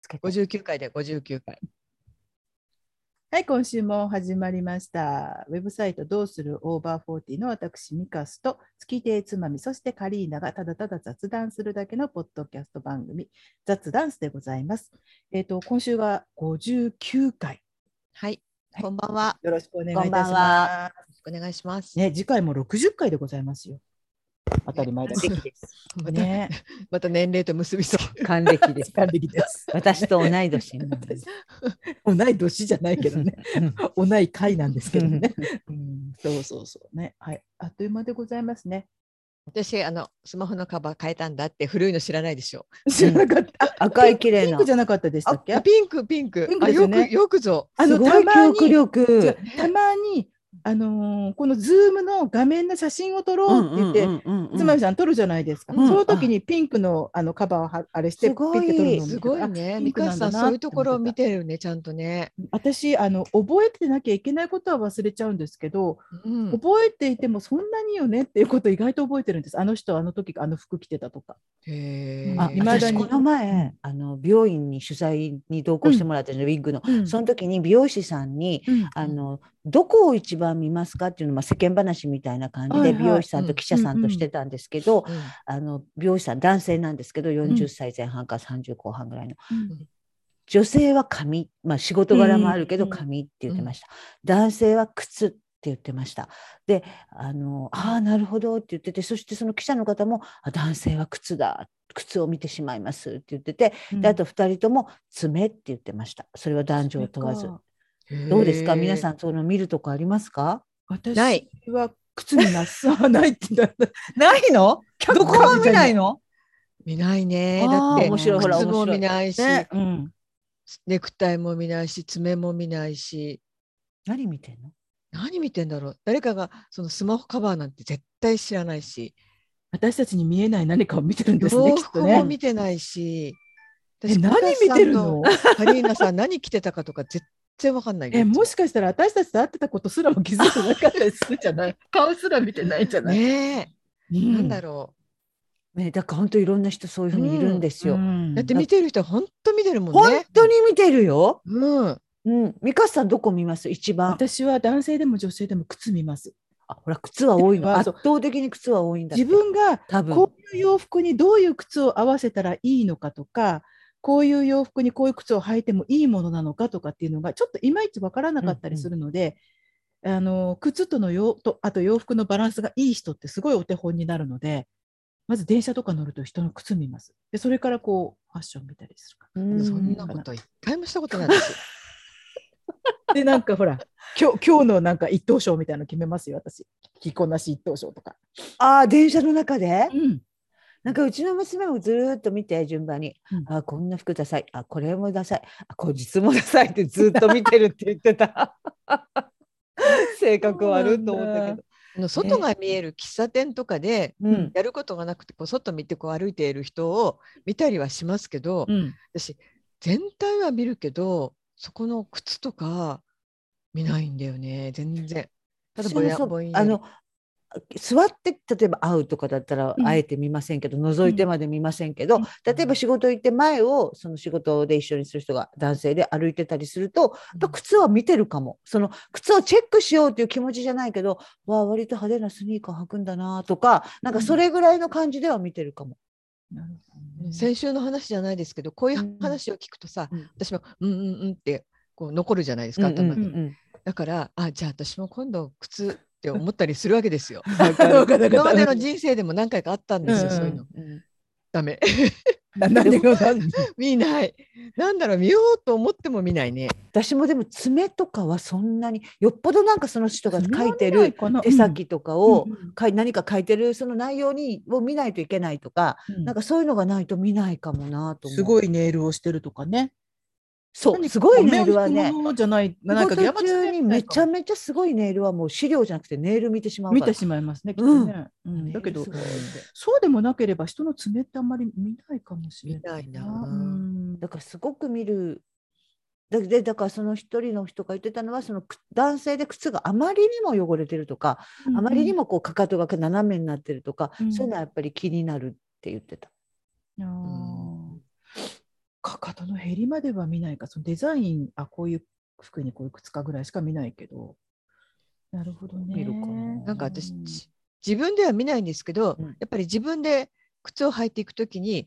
つけて。 59回で59回。はい、今週も始まりました。ウェブサイトどうするオーバーフォーティの私、ミカスと月亭つまみ、そしてカリーナがただただ雑談するだけのポッドキャスト番組、雑ダンスでございます。えっ、と、今週が59回。はい、はいこんばんは。よろしくお願いいたしまこす。んばんはお願いします。ね、次回も60回でございますよ。当たり 前です。激です。またね、また年齢と結びそう。還暦です時。間的です。私と同い年な んです。同い年じゃないけど ね。同い回なんですけどね。うん、そうそうそうね。はい、あっという間でございます ね。私、あの、スマホのカバー変えたんだって古いの知らないでしょ。知らなかった。あ赤い綺麗ピンなク。じゃなかったでしたっけ？あピンク、ピンク。ピンクあですよよねく、よくぞ。あすのごたいま記に憶違う力。たまにあのーこのズームの画面の写真を撮ろうって言って。つまみさん撮るじゃないですか。うんその時にピンクのあのカバーをはあれしてすごピいッて撮るのを見てすごいあね。ピンミクカなんださん、なそういうところを見ってるね、ちゃんとね。思ってた。私あの覚えてなきゃいけないことは忘れちゃうんですけど、うん。覚えていてもそんなによねっていうこと意外と覚えてるんです。あの人あの時あの服着てたとか。へーあ、未だ私にこの前、あの美容院に取材に同行してもらったんですよウィッグの。その時に美容師さんに。あのどこを一番見ますかっていうのまあ世間話みたいな感じはいではい美容師さんうとん記者さんとしてたんですけうど、んあの美容師さん男性なんですけどう40ん歳前半か30後半ぐらいのうん女性は髪、まあ、仕事柄もあるけうどん髪って言ってました、男性は靴って言ってましたであのああなるほどって言っててそしてその記者の方もあ男性は靴だ靴を見てしまいますって言っててうんであと2人とも爪って言ってましたそれは男女を問わずそれかどうですか皆ん。さんその見るとこありますかない私は靴になさないって言ったらないのどこも見ないの見ないね。あーだって、面白いほら靴も面白い見ないし、ねうん、ネクタイも見ないし、爪も見ないし。何見てんの何見てんだろう誰かがそのスマホカバーなんて絶対知らないし、私たちに見えない何かを見てるんですね洋きっと服もね。見てないし、え私何見てるのピカさんとカリーナさん何着てたかとか絶対わかんない。えもしかしたら私たちと会ってたことすらも気づいてなかったりするじゃない 顔すら見てないじゃい、ねうえ、ん、なんだろねだから本当いろんな人そういうふうにいるんですよ、うんう。だって見てる人は本当見てるもんね。本当に見てるようん。うん、ミカさんどこ見ます一番私は男性でも女性でも靴見ますあほら靴は多いのあ圧そう倒的に靴は多いんだって自分が多分こういう洋服にどういう靴を合わせたらいいのかとかこういう洋服にこういう靴を履いてもいいものなのかとかっていうのがちょっといまいちわからなかったりするので、あの靴とのよとあと洋服のバランスがいい人ってすごいお手本になるのでまず電車とか乗ると人の靴見ますでそれからこうファッション見たりするかうそんなこと一回もしたことないです。ら でなんかほら今日今日のなんか一等賞みたいなの決めますよ私着こなし一等賞とか。あー電車の中でうんなんかうちの娘もずーっと見て順番に、うんあーこんな服ダサいあこれもダサいあこれ実もダサいってずーっと見てるって言っ てた性格悪いと思ったけどあの外が見える喫茶店とかで、うなんんやることがなくてこう外見てこう歩いている人を見たりはしますけど、うん私全体は見るけどそこの靴とか見ないんだよね全然。ただ私ぼやもそうぼんやありの座って例えば会うとかだったらうんあえて見ませんけど、覗いてまで見ませんけど、うん例えば仕事行って前をその仕事で一緒にする人が男性で歩いてたりすると、やっぱ靴は見てるかもその靴をチェックしようという気持ちじゃないけどわあ割と派手なスニーカー履くんだなとかなんかそれぐらいの感じでは見てるかも。なるほどね先週の話じゃないですけどこういううん話を聞くとさ、うん私も「うんうんうん」ってこう残るじゃないですうんか、うんう頭にんだからあじゃあ私も今度靴って思ったりするわけですよ。 わかるわかるわかる今までの人生でも何回かあったんですよ、うんそういうの。うんダメ な何が何見ない。なんだろう見ようと思っても見ないね。私もでも爪とかはそんなによっぽどなんかその人が書いてそれは見ないるかな手先とかを、うんかい何か書いてるその内容にを見ないといけないとか、うんなんかそういうのがないと見ないかもなと思う。すごいネイルをしてるとかね。そうすごいネイルはね。目を引くものじゃない、な仕んか事中にめちゃ見めちゃすごいネイルはもう資料じゃなくてネイル見てしまうから。てしまいますね。きっとねうんだけどネイ、ルすごいってそうでもなければ人の爪ってあんまり見ないかもしれない。見ないなうんだからすごく見る。だでだからその一人の人が言ってたのはそのく男性で靴があまりにも汚れてるとか、あまりにもこうかかとが斜めになってるとか、うんそういうのはやっぱり気になるって言ってた。うんあーうんかかとの減りまでは見ないか、そのデザイン、あ、こういう服にこういう靴かぐらいしか見ないけど。なるほどね。見るかななんか私、うんじ自分では見ないんですけど、うんやっぱり自分で靴を履いていくときに、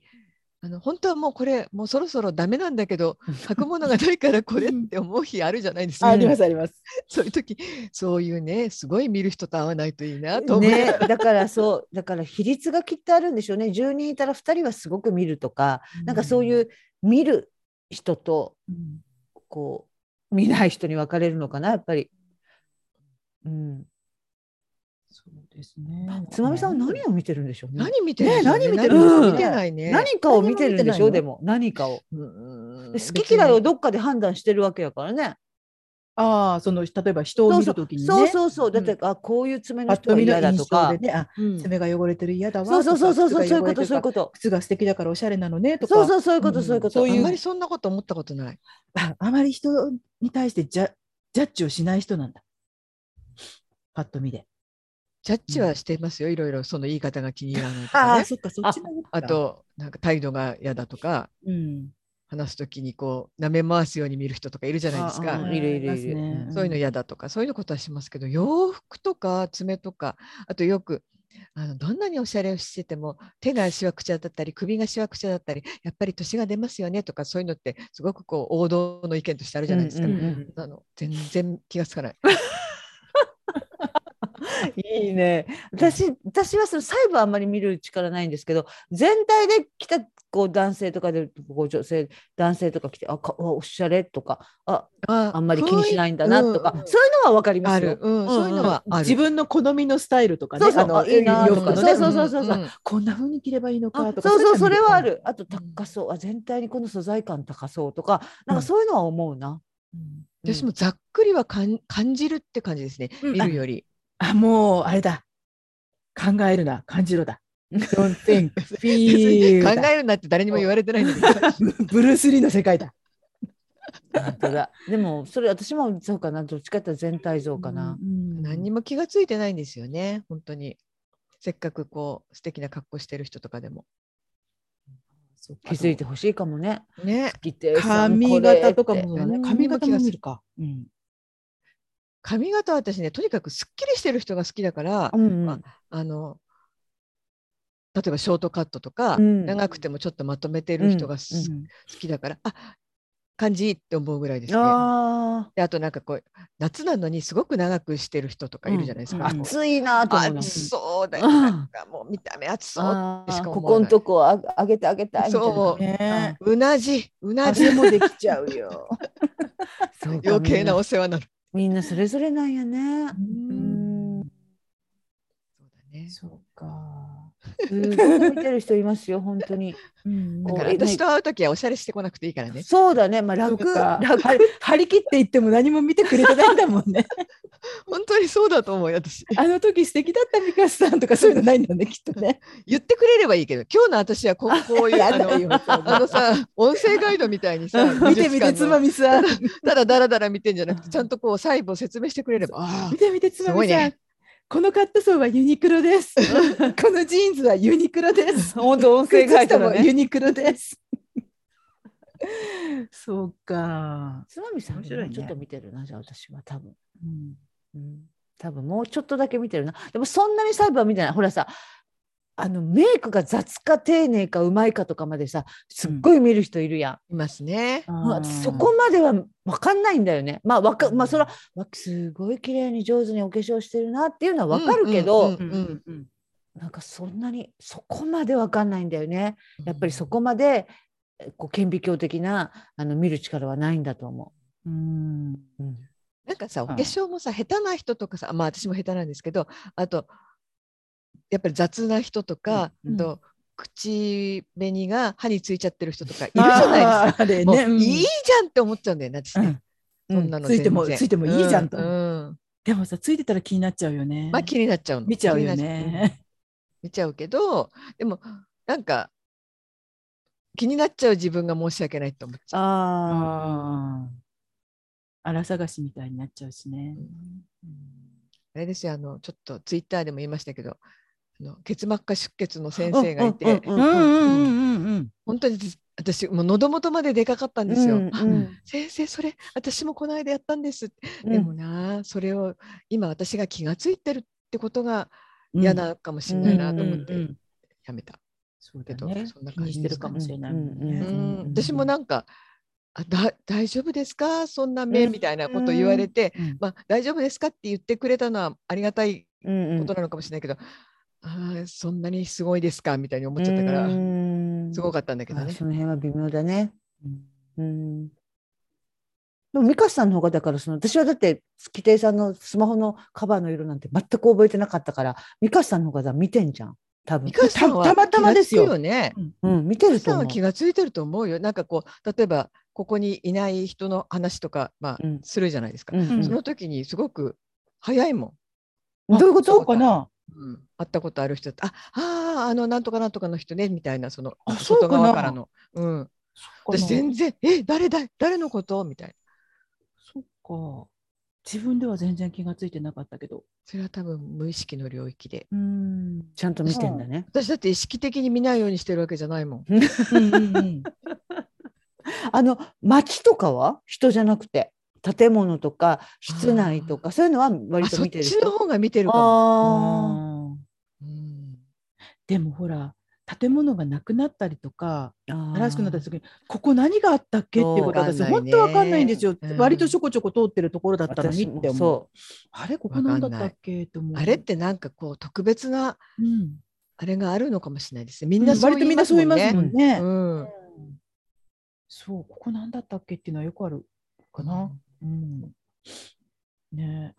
あの本当はもうこれもうそろそろダメなんだけど履くものがないからこれって思う日あるじゃないですか。あありますあります。そういう時そういうねすごい見る人と会わないといいなと思う。ね、だからそうだから比率がきっとあるんでしょうね10人いたら2人はすごく見るとかなんかそういう見る人とうん、こう見ない人に分かれるのかなやっぱり。うん、そうですね。つまみさんは何をを見てるんでしょうね。何見てるんでしょうね何見てる何うん見てないね。何かを見てるんでしょうで何も何かを。うんで好き嫌いをどっかで判断してるわけやからね。ああ、その例えば人をそう見そるとうきにね。そうそうそううだんって、あこういう爪のパッ人とが見の嫌だと印象かで。ね、あ、別にうん爪が汚れてる嫌だわとそか。うそうそうそうそうそうい靴が汚れうこてとるそういかうこと。靴が素敵だからおしゃれなのねとか。そうそうそういうこうとんそういうこと。そうあいんうまりそんなこと思ったことない。ああまり人に対してジャジャッジをしない人なんだ。パッと見で。ジャッジはしてますよ、いろいろその言い方が気に入らないとあかあ、ね。そっか、そっちの方かあ、となんか態度が嫌だとかうん、話す時にこう舐め回すように見る人とかいるじゃないですあかあ。いるいるいるいますねそういうの嫌だとかそういうのことはしますけど洋服とか爪とかあとよくあのどんなにおしゃれをしてても手がしわくちゃだったり首がしわくちゃだったりやっぱり年が出ますよねとかそういうのってすごくこう王道の意見としてあるじゃないですか。うんうんうんあの全然気がつ かない。いいね。私、私はその細部あんまり見る力ないんですけど、全体で来たこう男性とかで、こう女性、男性とか来て、あ、かうわおしゃれとか、あ、ああんまり気にしいないんだなとか、うんそういうのはわかりまあすよる、。うん、そういうのはある。自分の好みのスタイルとかね、そうそうあのあいいな洋服のね、とかそうそうそうそううんこんな風に着ればいいのあかとか。そうそう、それはあるる。あと、高そう、あ、全体にこの素材感高そうとか、なんうんかそういうのは思うな。うんうん 私もざっくりはかん感じるって感じですね。うん見るより。あ、もう、あれだ。考えるな、感じろだ。Don't think, 別に feel 考だえるなって誰にも言われてないんだけど。ブルース・リーの世界だ。本当だ。でも、それ私もそうかな。どっちかっていうと全体像かな。うん何にも気がついてないんですよね本当にせっかくこう素敵な格好してる人とかでも気づいてほしいかもね。ね来て髪型とかもだね。うん髪型も見るか。うん。髪型は私ねとにかくすっきりしてる人が好きだからうんうんまあの例えばショートカットとか、うん長くてもちょっとまとめてる人がす、好うんきだからあ感じいいって思うぐらいですね。あであとなんかこう夏なのにすごく長くしてる人とかいるじゃないですか。うんこう暑いなと思うの暑そうだよ、なんかもう見た目暑そうあしーか思わないここんとこあ上げてあげたいみたいなそうねうなじうなじ 味もできちゃうよ。そうか余計なお世話なの。みんなみんなそれぞれなんやねうんそうだねそうか。すっごい見てる人いますよ本当にうんだからこうえ私と会うときはおしゃれしてこなくていいからね。 そうだねまあ楽そうか楽張り張り切って言っても何も見てくれてないんだもんね。本当にそうだと思うよ 私。 あの時素敵だったミカさんとかそういうのないんだねきっとね。言ってくれればいいけど、今日の私はこうこういうあやだのよ。そんなあのさ音声ガイドみたいにさ、見て見てつまみみさ ん。ただだらだら見てんじゃなくて、ちゃんとこう細部を説明してくれれば。あ見て見てつますごいみさんね。このカットソーはユニクロ です。このジーンズはユニクロ です。本当音声靴ガイ下ドだもねユニクロです。 そうか。つまみさん面白いねちょっと見てるなじゃあ私は多分うんうん多分もうちょっとだけ見てるなでもそんなに細部は見てないほらさあのメイクが雑か丁寧かうまいかとかまでさすっごい見る人いるやんいますね。まあ、そこまでは分かんないんだよね。まあ、わか、まあ、それは、わすごい綺麗に上手にお化粧してるなっていうのは分かるけど、うんうんうんうんなんかそんなに、そこまで分かんないんだよね。やっぱりそこまで、えこう顕微鏡的な、あの、見る力はないんだと思うんう。うんなんかさ、おん化粧もさ、下手な人とかさ、まあ私も下手なんですけど、あと、やっぱり雑な人とか、うんあと口紅が歯についちゃってる人とかいるいじるじゃなゃないでいすか。ですか。あれもうね、うんいいじゃんって思っちゃうんだよな、私ね。うんそんなのついても全然ついてもいいじゃんとううんでもさ、ついてたら気になっちゃうよね。まあ気になっちゃうの。見ちゃうよ気になっちゃう。うんね。見ちゃうけど、でもなんか気になっちゃう自分が申し訳ないって思っちゃう。ああ、ああ。荒探しみたいになっちゃうしね。あれですよ、あのちょっとツイッターでも言いましたけど、あの結膜下出血の先生がいて、うんうんうんうんうんうん。本当にず私もう喉元まででかかったんですよ。うんあうん先生それ私もこの間やったんですって、うんでもなそれを今私が気がついてるってことがうん嫌なかもしれないなと思っうんうんうてんやめた、そうだけどねそんな気感にじしてるかもしれないもんね。うんうんうん私もなんかあだ大丈夫ですかそんな目みたいなこと言われて、うんまあ、大丈夫ですかって言ってくれたのはありがたいうんことなのかもしれないけど、あーそんなにすごいですかみたいに思っちゃったから、うんすごかったんだけどあねその辺は微妙だね。うんうん。でも、美香さんの方がだから、その、私はだって、規定さんのスマホのカバーの色なんて全く覚えてなかったから、美香さんの方が見てんじゃん。多分ミ。カさんはたたまたまですよ気がつくね。うん、見てるミカさとん思うは。気がついてると思うよ。なんかこう例えばここにいない人の話とかまあ、うんするじゃないですか。うんうんその時にすごく早いもあどういうことそうかな。ん。うん会ったことある人だってああーあのなんとかなんとかの人ねみたいなそのあそうか外な側からの。うん。そうか私な全然え誰だ誰のことみたいな。そっか。自分では全然気がついてなかったけど。それは多分無意識の領域で。うん。ちゃんと見てんだね。私だって意識的に見ないようにしてるわけじゃないもん。うん うんうん。あの、街とかは人じゃなくて、建物とか、室内とか、そういうのは割あとそっ見てるちの人。方が見てるかも。あうあーんでもほら建物がなくなったりとかあー。新しくなった時にここ何があったっけっていうことはわかん私ない本ね当わかんないんですよ、うん割とちょこちょこ通ってるところだったのに私っもて思うそあれここ何だったっけって思うあれってなんかこう特別なうん、あれがあるのかもしれないですね。みんな割そうと言みいんなまそう言いますすももんね。んね、うんそうここ何だったっけっていうのはよくあるかな、うんね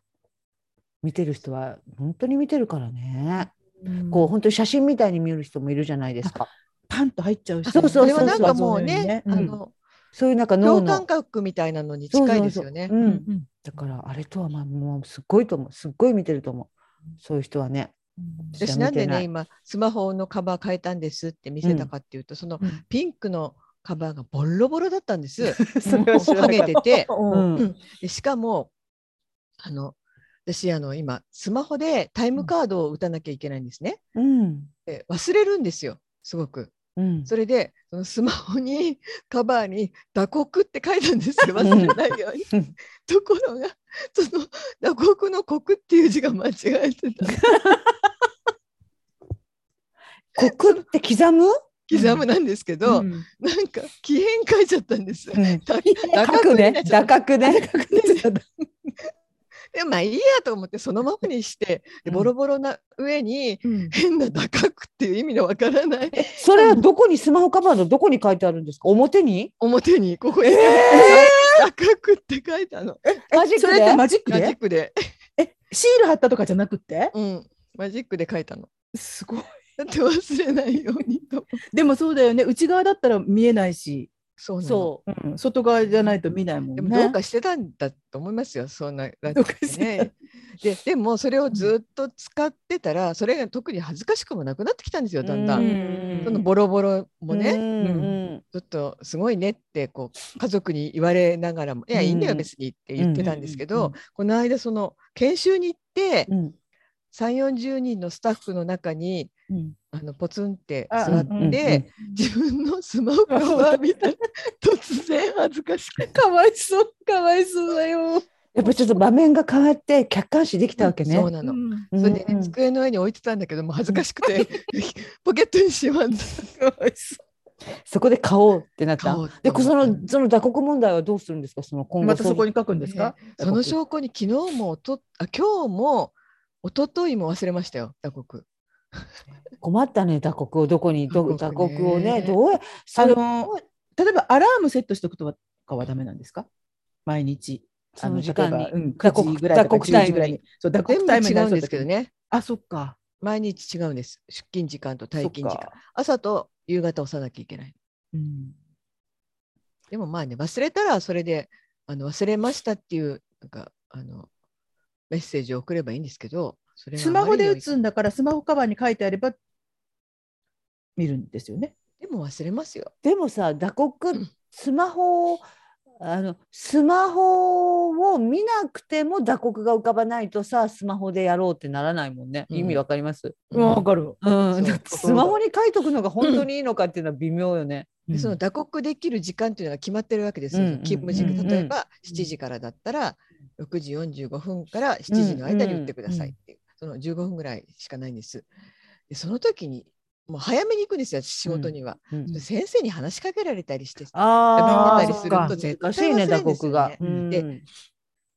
う。見てる人は本当に見てるからね。うんこう本当に写真みたいに見る人もいるじゃないですか。パンと入っちゃうし、そうそそうれそうはそうなんかもうね、うんあのそういうなんか脳共の感覚みたいなのに近いですよねそう。そうそううんんだからあれとはまあもうすっごいと思うすっごい見てると思うそういう人はね。うんそうそうそう私なんで見てないね今スマホのカバー変えたんですって見せたかっていうと、そのうんピンクのカバーがボロボロだったんです。それもうは知剥らなげかったてて、 うんうんうんでしかもあの私あの今スマホでタイムカードを打たなきゃいけないんですね。うんで忘れるんですよ。すごく。うんそれでそのスマホに カバーに「打刻」って書いたんですよ忘れないように。うんところがその「打刻」の「刻」っていう字が間違えてた刻って刻む、刻むなんですけど、うんなんか奇変書いちゃったんです。打打打角刻にねなっちゃっ打た角ね。でまあいいやと思ってそのままにしてでうんボロボロな上にうん変な「打刻」っていう意味のわからないそれはどこにスマホカバーのどこに書いてあるんですか表に表にここに「打刻」って書いたのマジッそクれってでマジックマジッでクで、えシール貼ったとかじゃなくてうん、マジックで書いたの。すごいだって忘れないようにと。でもそうだよね内側だったら見えないし、そうなのそううん、外側じゃないと見ないもんね。でもどうかしてたんだと思いますよ、そんな。だってどうかしてたね、ででもそれをずっと使ってたら、それが特に恥ずかしくもなくなってきたんですよ、だんだ。うんんそのボロボロもね、うちんうんょっとすごいねってこう家族に言われながらも、いや、うんいいんだよ、別にって言ってたんですけど、うんこの間、その研修に行って、うん3、40人のスタッフの中に、うんあのポツンってあ座っうんうんて、自分のスマホカバー見 たら、突然恥ずかしくて。かわいそうかわいそうだよ。やっぱちょっと場面が変わって客観視できたわけね。そうなの。かそれでうね、ん机の上に置いてたんだけどもう恥ずかしくてポケットにしまった わいそそこで買おうってなった買おうって。で思ったそのその打刻問題はどうするんですかそのう今後またそこにに書くんですか、その証拠に昨日もおとあ今日も一昨日も忘れましたよ打刻困ったね打刻をどこにど打打刻ね刻をねどうやあの例えばアラームセットしておくとかはダメなんですか毎日。その時間にあの例えばうん、打9刻時ぐらいとか打刻タイ10ム時ぐらいに。そう、打全刻部タイムに違なうんりそうでだすけけどどね。ねあ、そっか。毎日違うんです出勤時間と退そっ勤時間か。朝と夕方押さなきゃいけないうん。でもまあね忘れたらそれであの忘れましたっていうなんかあのメッセージを送ればいいんですけどそれがスマホで打つんだだから、スマホカバーに書いてあれば見るんですよね。でも忘れますよでもさ打刻うんスマホをあのスマホを見なくても打刻が浮かばないとさスマホでやろうってならないもんね、うん意味わかります、わ、かる。うんそうだってスマホに書いとくのが本当にいいのかっていうのは微妙よね、うでその打刻できる時間というのが決まってるわけですよ。うんうんうん勤務時間例えば7時からだったら6時45分から7時の間に打ってくださいっていう、その15分ぐらいしかないんです。でその時にもう早めに行くんですよ仕事には。うんうん先生に話しかけられたりしてあーあ、そっかそっか難しいね、絶対忘れ打るんですよ刻ねが。うんで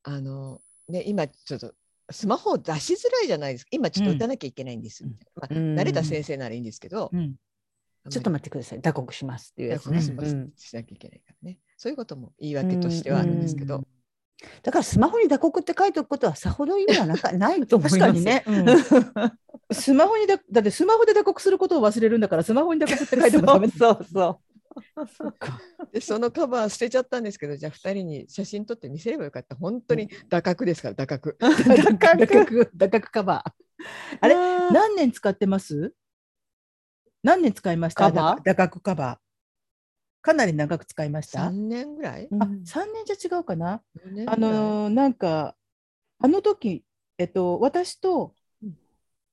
あの、ね、今ちょっとスマホを出しづらいじゃないですか今ちょっと打たなきゃいけないんです、うんまあ、うん慣れた先生ならいいんですけど、うんちょっと待ってください、打刻しますっていうっやてつくだね。さいうんしなきゃいけないからねそういうことも言い訳としてはあるんですけど、うんだからスマホに打刻って書いておくことはさほど意味はなかないと思いま確すかに。ね、スマホにだだってスマホで打刻することを忘れるんだからスマホに打刻って書いてもダメだ そうそう。でそのカバー捨てちゃったんですけどじゃあ2人に写真撮って見せればよかった本当に打覚ですから打覚打刻打刻カバーあれ何年使ってます何年使いましたカバー打刻カバーかなり長く使いました3年ぐらいあ3年じゃ違うかな四年ぐらいあのーなんかあの時、えっと、私とうん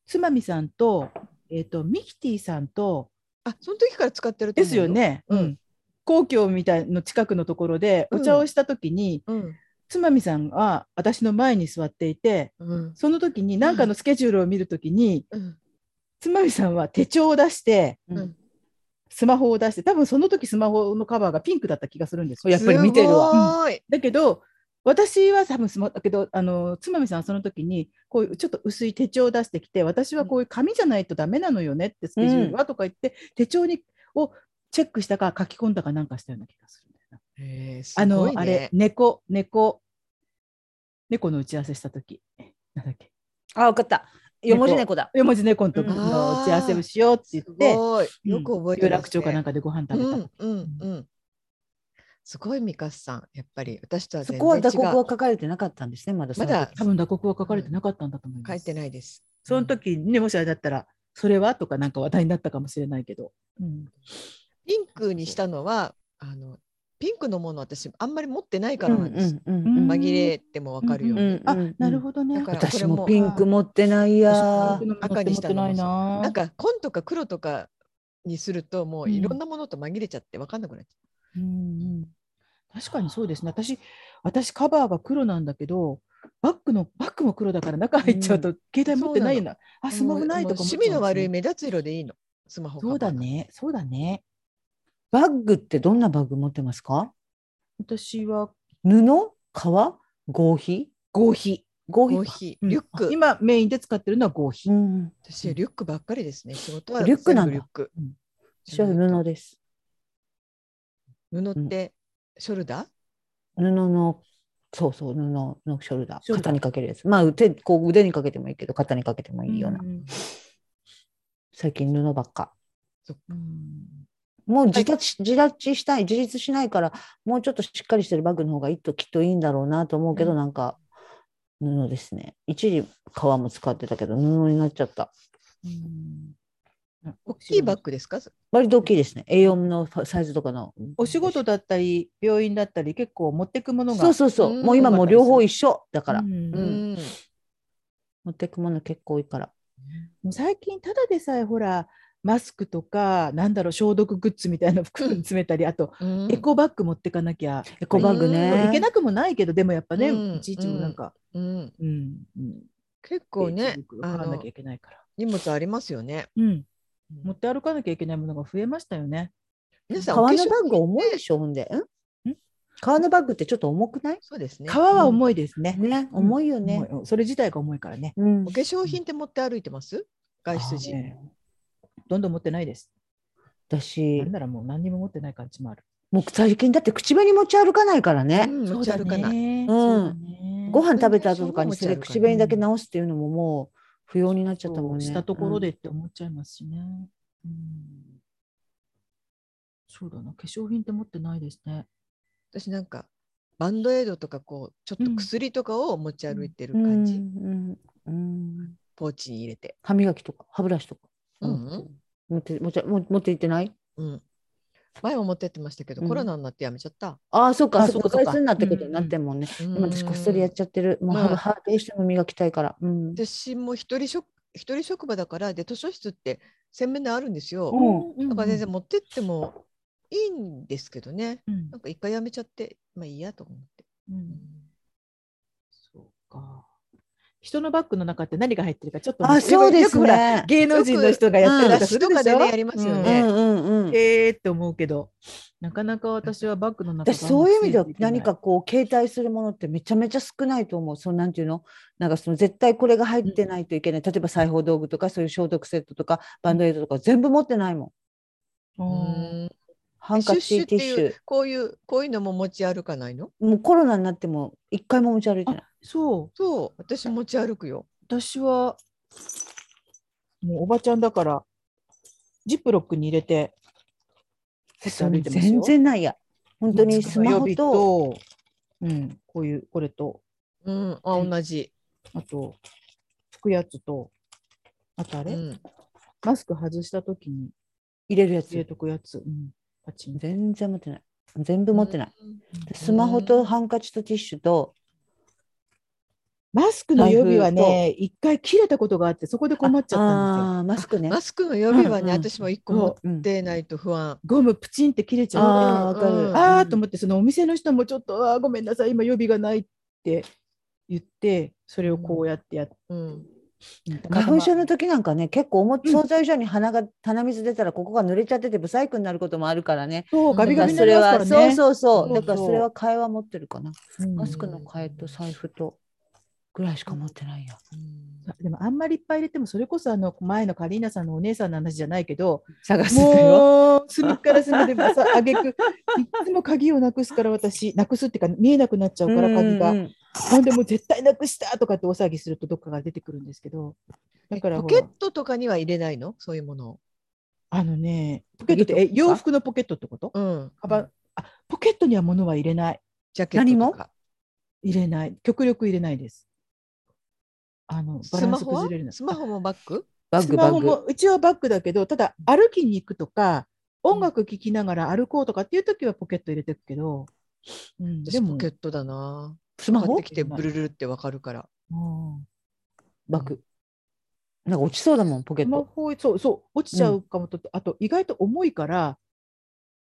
つまみさんと、えっと、ミキティさんとあその時から使ってるとで思うすよ、ね、うんうん皇居みたいの近くのところでお茶をした時に、うんつまみさんが私の前に座っていてうんその時に何かのスケジュールを見る時に、うんつまみさんは手帳を出してうんスマホを出して多分その時スマホのカバーがピンクだった気がするんですよやっぱり見てるわすごーいだけど私は多分スマだけどあのつまみさんはその時にこういうちょっと薄い手帳を出してきて私はこういう紙じゃないとダメなのよねってスケジュールはとか言って、手帳にをチェックしたか書き込んだかなんかしたような気がするんだよなえーすあの、ごいねあれ猫猫猫の打ち合わせした時なんだっけあ、わかった。四文字猫だ。四文字猫のとこうんの打ち合わせをしようって言っすて、ごいよく覚えて有ますね楽町かなんかでご飯食べた、うんうんうん。すごいミカさん、やっぱり私とはそ全然違こはう。打刻は書かれてなかったんですね、まだその時。まだ多分打刻は書かれてなかったんだと思います、書いてないです。その時にねもしあれだったら「それは?」とかなんか話題になったかもしれないけど、うん、ピンクにしたのはあのピンクのもの私あんまり持ってないかうらんなうんです。んうんうん紛れてもわかるように。うんあうんなるほどね。だから私もピンク持ってないやこ。れもあー赤にしたないな。なんか紺とか黒とかにするともういろんなものと紛れちゃってわかんなくなっちうんうん、確かにそうですね。私私カバーが黒なんだけど、バッグのバッグも黒だから中入っちゃうと携帯持ってないよな。ゃあう。スマホないとかもう思っち趣ゃ味のう悪いんで目立つ色でいいの。スマホすね。そうだね。そうだね。バッグってどんなバッグ持ってますか私は布革合皮合皮。合カバー。コー皮か。ヒうー、んリュック。今メインで使ってるのは合皮。うん。私リュックばっかりですね。仕事はリュックなん全部だリュック。うん私は布です。布ってショルダー？布のそうそう布のショルダーショルダー肩にかけるやつまあ腕こう腕にかけてもいいけど肩にかけてもいいような、うん最近布ばっかうんもう自立,、自立したい自立しないからもうちょっとしっかりしてるバッグの方がいいときっといいんだろうなと思うけど、うんなんか布ですね一時革も使ってたけど布になっちゃったうん大きいバッグですか？割と大きいですね A4 のサイズとかのお仕事だったり病院だったり結構持ってくものがそうそうそう、うんもう今もう両方一緒だから、うんうん。持ってくもの結構多いからもう最近ただでさえほらマスクとかなんだろう消毒グッズみたいな袋に詰めたりあとエコバッグ持ってかなきゃ、エコバッグね、うんいけなくもないけどでもやっぱね、うんいちいちもなんか、うん。うんうん、結構ねページ、あ分かんなのきゃいけないから、荷物ありますよね。うん、持って歩かなきゃいけないものが増えましたよね。皆さんお革化の粧バッグ重いでしょ、ほんで。んん革のバッグってちょっと重くないそうですね。皮は重いですね。ね、ん重いよね。重いそれ自体が重いからね。うんお化粧品って持って歩いてます？外出時あー。ねどんどん持ってないです。私なん、ならもう何にも持ってない感じもある。もう最近だって口紅持ち歩かないからうね。ん持ち歩かない。いうんごご飯飯食べた後とかにそれうん口紅だけ直すっていうのももう不要になっちゃったもんね。したところでって思っちゃいますしね。うんそうだな化粧品って持ってないですね。私なんかバンドエイドとかこうちょっと薬とかを持ち歩いてるうん、感じ。うんうんうんポーチに入れて。歯磨きとか歯ブラシとか。うん持って持ち持持って行ってないうん。前も持ってってましたけど、うんコロナになってやめちゃった。ああ、そうか、あそそううか、か外そう出かになってことになってんもんね。今私こっそりやっちゃってる。もうまあ歯、歯どうしても磨きたいから。うん。私も一人職一人職場だからで図書室って洗面台あるんですよ。うんだから全然持ってってもいいんですけどね。うんなんか一回やめちゃって、まあいいやと思って。うんそうか。人のバッグの中って何が入ってるかちょっとねあ、そうですよくほらね。芸能人の人がやってる雑誌とかでねやりますようねんうんうん。えーって思うけど、なかなか私はバッグの中が私そういう意味ではあんま整理何きないかこう携帯するものってめちゃめちゃ少ないと思う。そのなんていうのなんかその絶対これが入ってないといけない。例えば裁縫道具とかそういう消毒セットとかバンドエイドとか全部持ってないもん。うんハンカシュッシュチ、ってティいッシュ。こういう、こういうのも持ち歩かないのもうコロナになっても一回も持ち歩いてない。そう、そう、私持ち歩くよ。私はもうおばちゃんだからジップロックに入れて持って歩いてます全よ。然ないや。本当にスマホ指と、と、うん、こういうこれとうん、あ、うん同じ。あと拭くやつとあとあうれ、ん、マスク外した時に入れるや入れつ。とくやつ、うん、パチン全然持ってない。全部持ってない。うん。スマホうとんハンカチとティッシュと、マスクの予備はね一回切れたことがあってそこで困っちゃったんですよあーマスクね。マスクの予備はうんね、うん私も一個持うんってないと不安。ゴムプチンって切れちゃうああ、わかる。うんああと思ってそのお店の人もちょっとあーごめんなさい今予備がないって言ってそれをこうやってやっうん。花粉症のの時なんかね、結構思っうん想像以上に鼻が鼻水出たらここが濡れちゃってて不細工になることもあるからね。そうガビガビになそりれまはすからそうねそうそそうう。だからそれは替えは持ってるかな。うんマスクの替えと財布とぐらいしか持ってないよ。でもあんまりいっぱい入れてもそれこそあの前のカリーナさんのお姉さんの話じゃないけ ど探すよ。もう隅から隅までさあげく いつも鍵をなくすから私なくすっていうか見えなくなっちゃうから鍵がうんうんほんでもう絶対なくしたとかってお騒ぎするとどっかが出てくるんですけどだからポほケらットとかには入れないのそういうものを。あのねポケットってえポケットとか洋服のポケットってことうん。カバンあポケットには物は入れないジャケットと何か。入れない極力入れないですあのバスランマスホは崩れるのスマホもバッグバッスグマバホッもグ。うちはバッグだけどただ歩きに行くとか音楽聴きながら歩こうとかっていう時はポケット入れてくけど、うん、私でもポケットだな。スマ買っホてきてブルルルってわかるから。うんバッグ。なんか落ちそうだもんポケスッマト。ホそうそう落ちちゃうかもと、あと意外と重いから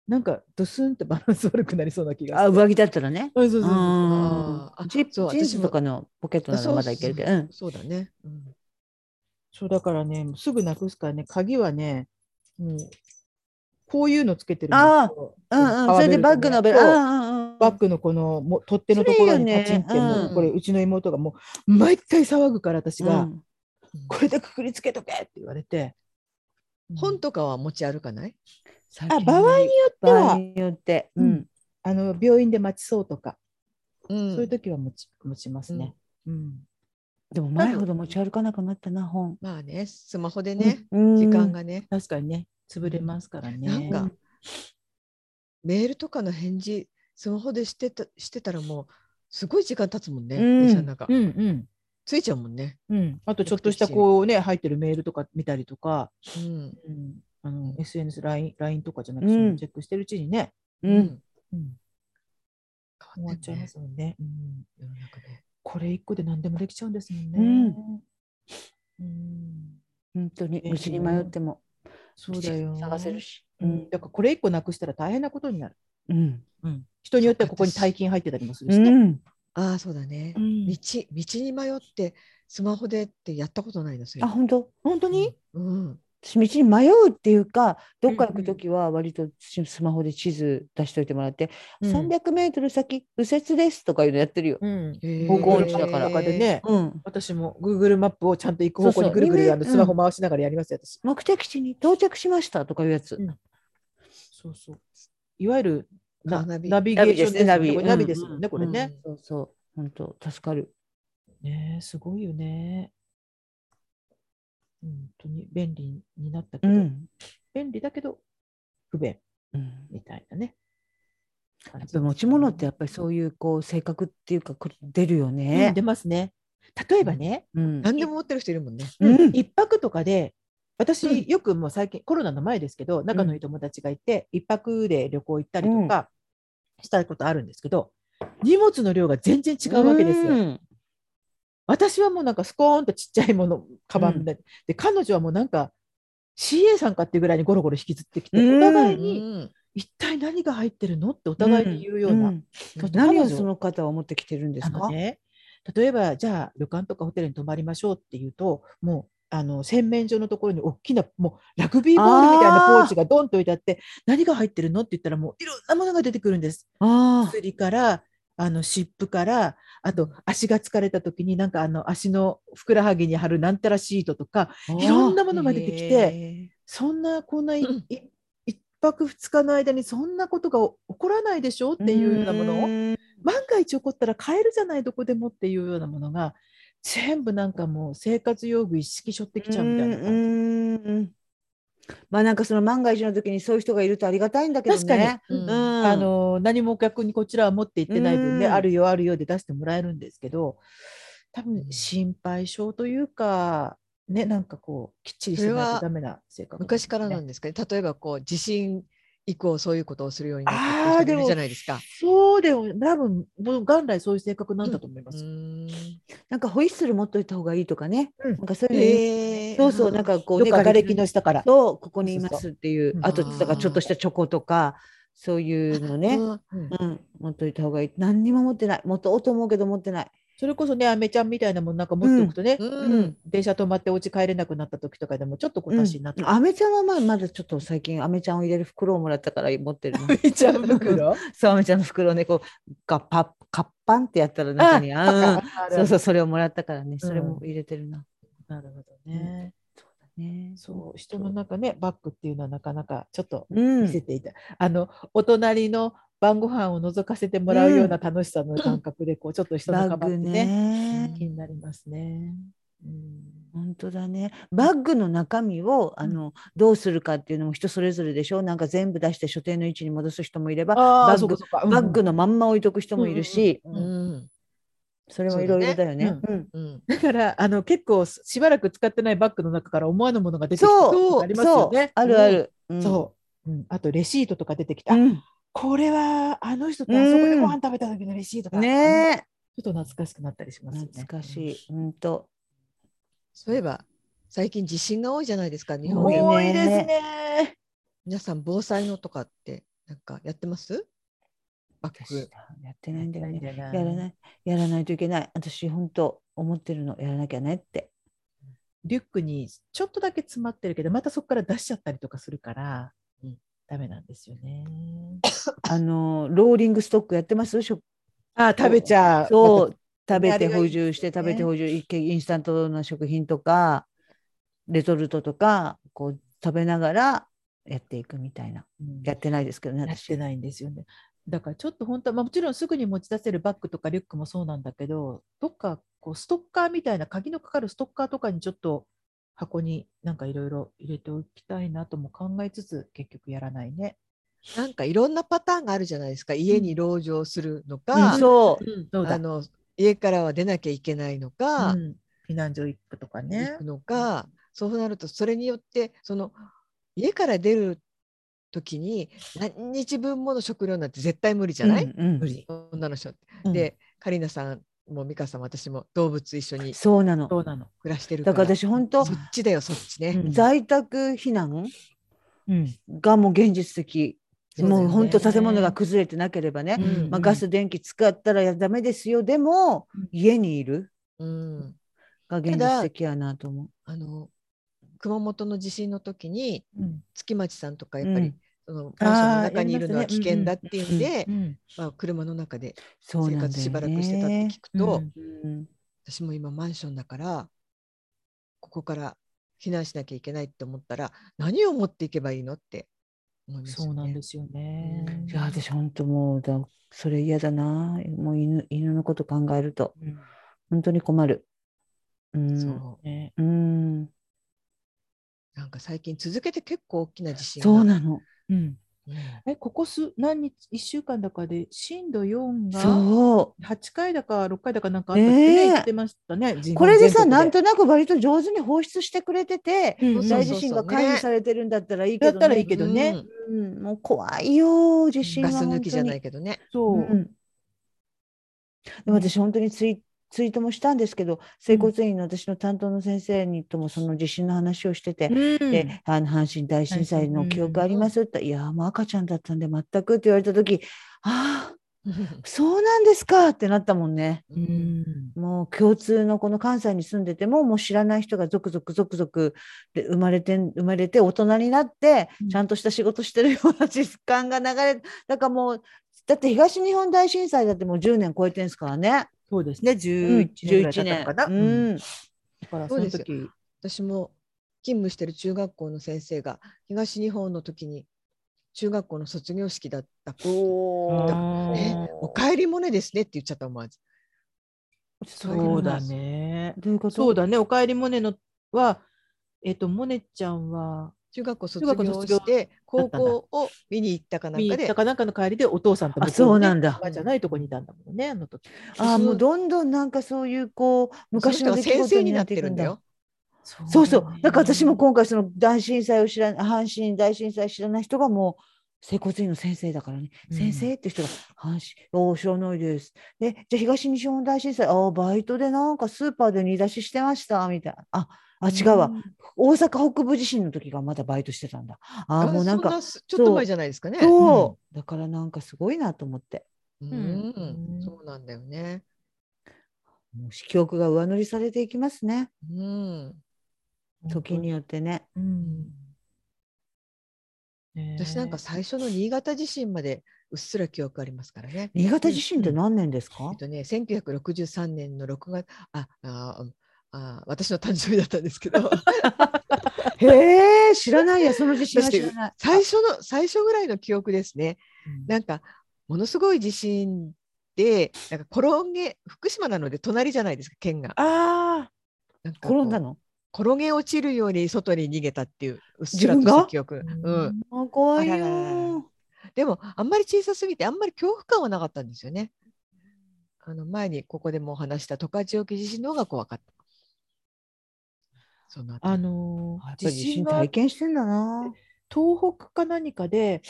なんかドスンってバランス悪くなりそうな気があして上着だったらね。あそうそううそうそうんあーあジップそうジーン私ズもとかのポケットならまだいけるけど。うんそうだね。うんそうだからねもうすぐなくすからね鍵はねもうこういうのつけてるんですああようんうん、革それベでルトバッグのベル。そううんうんうんバッグのこのもう取っ手のところそにれいいよねパチンってもう、うんこれうちの妹がもう毎回騒ぐから私が、うんこれでくくりつけとけって言われて、本とかは持ち歩かないあ場合によって場合はによって、ううんん、あの病院で待ちそうとか、う。そういうん時は持ち持ちますね、うんでも前ほど持ち歩かなくなったな本、まあね、スマホでね、うん時間がね、確かにね潰れますからねなんうかんメールとかの返事、スマホでしてたしてたらもう、すごい時間経つもんね、うん電車の中う。んうんついちゃうもんね。うん、あとちょっとしたこうね入ってるメールとか見たりとか、うん。うん、あの SNS ラインラインとかじゃなくうてんそういうのチェックしてるうちにね、うんうん、変終わわっっちてゃるいまね。すもんね、うん、世の中ねこれ一個で何でもできちゃうんですもんね。うん本当にええ道に迷っても、そうだよ。探せるし、う。うんんだからこれ一個なくしたら大変なことになる。うんうん。人によってはここに大金入ってたりもするうしね。ん、ああ、そうだね。ん道、道に迷って、スマホでってやったことないの、それあ。本当本当に？うん。私道に迷うっていうかどっか行うんうくん時は割としスマホで地図出しといてもらって、うん300メートル先右折ですとかいうのやってるよ、うん。歩方向音音痴だからとかで。ね。うん、私も Google マップをちゃんと行く方向にそうそうぐるぐるねあのスマホ回しながらやりますよ私。目的地に到着しましたとかいうやつ、うんそうそう。いわゆるなカーナビナビゲーションナビよですねねこれナナビビですもんねこれうんね。そうそう本当助かるねえすごいよね。本当に便利になったけうど、ん、便利だけど不便うんみたいなね。ややっぱり持ち物ってやっぱりそういうこう性格っていうかこれ出るようんね出。ますね。例えばね、うん何でも持ってる人いるもんね。うん一泊とかで、私、うんよくもう最近、コロナの前ですけど、仲のいい友達がいて、一泊で旅行行ったりとかしたことあるんですけど、荷物の量が全然違うわけですよ。うん私はもうなんかスコーンとちっちゃいもの、カバンで、で彼女はもうなんか、CA さんかっていうぐらいにゴロゴロ引きずってきて、うんお互いにうん一体何が入ってるのってお互いに言うような。んちょっと何彼を女その方は持ってきてるんですあのか、ね、例えばじゃあ旅館とかホテルに泊まりましょうっていうともうあの洗面所のところに大きなもうラグビーボールみたいなポーチがドンと置いてあって何が入ってるのって言ったらもういろんなものが出てくるんです。あ薬からあの湿布からあと足が疲れた時になんかあの足のふくらはぎに貼るなんたらシートとかあいろんなものが出てきてて。そんな こんないうんい一泊二日の間にそんなことが起こらないでしょっていうようなものをの万が一起こったら買えるじゃないどこでもっていうようなものが全部なんかもう生活用具一式しょってきちゃうみたいなう感じ。んうんうんまあなんかその万が一の時にそういう人がいるとありがたいんだけどね。確かにうん、あの何も逆にこちらは持って行ってない分ね、うんあるよあるよで出してもらえるんですけどう多分ん心配性というかねなんかこうきっちりしないとダメな性格、昔からなんでですかね。例えばこう地震以降そういうことをするようになったああってでいう人もいるもじゃないですか。そうでも多分もう元来そういう性格なんだと思います。なんかホイッスル持っといた方がいいとかね。うんなんかそういうのいい、えそうそうなんかこうどっねかががれれききのの下から。とここにいますっていうそうそうあとだからちょっとしたチョコとかそういうのね。うんうん、持っといた方がいい。何にも持ってない。持とうと思うけど持ってない。それこそねアメちゃんみたいなもんなんか持っておくとね、うん電車止まってお家帰れなくなった時とかでもちょっとこうんたしになって、アメちゃんはまあまだちょっと最近アメちゃんを入れる袋をもらったから持ってるの。めちゃ袋 そうアメちゃんの袋をねこうガッパッカッパンってやったら中 にあうんそうそう、それをもらったからね、それも入れてるな。なるほどね、そうだね。そう人の中ねバッグっていうのはなかなかちょっとう見せん。ていた、あのお隣の晩ご飯を覗かせてもらうような楽しさの感覚でこうちょっと人のバかばッってグねね。気になりますね、うん、本当だね。バッグの中身を、あの、どうするかっていうのも人それぞれでしょなんか全部出して書店の位置に戻す人もいれば、あバあッそうかグそうか、バッグのまんま置いとく人もいるし、うんうんうんうんうんそれもいろいろだよねそう。うんうんだからあの結構しばらく使ってないバッグの中から思わぬものが出てきたそこうとがありますよそうね。あるある。うんそう、うん、あとレシートとか出てきて、あうんこれはあの人とあそこでご飯食べた時のレシートだ、ねえ。ちょっと懐かしくなったりしますよね。懐かしい。本当。そういえば最近地震が多いじゃないですか日うん。本多いね多いですね。皆さん防災のとかってなんかやってますバッ私グやってないんだよね。やらやらない、やらないといけない。私、本当思ってるの、やらなきゃねって。リュックにちょっとだけ詰まってるけど、またそこから出しちゃったりとかするから、うんダメなんですよね。あの、ローリングストックやってます食あ食べちゃう。そう、食べあれてがいい補充して、ですよ食ねべて補充、一見インスタントな食品とか、レトルトとか、こう、食べながらやっていくみたいな。うんやってないですけどね、やっ私。てないんですよね。だからちょっと本当は、まあ、もちろんすぐに持ち出せるバッグとかリュックもそうなんだけど、どっかこうストッカーみたいな鍵のかかるストッカーとかにちょっと箱になんかいろいろ入れておきたいなとも考えつつ、結局やらないね。なんかいろんなパターンがあるじゃないですか家に籠城するのうんか、そう。そうだあの家からは出なきゃいけないのか、うん避難所行くとかね行く。のか、そうなるとそれによってその家から出る時に何日分もの食料なんて絶対無理じゃない、うんうん無理。女の人って。うんでカリナさんも美香さんも私も動物一緒にそうなの。そうなの。暮らしてるかだらから私、本当そっちだよそっちね。うん在宅避難うん。がもう現実的。そうだよもうね本当建物が崩れてなければね、うんまあ、ガス電気使ったらやダメですよでもうん家にいるうん、が現実的やなと思う。あの熊本の地震の時にうん。月町さんとかやっぱり、うんそのマンシあーョンの中にいるのはやり危ます険ねだっていうんで、うん。まあ、車の中でそう生なんだよね活しばらくしてたって聞くと、うん私も今マンションだからここから避難しなきゃいけないって思ったら何を持っていけばいいのって思いますそうよなんねで。すよね。うんいや私本当もうだそれ嫌だなもう犬犬のこと考えるとうん本当に困る。うんそうねうん、なんか最近続けて結構大きな地震がそうなの。うん。うんえ、ここす何日、一週間だかで震度4がそ八回だか六回だかなんかあったってね、ねえ言ってましたね。う全これでさ全な国んとなく割と上手に放出してくれててうんそうそう大そう地震が回避されてるんだったらいいけだっど、ね、たらいいけどうね。んうん、もう怖いよ地震はガス抜きじゃないいけどね。そうう。ん、でも私本当にツイッツイートもしたんですけど整骨院の私の担当の先生にともその地震の話をしてて、であの阪神大震災の記憶ありますって言ったら「いやもう赤ちゃんだったんで全く」って言われた時「ああそうなんですか」ってなったもんね。うんうんもう共通のこの関西に住んでてももう知らない人が続々続々で生まれてん生まれて大人になってうんちゃんとした仕事してるような実感が流れだからもうだって東日本大震災だってもう10年超えてんすからね。そうですねうん11年ぐらい経11っ年たのかな、ううんんだかそらそうのですよ時私も勤務してる中学校の先生が東日本の時に中学校の卒業式だったおーーねお帰りもねですねって言っちゃった思わずそうだねどういうことそうだねおかえりモネのはえっ、とモネちゃんは中学校卒中学校業卒業してだ高ったんだ校を見に行ったかなん見にか行っでたかなんかの帰りでお父さんとあそうなんだだ。じゃないとこにいたんだもんねあの時あーもうどんどんなんかそういうこう昔のそ出の人が来先事生ににななっってていくるんんだだよ。。そうそう。だから私もこ今回その大震災を知らない、阪神大震災知らない人がもう、整骨院の先生だからね、うん先生って人が、阪神、おー知らないです。で、じゃあ東日本大震災、ああ、バイトでなんかスーパーで煮出ししてました、みたいな。あ、あ違うわ。大阪北部地震の時がまだバイトしてたんだ。ああ、もうなんそか、すちょっと前じゃないですかね。そう。だからなんかすごいなと思って。うんうんそうなんだよね。もう記憶が上乗りされていきますね。うん、時に、よってね。うん私なんか最初の新潟地震までうっすら記憶ありますからね。新潟地震って何年ですか、えっとね、1963年の6月、あ、あ、あ、私の誕生日だったんですけ ど、へえ、知らないや、その地震はだって知らない。最初の、最初ぐらいの記憶ですね。うんなんか、ものすごい地震で、なんか転げ、福島なので隣じゃないですか、県が。ああなんかこう転んだの転げ落ちるように外に逃げたっていう、うっす自ら分とがした記憶。ううんん。あ怖いよあらららーら。でも、あんまり小さすぎて、あんまり恐怖感はなかったんですよね。あの前にここでもお話した十勝沖地震の方が怖かった。その後あのーやっぱり地地震震は体験してんだな。東北か何かで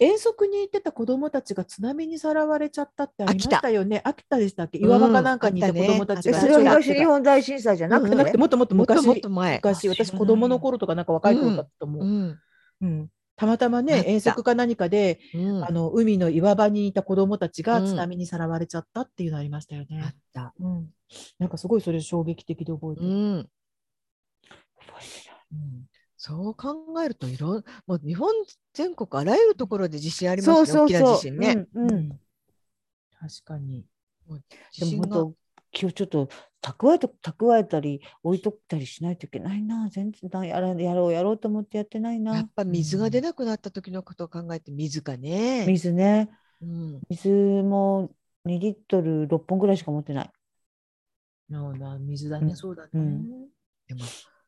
遠足に行ってた子どもたちが津波にさらわれちゃったってありましたよね秋田でしたっけうん岩場かなんかにいた子どもたち違え、うあっが、そたねれは違う東日本大震災じゃなくじて。ゃなくてもっともっともっと昔もっと前。昔あ知ら私ない子供の頃とかなんか若い頃だったと思うう、うんん。たまたまあっねた遠足か何かで、うん、あの海の岩場にいた子どもたちがうん津波にさらわれちゃったっていうのありましたよあっね、た。うんなんかすごいそれ衝撃的で覚えてうる、ん。覚えてないうんそう考えると、いろん、もう日本全国あらゆるところで地震ありますね。そうそう大きな地そう。震ね。うんうん。確かに地で震も本が当気をちょっと蓄えと蓄えたり置いとったりしないといけないな。全然なやらやろうやろうと思ってやってないやなっ。ぱ水が出なくなった時のことを考えて、水かね。水ね。うん。水も2リットル6本ぐらいしか持ってない。なおな水だね、うんそうだね、うんでも、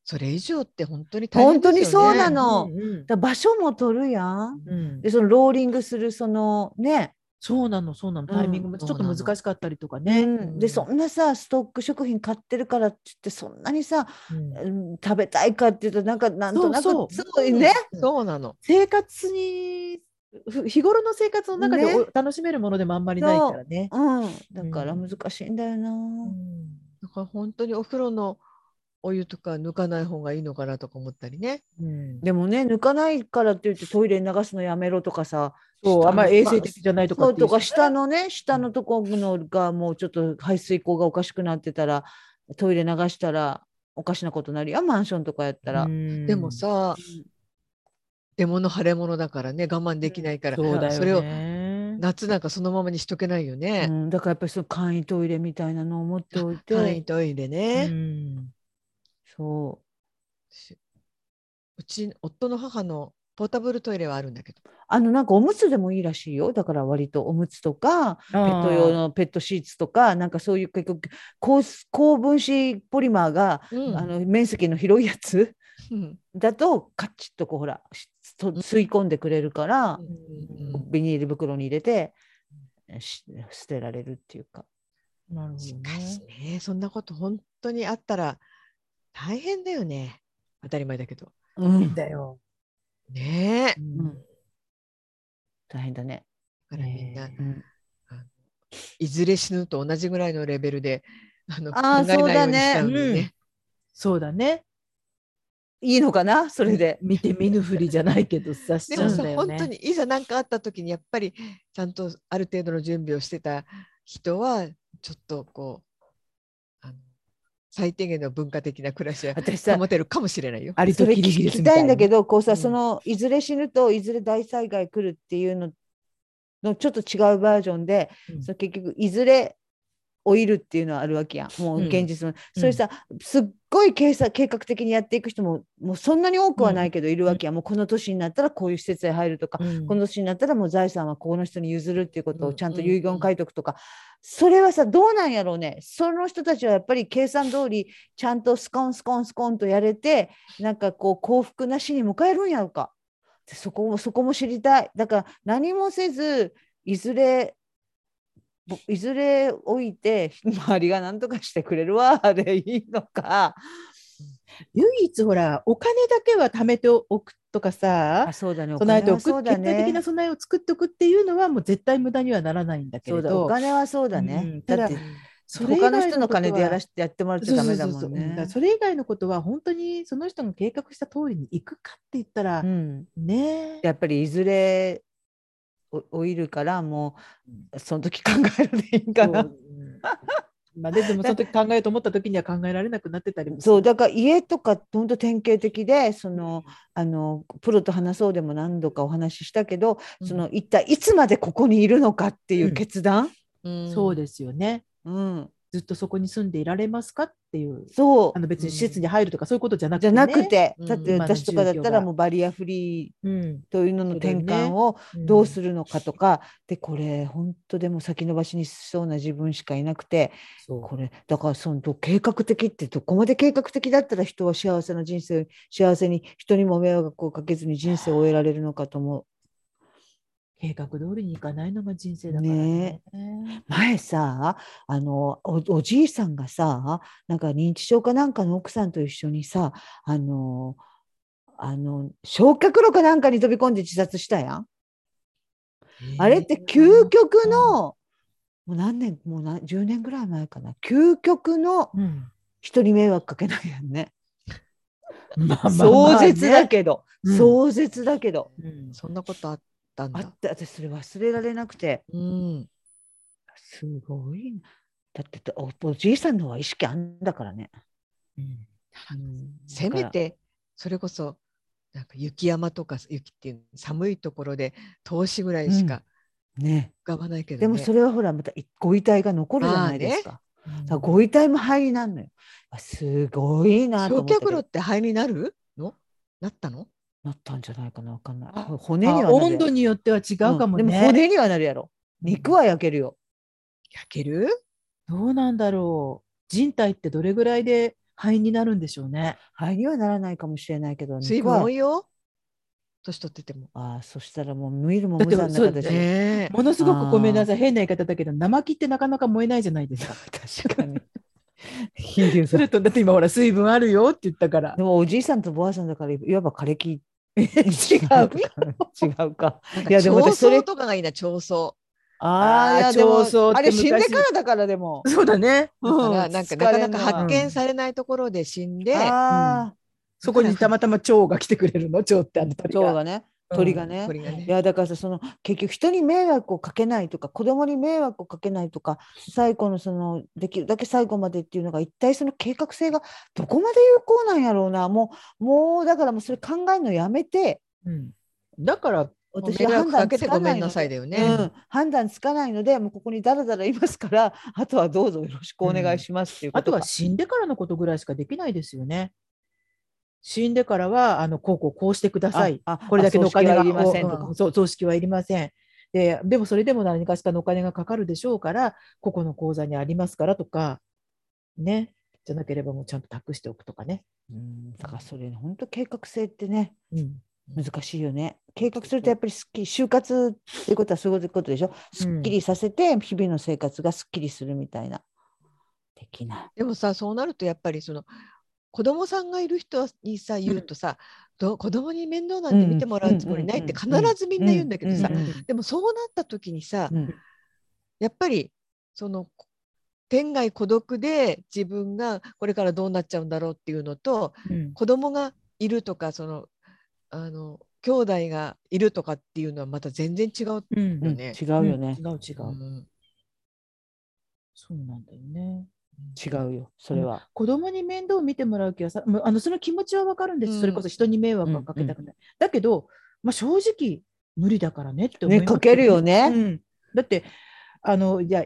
それ以上って本当に大変本です当よね。にそうなうの。んだ場所も取るやん。うんで、そのローリングするそのね。そうなの、そうなの、タイミングもちょっと難しかったりとかね。うん、でそんなさストック食品買ってるからって言ってそんなにさ、うんうん、食べたいかっていうとなんかなんとなくそうそすうごいね、そうなの。生活に、ふ日頃の生活の中でお、ね楽しめるものでもあんまりないからね。うんだからうん難しいんだよな、うんだから本当にお風呂のお湯とか抜かない方がいいのかなとか思ったりね。うんでもね抜かないからって言ってトイレに流すのやめろとかさそう、あんまり衛生的じゃないとかそっうていとうかし下のね下のとこのがもうちょっと排水口がおかしくなってたらトイレ流したらおかしなことなるやんマンションとかやったら。うんでもさ、うん出物腫れ物だからね我慢できないから、そうだよね。それを夏なんかそのままにしとけないようね。ん、だからやっぱりその簡易トイレみたいなのを持っておいて、簡易トイレうね。んそうしうち夫の母のポータブルトイレはあるんだけど。あのなんかおむつでもいいらしいよだから割とおむつとかペペット用のペットシーツとかなんかそういう結局高す高分子ポリマーが、うんあの面積の広いやつうんだとカチッとこうほらしと吸い込んでくれるから、ビニール袋に入れて、し捨てられるっていうかなるほどしかしね。ね、そんなこと本当にあったら大変だよね。当たり前だけど。うんだよ。ねえ。うん大変だね、だからみんな、ねうんいずれ死ぬと同じぐらいのレベルであのあー考えないようにしちゃうそうだねのね。そうだね。いいのかなそれで。見て見ぬふりじゃないけどさ、しでちゃもうんさ、だよ本当ね。にいざ何かあった時にやっぱりちゃんとある程度の準備をしてた人はちょっとこうあの最低限の文化的な暮らしは私さ保てるかもしれないよ。ありそとれキリギ聞リスきみたたいいんなだけどこううさんそのいずれ死ぬといずれ大災害来るっていうののちょっと違うバージョンで、うんその結局いずれ老いるっていうのはあるわけやんもううん現実うの、んそれさすっごい計算計画的にやっていく人ももうそんなに多くはないけどいるわけやん、もうこの年になったらこういう施設へ入るとか、うんこの年になったらもう財産はここの人に譲るっていうことうをんちゃんとうん遺言書いとくとか、それはさどうなんやろうねその人たちはやっぱり計算通りちゃんとスコンスコンスコンとやれてなんかこう幸福な死に迎えるんやろうかでそこもそこも知りたいだから何もせずいずれぼいずれ置いて周りが何とかしてくれるわ でいいのか唯一ほら、お金だけは貯めておくとかさあ、そうだねお備金えておはく、そうだ決定的なね備えを作っておくっていうのは、もう絶対無駄にはならないんだけそれうだおど、金はそうだね、うんだただってそれ以他外の人の金でやらししてやってもらっちそゃうそうダメだそうそもうんうんだからね。それ以外のことは本当にその人が計画した通りに行くかって言ったら、うんねえやっぱりいずれお老いるからもうその時考えるでいいかそううな。んまあででもその時考えようと思った時には考えられなくなってたりもするそうだから家とか本当典型的でそのあのプロと話そうでも何度かお話ししたけど、その一体いつまでここにいるのかっていう決断、うんそうですよね。うんずっとそこに住んでいられますかっていう、そうあのう別にん施設に入るとかそういうことじゃなくて、じゃね。なくて、うんだって今の私とかだった状況らがもうバリアフリうん、ーというののそうだ転よね換をんどうするのかとか、でこれ本当でも先延ばしにしそうな自分しかいなくてそうこれだからそのど計画的ってどこまで計画的だったら人は幸せな人生幸せに人にも迷惑をかけずに人生を終えられるのかと思う。計画通りにいかないのが人生だからね。ね前さあのおおじいさんがさなんか認知症かなんかの奥さんと一緒にさあのあの焼却炉かなんかに飛び込んで自殺したやん。あれって究極の、もう何年もう何10年ぐらい前かな究極のうん、人に迷惑かけないやんね。まあ壮絶だけけど、うん壮絶だけど、うん、そんなことあったんあだっ。て私それ忘れられなくてうん、すごいなだっておおじいさんの方は意識あんだからね。うんせめてそれこそなんか雪山とか雪っていう寒いところで通しぐらいしかね浮かばないけど、ねでもそれはほらまたいご遺体が残るじゃないですか。だからご遺体も灰になるのよ。あすごいなと思焼ったけ却炉ど。って灰になるのなったのなったんじゃないかなわかんない。あほ骨にはなるやろ温度によっては違うかもね。うんでも骨にはなるやろ。肉は焼けるよ。焼けるどうなんだろう。人体ってどれぐらいで肺になるんでしょうね。灰にはならないかもしれないけど、水肉分多は。いよ年取ってても。ああ、そしたらもう見るもだっ無て残な形そうで。ねえものすごくごめんなさい変な言い方だけど生木ってなかなか燃えないじゃない ですか。確かに。いいよそれとだって今ほら水分あるよって言ったからで。もおじいさんとばあさんだからいわば枯 れ木違違うか違うか。なんかいやでも調私それ層とかがいいな調層。ああ、あいーやでも上層ってあれ死んで昔からだからでも。そうだね。だからうんなんか疲なかれなんかのは発見されないところで死んであそこにたまたま蝶が来てくれるの蝶ってあのあ、鳥蝶が。がね、鳥がうんね。鳥がねいやだからさその結局人に迷惑をかけないとか子供に迷惑をかけないとか最後のそのできるだけ最後までっていうのが一体その計画性がどこまで有効なんやろうなもうもうだからもうそれ考えるのやめてうんだからもう私迷は惑判か断けつてかごめないんのなさいで、だようね。ん、判断つかないのでもうここにだらだらいますから あとはどうぞよろしくお願いしますっていうこあととが、は死んでからのことぐらいしかできないですよね。死んでからはあのこうこうこうしてください。ああこれだけのお金あが葬式はいりませんとかうんそう葬式はいりません。ででもそれでも何かしらのお金がかかるでしょうからここの口座にありますからとかねじゃなければもうちゃんと託しておくとかね。うんだからそれ本当計画性ってねうん難しいよね。計画するとやっぱりすっきり就活っていうことはそういうことでしょ。すっきりさせて日々の生活がすっきりするみたいな。できない。でもさそうなるとやっぱりその子供さんがいる人にさ言うとさ、ど子供に面倒なんて見てもらうつもりないって必うんうんうんずみんな言うんだけどさ、うんうんでもそうなった時にさ、うんやっぱりそのこ天涯孤独で自分がこれからどうなっちゃうんだろうっていうのと子供がいるとかそのあの兄弟がいるとかっていうのはまた全然違う。うんようんね違うよね違。う違う、うんそうなんだよね違うよ。それは。子供に面倒を見てもらう気はさもうあのその気持ちはわかるんです、うんそれこそ人に迷惑はかけたくない、だけど、まあ、正直無理だからねって思いね、ますかけるよね。うん、だってあのいや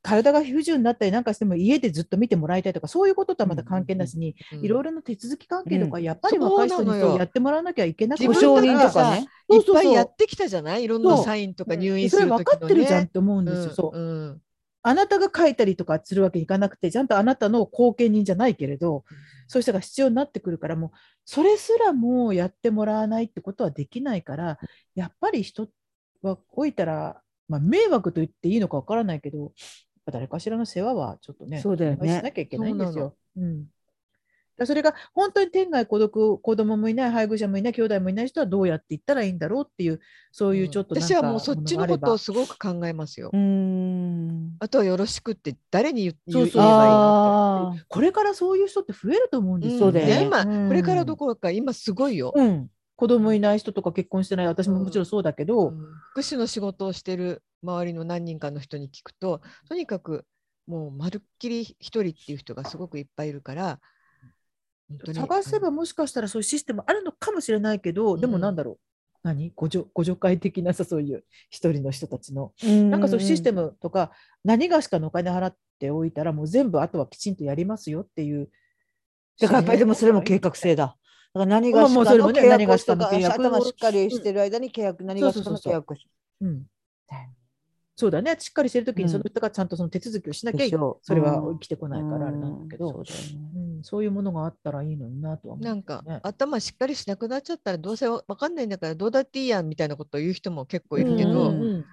体が不自由になったりなんかしても家でずっと見てもらいたいとかそういうこととはまた関係なしに、いろいろな手続き関係とか、やっぱり若いそ人にうなのそようやってもらわなきゃいけなく自な保分る証人だとからかさね。そういそっうぱそういやってきたじゃないいろんなそうサインとか入院すそれる時の、分ね、かってるじゃんって思うんうですよ、んそううんあなたが書いたりとかするわけにいかなくて、ちゃんとあなたの後見人じゃないけれど、そういう人が必要になってくるから、もうそれすらもうやってもらわないってことはできないから、やっぱり人は置いたら、まあ、迷惑と言っていいのかわからないけど、やっぱ誰かしらの世話はちょっとね、そうだよお願いしね。なきゃいけないんですそうなよ。うんだからそれが本当に天涯孤独、子供もいない、配偶者もいない、兄弟もいない人はどうやっていったらいいんだろうっていう、そういうちょっとなんか私はもうそっちのこもがあれとばをすごく考えますよ。うーん。あとはよろしくって誰に言うそうそう言えばいいのああ。これからそういう人って増えると思うんですうんそうだよねいや今、うんこれからどころか今すごいよ、うん、子供いない人とか結婚してない私ももちろんそうだけど、うん福祉の仕事をしてる周りの何人かの人に聞くととにかくもうまるっきり一人っていう人がすごくいっぱいいるから本当に探せばもしかしたらそういうシステムあるのかもしれないけど、でもなんだろう何ご助ご助会的なさそういう一人の人たちのななんかそういうシステム。ムとか何がしかのお金払っておいたらもう全部あとはきちんとやりますよっていう。だからやっぱりでもそれも計画性だ。だから何がしまあまあかそれのもね契何約がをししかとのか、契約を頭しっかりしてる間に契約、何がしかの契約をしうんそうだねしっかりしてる時うにんその人がちゃんとその手続きをしなきゃいけでしない、ょうそれはうん生きてこないからあれなんだけど、うんそうだよねうん、そういうものがあったらいいのになとは思うなんか、ね頭しっかりしなくなっちゃったらどうせわかんないんだからどうだっていいやんみたいなことを言う人も結構いるけど、うん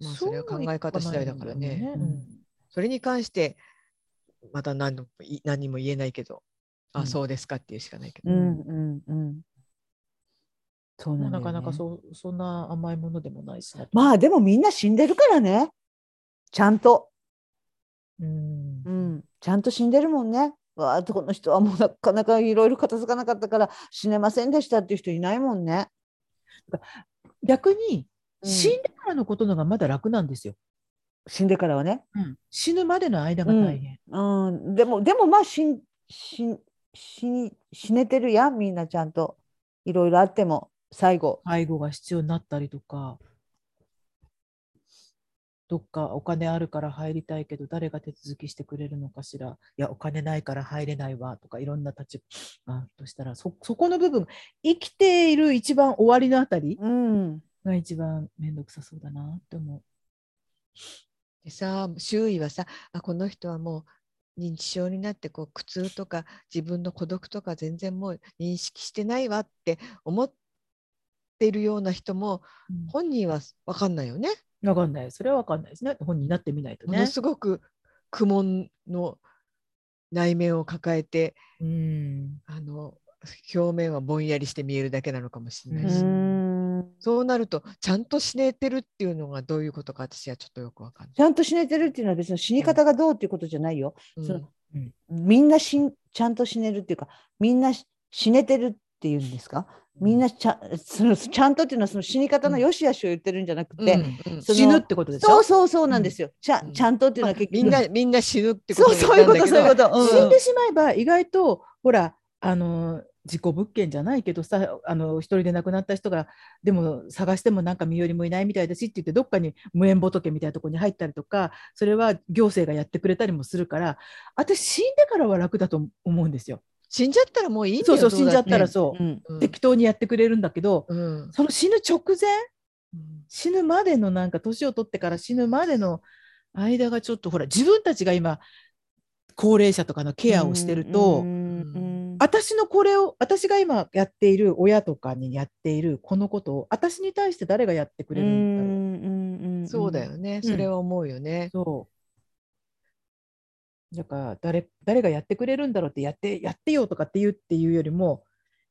まあそれは考え方次第だからねそういうのがないんだよねそれに関してまた何のい何にも言えないけど、うあんそうですかっていうしかないけうど、んうんうん。そううんなんだなよねかなかそうそんな甘いものでもないしな、まあでもみんな死んでるからね。ちゃんと。うんうん。ちゃんと死んでるもんね。わあこの人はもうなかなかいろいろ片付かなかったから死ねませんでしたっていう人いないもんね。逆にうん死んでからのことのがまだ楽なんですよ、死んでからはね。死ぬまでの間が大変、うん。でもでもまあ死ん死ん死に死ねてるやんみんなちゃんと。いろいろあっても最後。介護が必要になったりとかどっかお金あるから入りたいけど誰が手続きしてくれるのかしらいやお金ないから入れないわとかいろんな立ちあとしたらそそこの部分生きている一番終わりのあたりうん。が一番面倒くさそうだなって思う。でさ周囲はさあこの人はもう認知症になってこう苦痛とか自分の孤独とか全然もう認識してないわって思ってるような人も本人は分かんないよね。わかんない。それはわかんないですね。本になってみないともねの。すごく苦悶の内面を抱えてうん。あの表面はぼんやりして見えるだけなのかもしれないうし、ん。そうなるとちゃんと死ねてるっていうのがどういうことか私はちょっとよくわかんない。ちゃんと死ねてるっていうのは別に死に方がどうっていうことじゃないよ。うんそうみんな死んちゃんと死ねるっていうかみんなし死ねてるっていうんですかみんなちゃんそのちゃんとっていうのはその死に方の良し悪しを言ってるんじゃなくて、うんうんその死ぬってことでしょそうそうそうなんですよ、ちゃうんちゃんとっていうのは結局、 みんなみんな死ぬってこそとうそういうことそういなうこんだと、うん死んでしまえば意外とほらあの事故物件じゃないけどさあの一人で亡くなった人がでも探してもなんか身寄りもいないみたいだしって言ってどっかに無縁仏みたいなところに入ったりとかそれは行政がやってくれたりもするから私死んでからは楽だと思うんですよ。死んじゃったらもういいんだそうよそう死んじゃったらどそうう、んうだって適当にやってくれるんだけどうんうんその死ぬ直前死ぬまでのなんか年を取ってから死ぬまでの間がちょっとほら自分たちが今高齢者とかのケアをしてると、うんうん私のこれを私が今やっている親とかにやっているこのことを私に対して誰がやってくれるんだろう、うんんそうだよね、うんそれは思うよね。そうだから誰誰がやってくれるんだろうってやってやってよとかって言うっていうよりも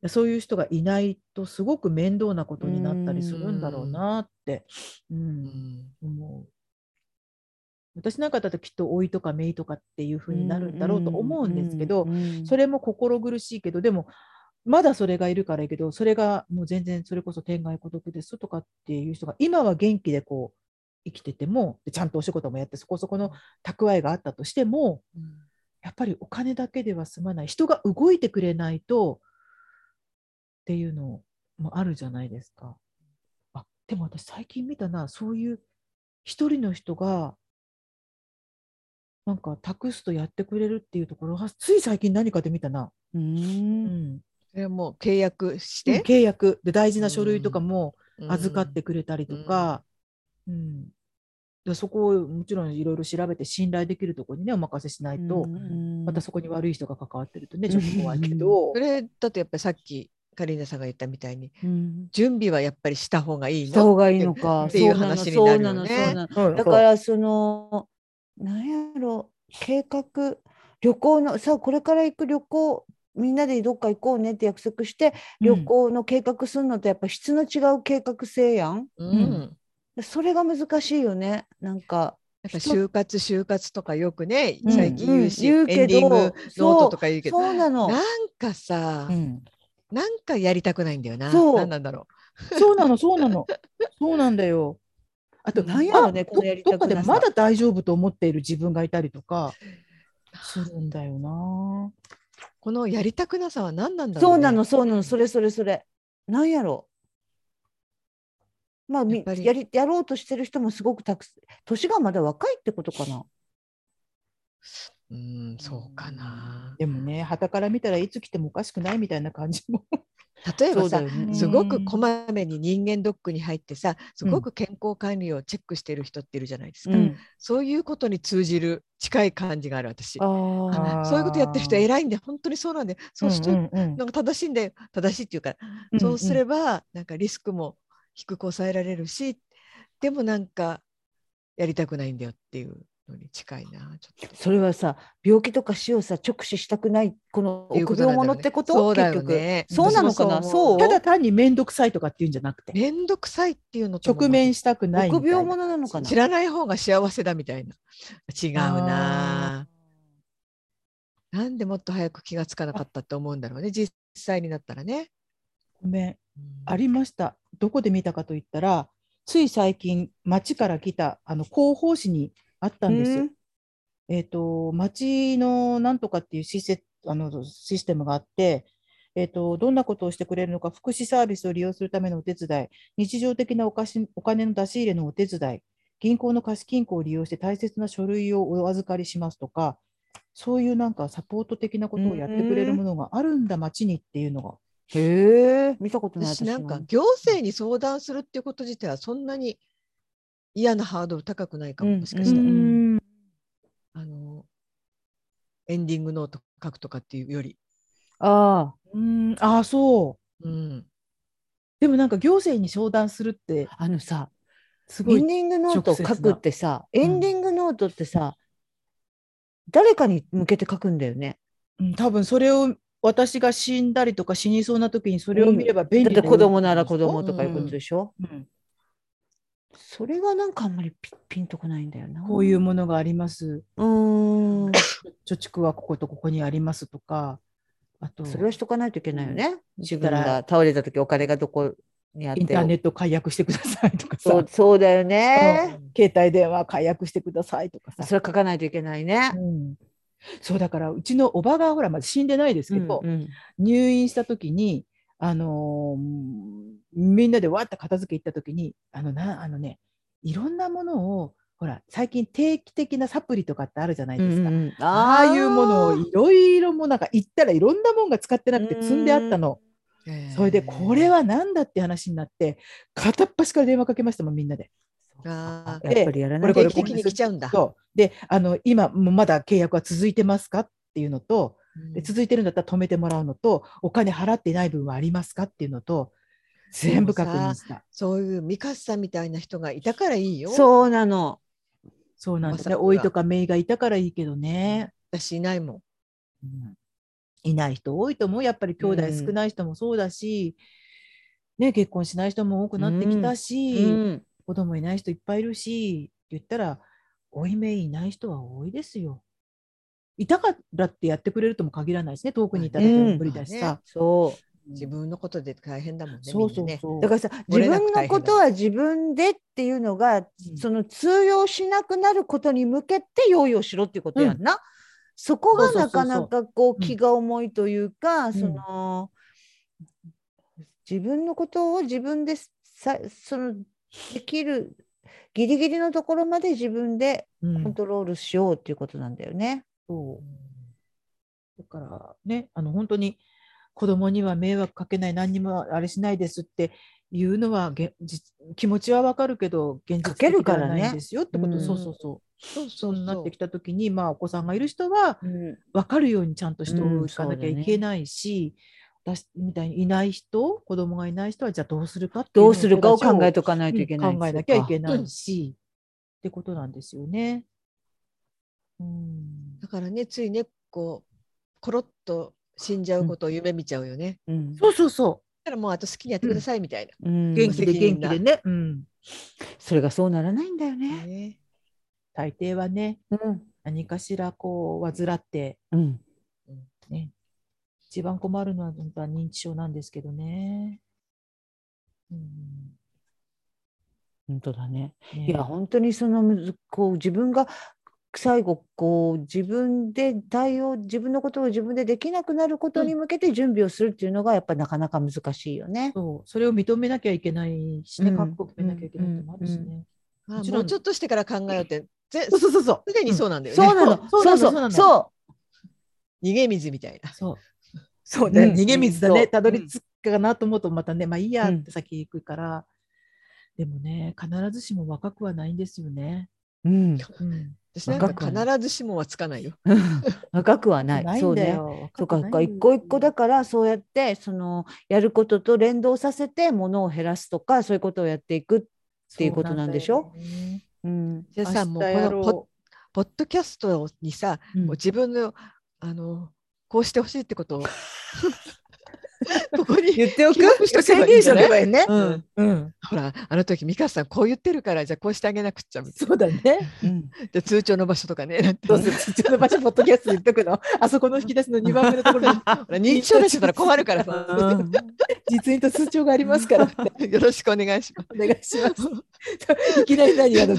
そういう人がいないとすごく面倒なことになったりするんだろうなって、ううんん思う。私なんかだときっと老いとか姪とかっていう風になるんだろうと思うんですけど、うんうんうんそれも心苦しいけどでもまだそれがいるからいいけどそれがもう全然それこそ天涯孤独ですとかっていう人が今は元気でこう生きててもでちゃんとお仕事もやってそこそこの蓄えがあったとしてもやっぱりお金だけでは済まない人が動いてくれないとっていうのもあるじゃないですか。あでも私最近見たなそういう一人の人がなんか託すとやってくれるっていうところはつい最近何かで見たな。ううんん、それはもう契約して、契約で大事な書類とかもうん預かってくれたりとか、うんでそこをもちろんいろいろ調べて信頼できるところにねお任せしないと、うんまたそこに悪い人が関わってるとねちょっと怖いけどそ。れだとやっぱりさっきカリーナさんが言ったみたいにうん準備はやっぱりした方がいいしたの方がいいのかっていう話になるよねそうなのそうなのそうなのうんだからそのなんやろ計画旅行のさあこれから行く旅行みんなでどっか行こうねって約束して旅行の計画するのとやっぱ質の違う計画性やん。うんんそれが難しいよね。なんかやっぱ就活就活とかよくねうん最近言うし、うん言うけどエンディングノートとか言うけどそうなのな。んかさ、うんなんかやりたくないんだよなそう何なんだろ そうなのそうなの そうなんだよ。あとなんやろねあこのやりどたどっかくでなさまだ大丈夫と思っている自分がいたりとかするんだよな。うこのやりたくなさは何なんだろう、ね、そうなのそうなのそれそれそれ。なんやろまあみやっぱりやりやろうとしてる人もすごくたくさん年がまだ若いってことかな。うんそうかなでもね傍から見たらいつ来てもおかしくないみたいな感じも。例えばそうださよね。すごくこまめに人間ドックに入ってさすごく健康管理をチェックしてる人っているじゃないですか、うんそういうことに通じる近い感じがある私ああ。あーそういうことやってる人偉いんで本当にそうなんでそうしとうん うんうんなんか正しいんで正しいっていうか、うんそうすればなんかリスクも低く抑えられるしでもなんかやりたくないんだよっていうのに近いなちょっと。それはさ病気とか死をさ直視したくないこの臆病者ってことそうだよ結局ね。そうなのかな私もそうただ単に面倒くさいとかっていうんじゃなくてめんどくさいっていうのとも直面したくないみたい臆な病者なのかな知らない方が幸せだみたいな違うなぁなんでもっと早く気がつかなかったって思うんだろうね実際になったらね、ごめんありました。どこで見たかといったら、つい最近、町から来たあの広報誌にあったんですよ。えっ、と、町のなんとかっていうシステあのシステムがあって、えっと、どんなことをしてくれるのか、福祉サービスを利用するためのお手伝い、日常的なおかしお金の出し入れのお手伝い、銀行の貸金庫を利用して大切な書類をお預かりしますとか、そういうなんかサポート的なことをやってくれるものがあるんだ、町にっていうのがへえ見たことない私なんかも行政に相談するっていうこと自体はそんなに嫌なハードル高くないかも、うんもしかしたら、うんあのエンディングノート書くとかっていうより、あうん、ああ、そう。うん、でもなんか行政に相談するって、ああのさすエごいン。ディングノートを書くってさエなンディングノートってさ、誰かに向けて書くんだよねうん多分それを、私が死んだりとか死にそうな時にそれを見れば便だっ利てだよ子供なら子供とうかいうことでしょ、んそれがなんかあんまりピピンとこないんだよなこういうものがあります。うーん貯蓄はこことここにありますとか、あと、それはしとかないといけないよね、自分だからが倒れた時お金がどこにあってインターネット解約してくださいとかさそう、そうだよね。携帯電話解約してくださいとかそさ。れ書かないといけないねう。んそうだから、うちのおばがほら、まだ死んでないですけど、うんうん入院した時に、あのーみんなでわっと片付け行った時にあのなあのねいろんなものをほら最近定期的なサプリとかってあるじゃないですか、うんああいうものをーいろいろもうなんか行ったらいろんなもんが使ってなくて積んであったの、えーそれでこれは何だって話になって片っ端から電話かけましたもんみんなで。あーでやっぱりやらこなれいこれと定い期的にこれけない来ちゃうんだ。そうであの今もまだ契約は続いてますかっていうのと、で続いてるんだったら止めてもらうのとお金払ってない分はありますかっていうのと全部確認したそういうミカスさんみたいな人がいたからいいよ。そうなの。そうなんですまねさか老いとかめいがいたからいいけどね、私いないもん。うんいない人多いと思うやっぱり兄弟少ない人もそうだし、ね、結婚しない人も多くなってきたし、うん子供いない人いっぱいいるしって言ったら負い目いない人は多いですよ。いたからってやってくれるとも限らないしね、遠くにいただけうんも無理だしさ。そう自分のことで大変だもんね。そうそみうんなねそう。だだかからさ漏自れなく分のことは自分でっていうのが、その通用しなくなることに向けて用意をしろっていうことやんな。そこがなかなそうそかこううそう気が重いというか、んその自分のことを自分でさそのできるギリギリのところまで自分でら、うコンん、トロールしようっていうことなんだよね。そうだからね、あの本当に子供には迷惑かけない、何にもあれしないですっていうのはげじ気持ちはわかるけど、現実かける的でかはらねないんですよってこと、うんそうそうそう。そうそそううそうなってきた時に、まあ、お子さんがいる人はうん分かるようにちゃんとしてうんおかなきゃそうだねいけないし、私みたいにいない人子供がいない人はじゃあどうするかっていのどうするかを考え手立とかないといけちなをい、うん考えなきゃいい。けないし、ってことなんですよね。うんだからねついねこうコロッと死んじゃうことを夢見ちゃうよね。うんそうそうそだからもうあと好きにやってくださいみたいな。うんう元気で責任元気だでね、うん、それがそうならないんだよね。ね大抵はねうん何かしらこう患って、うんね、一番困るのは本当は認知症なんですけどね。うん本当だね。ねいや本当にそのむずこう自分が最後こう自分で対応自分のことを自分でできなくなることに向けて準備をするっていうのがやっぱなかなか難しいよね。そう、それを認めなきゃいけないしね、うん覚悟決めなきゃいけないってのもあるしね。あもちろんもうちょっとしてから考えようってぜそうそうそうそう。常にそうなんだよね。そうなの。そうそうそうなそのうそ逃げ水みたいな。そう。そうねうん逃げ水だね、うんたどり着くかなと思うと、またね、まあいいやうんって先行くから。でもね、必ずしも若くはないんですよね。う。うん。うん、私なん若くはかな必ずしもはつかないよ。 若くはない。ないそうんだね。よ。そ若うかくそなういか一個一個だからそうやってそのやることと連動させてものを減らすとかそういうことをやっていく。ていうことなんでしょそうなんだよねうん。じゃあさもうこ明日やのろうポッポッドキャストにさうんもう自分のあのこうしてほしいって ことをここに言ってお記録しとけばいいんじゃないばいいね。 ううんん、うん、ほらあの時美香さんこう言ってるからじゃあこうしてあげなくっちゃみたいそうだね。うんなで通帳の場所とかねなんてどうする、ちょっと場所ポッドキャストで言っとくの。 あそこの引き出しの二番目のところに。ほら認知症の人だから困るからさうん実印と通帳がありま すから。よろしくお願いしまお願いしますす。 いきなり何あの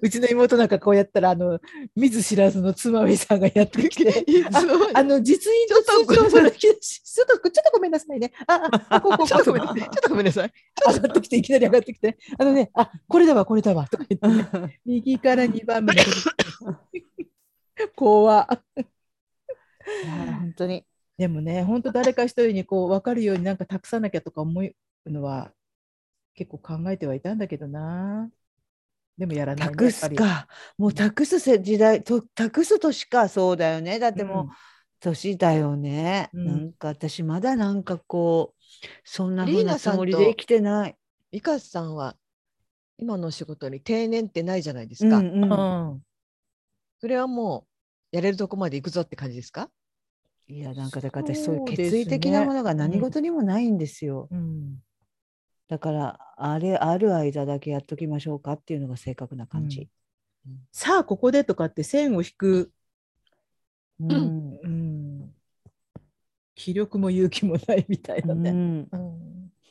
うちの妹なんかこうやったらあの見ず知らずの妻上さんがやってき ていつの間にあの実印の通帳の引き出しちょっとちょっとごめんなさいねああこうこうこ うちょっとごめん上ちょっとごめんなさい。がってきていきなり上がってきてあのねあこれだわこれだわとか言って、ね、右から2番目の とこ怖いや 本当に。でもね本当誰か一人にこう分かるようになんか託さなきゃとか思うのは結構考えてはいたんだけどなでもやらないね託やっすぱりかもう託すせ時代と託すとしかそうだよねだってもう年だよね、うんなんか私まだなんかこうそんなふリうーナなつさんともりで生きてない美香さんは今のお仕事に定年ってないじゃないでうすんか。ううんそれはもうやれるとこまで行くぞって感じですか。ん、いやなんかだから私そそうういうです決ね意的なものが何事にもないんですよ、うんだからあれある間だけやっときましょうかっていうのが正確な感じ、さあここでとかって線を引く、うん うん、気力も勇気もないみたいなうね。んうん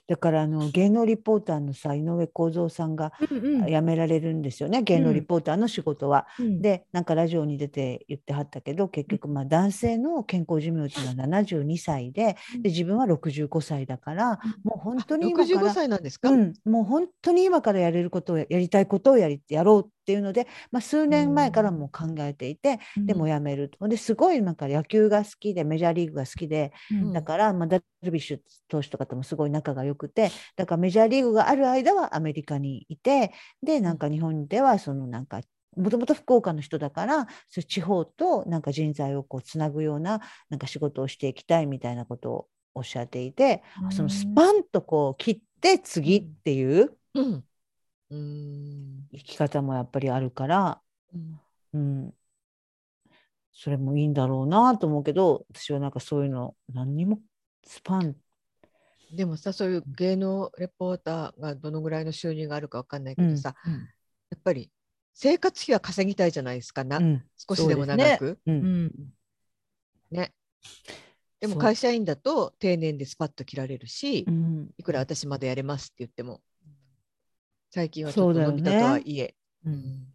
だからあの芸能リポーターのさ井上公造さんがうん辞められるんですよね、芸能リポーターの仕事は。うんでなんかラジオに出て言ってはったけど結局まあ男性の健康寿命っていうのは72歳でうんで自分は65歳だからうんもう本当に六今十か五ら、歳なんですか。うん、もう本当に今からやれることをややりたいことをやりやろうっていうので、まあ、数年前からもう考えていてでもやめるとですごいなんか野球が好きでメジャーリーグが好きでうんだから、まあ、ダルビッシュ投手とかともすごい仲が良くてだからメジャーリーグがある間はアメリカにいてでなんか日本ではそのなんかもともと福岡の人だからそういう地方となんか人材をこうつなぐようななんか仕事をしていきたいみたいなことをおっしゃっていて、うんそのスパンとこう切って次っていううん。うん。生き方もやっぱりあるから、うん、それもいいんだろうなと思うけど私はなんかそういうの何にもスパンでもさ、そういう芸能レポーターがどのぐらいの収入があるかわかんないけどさ、やっぱり生活費は稼ぎたいじゃないですかな、うん少しでも長くううんんねでもそう会社員だと定年でスパッと切られるし、うんいくら私までやれますって言っても最近はちそょうっだとよ伸ねびたとはいえ、うん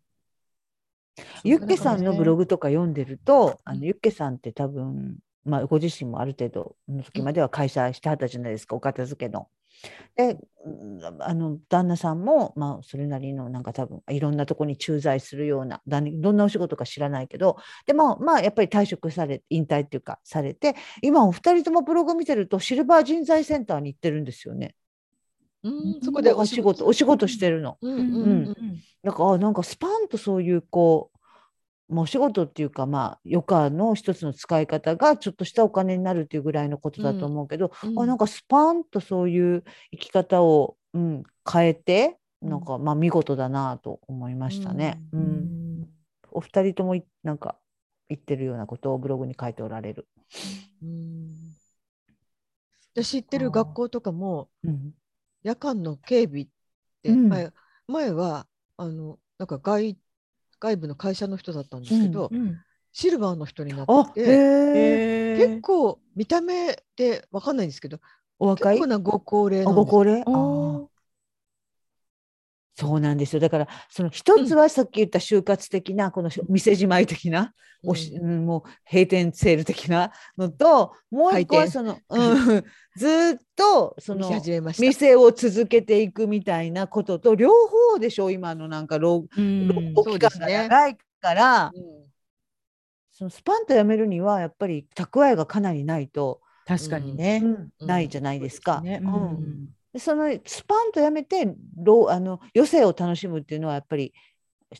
ユッケさんのブログとか読んでると、あのユッケさんって多分、まあ、ご自身もある程度の時までは会社してはったじゃないですか、お片付けの。でうんあの旦那さんも、まあ、それなりのなんか多分いろんなとこに駐在するようなだんどんなお仕事か知らないけどでもまあやっぱり退職され引退っていうかされて今お二人ともブログ見てるとシルバー人材センターに行ってるんですよね。うんそこでお仕事お仕事してるの。うんううんんううんんうんなんかあなんかスパンとそういうこう、まあ、お仕事っていうかまあ余暇の一つの使い方がちょっとしたお金になるっていうぐらいのことだと思うけど、うんあなんかスパンとそういう生き方を、うん、変えてうんなんかまあ見事だなと思いましたね。ううんんお二人ともいなんか言ってるようなことをブログに書いておられる。うん私行ってる学校とかもうん夜間の警備ってうん前,、前はあのなんか外外部の会社の人だったんですけど、うんシルバーの人になあっへてえ結構見た目でわかんないんですけどお若結い構なご高齢あなんごです高齢あーあそうなんですよ。だから、その一つはさっき言った就活的な、この店じまい的な、おし、うんもう閉店セール的なのと、もう一個は開店そ の、うん、ずーっとそうん見のせ始めました。店を続けていくみたいなことと、両方でしょ、今のなんか老ーうん老後期間が長いから、うんそのスパンとやめるには、やっぱり蓄えがかなりないと、確かにね。うんないじゃないですか。ねうんでそのスパンとやめてろうあの余生を楽しむっていうのはやっぱり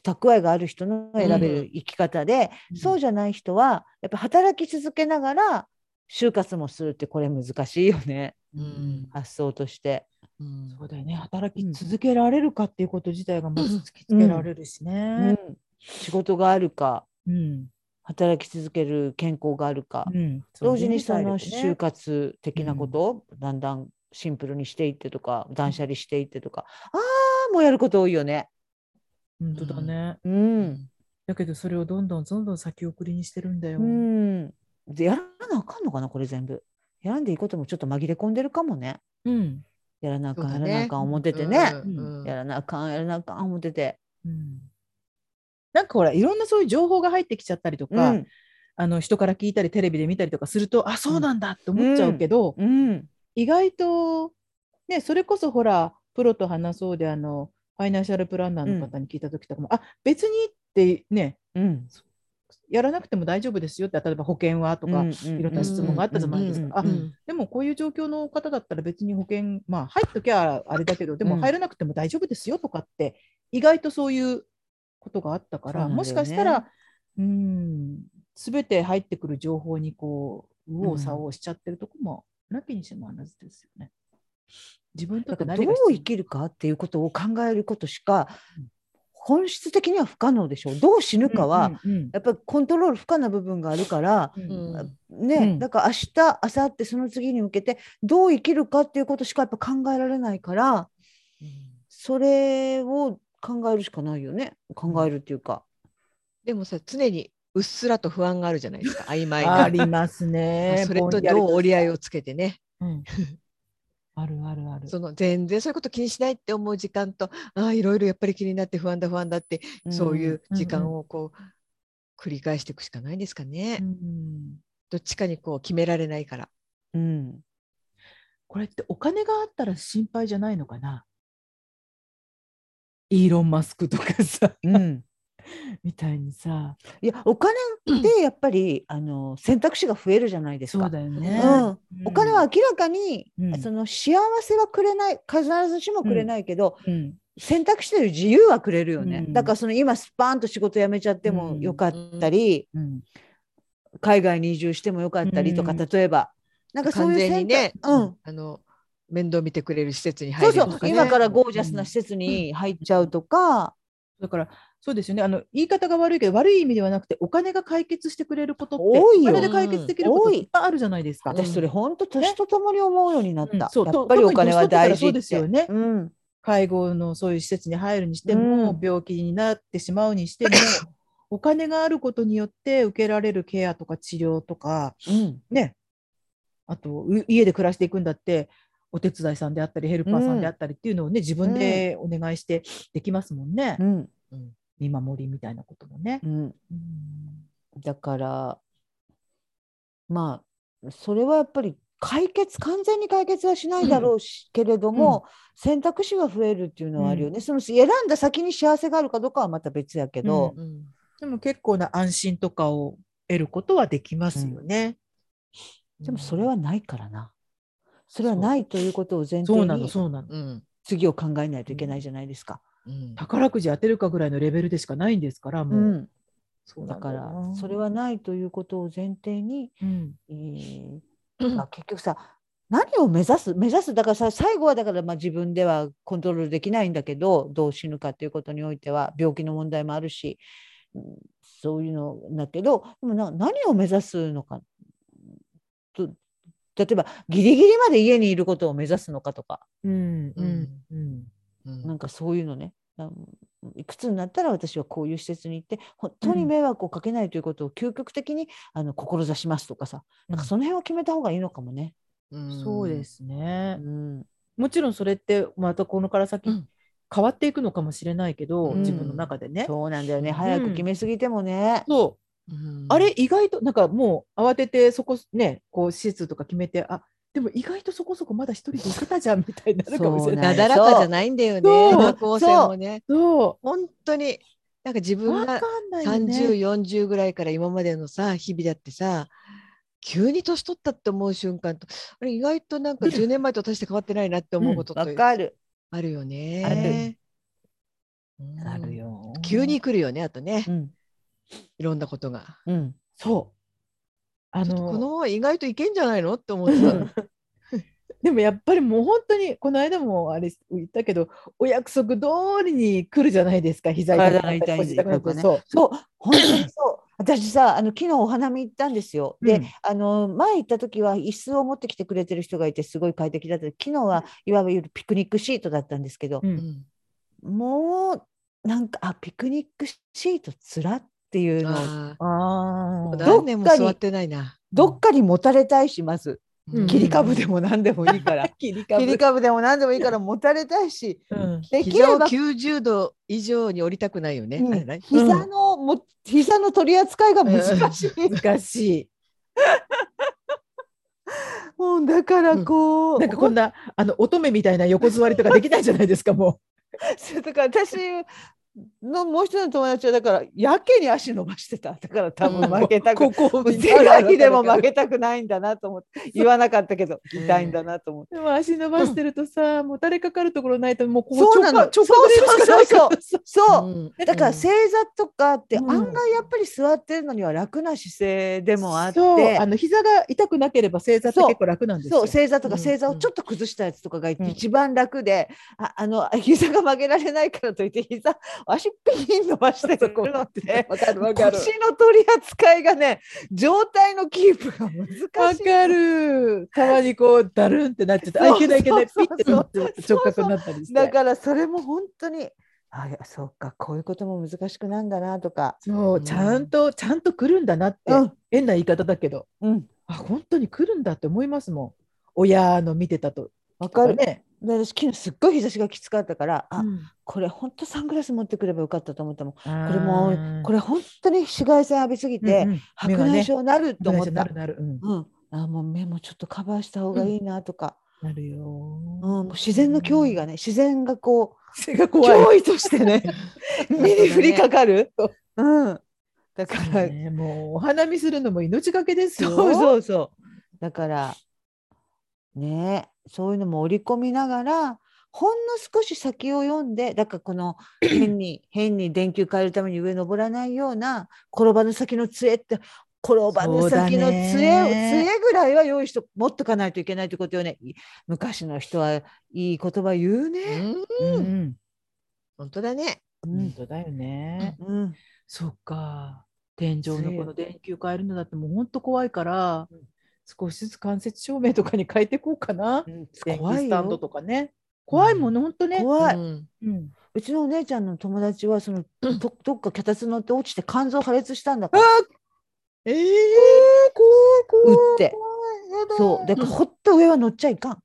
蓄えがある人の選べうるん生き方で、うんそうじゃない人はやっぱ働き続けながら就活もするってこれ難しいよねうん発想として。うんそうだよね働き続けられるかっていうこと自体がまず突きつけられるしうねん。、仕事があるかうん働き続ける健康があるか、うん同時にその就就活的なことをだんだんシンプルにしていってとか、断捨離していってとかあーもうやること多いよね。本当だね。うんだけどそれをどんどんどんどん先送りにしてるんだよ。うん。で、やらなあかんのかな、これ全部。やらんでいいこともちょっと紛れ込んでるかもね。うんやらなあかそん、うやだらねなあかん思っててね。うんうんやらなあかん、やらなあかん思ってて。うんなんかほらいろんなそういう情報が入ってきちゃったりとうか、ん。あの人から聞いたりテレビで見たりとかするとあそうなんだって思っちゃうけど、うん。意外と、ね、それこそほらプロと話そうであのファイナンシャルプランナーの方に聞いた時とかも、あ別にってねうん。やらなくても大丈夫ですよって例えば保険はとか、いろんな質問があったじゃないですかうんうんうんあでもこういう状況の方だったら別に保険まあ入っときゃあれだけどでもうん入らなくても大丈夫ですよとかって意外とそういうことがあったから、そうなんだよねもしかしたらうん全て入ってくる情報にこう右往左往しちゃってるとこもなきにしもあらずですよね。自分にとだってから何どがう必要生きるかっていうことを考えることしか本質的には不可能でしょう。どう死ぬかは、うんうんやっぱりコントロール不可な部分があるから、うんうんね、うんだから明日、明後日その次に向けてどう生きるかっていうことしかやっぱ考えられないから、それを考えるしかないよね。考えるっていうか。でもさ常にうっすらと不安があるじゃないですか曖昧あな。。りますねそれとどう折り合いをつけてねぼんやりと、うんあるあるある。その全然そういうこと気にしないって思う時間とああいろいろやっぱり気になって不安だ不安だって、そういんう時間をこう繰り返していくしかないですかね、うんどっちかにこう決められないから。うん。これってお金があったら心配じゃないのかなイーロン・マスクとかさ うん。みたいにさいや、お金ってやっぱり、あの選択肢が増えるじゃないですか。だよねうん。お金は、明らかに、うんその幸せはくれない、必ずしもくれないけど、うん選択肢という自由はくれるよね。うんだからその今スパンと仕事辞めちゃってうもんよかったり、うん海外に移住してもよかったりとか、うん例えば。なんかそう完いう全に選択ね、うん。あの面倒見てくれる施設に入そるうそとか、うね、、今からゴージャスな施設に入っちゃうとか、だからそうですよねあの言い方が悪いけど悪い意味ではなくてお金が解決してくれることって多いよお金で解決できることうんいっぱいあるじゃないですか。多い私それ本当年とともに思うようになっうた、んそうやっぱりお金は大事そうですよねうん介護のそういう施設に入るにしても、うん病気になってしまうに してもお金があることによって受けられるケアとか治療とかうんねあとう家で暮らしていくんだってお手伝いさんであったりヘルパーさんであったりっていうのをね、自分でお願いしてできますもんね、うん見守りみたいなこともね。うん、うんだからまあそれはやっぱり解決完全に解決はしないだろうし、けれども、選択肢が増えるっていうのはあるよね、その選んだ先に幸せがあるかどうかはまた別やけど、うんでも結構な安心とかを得ることはできますよね。でもそれはないからな。それはないということを前そう提なの、にそうなの。うん次を考えないといけないじゃないですか。うん宝くじ当てるかぐらいのレベルでしかないんですから、もう。うんそうなだんかよらなそれはないということを前提に、うんえーうんまあ、結局さ何を目指す目指すだからさ最後はだからまあ自分ではコントロールできないんだけどどう死ぬかということにおいては病気の問題もあるし、うんそういうのだけどでもな何を目指すのかと例えばギリギリまで家にいることを目指すのかとかうんううんんうんうん。なんかそういうのねあのいくつになったら私はこういう施設に行って本当に迷惑をかけないということを究極的に、あの志しますとかさなんかその辺を決めた方がいいのかもね。そうですすねう、んもちろんそれってまたこのから先うん変わっていくのかもしれないけど、うん自分の中でね。そうなんだよね。うん早く決めすぎてもね。そううんあれ意外となんかもう慌ててそこねこう施設とか決めてあでも意外とそこそこまだ一人で行けたじゃんみたいになるかもしれない。なだらかじゃないんだよね。そう方向性もね。そ本当に、なんか自う分わがかんないよね。 30、40ぐらいから今までのさ、日々だってさ、急に年取ったって思う瞬間と、あれ意外となんか10年前と大して変わってないなって思うことっわ、てかる。あるよね。うんなる。よ。急に来るよね、あとねう、ん。いろんなことが。うん。そう。あちょっとこののまま意外といけんじゃないのって思ってたの。でもやっぱりもう本当にこの間もあれ言ったけどお約束通りに来るじゃないですか膝痛くなったり体が痛い腰くなったりとかねそうそう、本当にそう。私さ、あの昨日お花見行ったんですよ。で、うんあの前行った時は椅子を持ってきてくれてる人がいてすごい快適だった。昨日はいわゆるピクニックシートだったんですけど、ううんんもうなんかあピクニックシートつらっていうのをああーー何年も座ってないな。どっかにもたれたいしまずうん切り株でも何でもいいから切り 切り株でも何でもいいからもたれたいしうん でき膝れをば90度以上に降りたくないよね。うんあれね膝のも膝の取り扱いが難しい。難し もうだからこう、いなんかこんなあの乙女みたいな横座りとかできないじゃないですか もそうだから私のもう一人の友達はだからやけに足伸ばしてただから多分う負けたこくこ手がきでも負けたくないんだなと思って言わなかったけどうん痛いんだなと思って。でも足伸ばしてるとさもたれかかるところないともうこそうこな直の下直下でやるしかないからそうそう、うんだから正座とかってうん案外やっぱり座ってるのには楽な姿勢でもあって、そうあの膝が痛くなければ正座って結構楽なんですそうよ正座とうかん正座うをんちょっと崩したやつとかがうん一番楽で、ああの 膝が曲げられないからといって膝足ピーン伸ばしてくるのってわかるわ腰の取り扱いがね状態のキープが難わしい。かる。たまにこう、だるんってなっちゃって、あ、そいうけないいけない、ピそうッてなってそう直角になったりして。だからそれも本当にあいやそうかこういうことも難しくなんだなとか。そうう、んちゃんと、ちゃんと来るんだなって、うん変な言い方だけど、うんあ、本当に来るんだって思いますもん。親の見てたと。わかる、ね。で私昨日すっごい日差しがきつかったから、あうんこれ本当サングラス持ってくればよかったと思ったもんこれこれもこれ本当に紫外線浴びすぎて、目白が内ね、障になると思っ目がねたな。るなる、うん、うん、あもう目もちょっとカバーした方がいいなとか、なるよ。うんもう自然の脅威がね自然がこそれがう怖い。脅威としてねうん目に降りかかる。うん、だかそうらねもうお花見するのも命がけですよ。そうそうそうだからねそういうのも織り込みながらほんの少し先を読んでだから この変に変に電球変えるために上登らないような転ばぬ先の杖って転ばぬ先のそう杖だをね杖ぐらいは用意して持っとかないといけないってことよねい昔の人はいい言葉言ううね。んうん、本当だね。う本ん当だよね。うんそうか天井のそうこの電球変えるのだってもうほんと怖いから、少しずつ間接照明とかに変えていこうかな、うん電気怖いスタンドよとかね怖いもの、本当ね。怖い、うんうんうちのお姉ちゃんの友達はそのどどっか脚立乗って落ちて肝臓破裂したんだからええ打怖っいてそうだからほっと上は乗っちゃいかん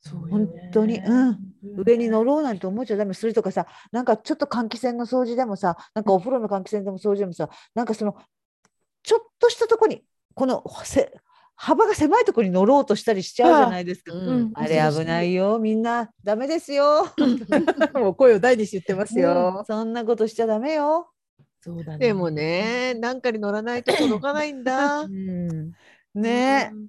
そうよね本当にうん上に乗る。ろうなんて思っちゃダメそれとかさなんかちょっと換気扇の掃除でもさなんかお風呂の換気扇でも掃除でもさなんかそのちょっとしたとこにこのせ幅が狭いとこに乗ろうとしたりしちゃうじゃないですか。うんうんあれ危ないよみんなダメですよ。 もう声を大にして言ってますうんよ。そんなことしちゃダメよ。そうだねでも。ね、なんかに乗らないと届かないんだう。ん。 ねうん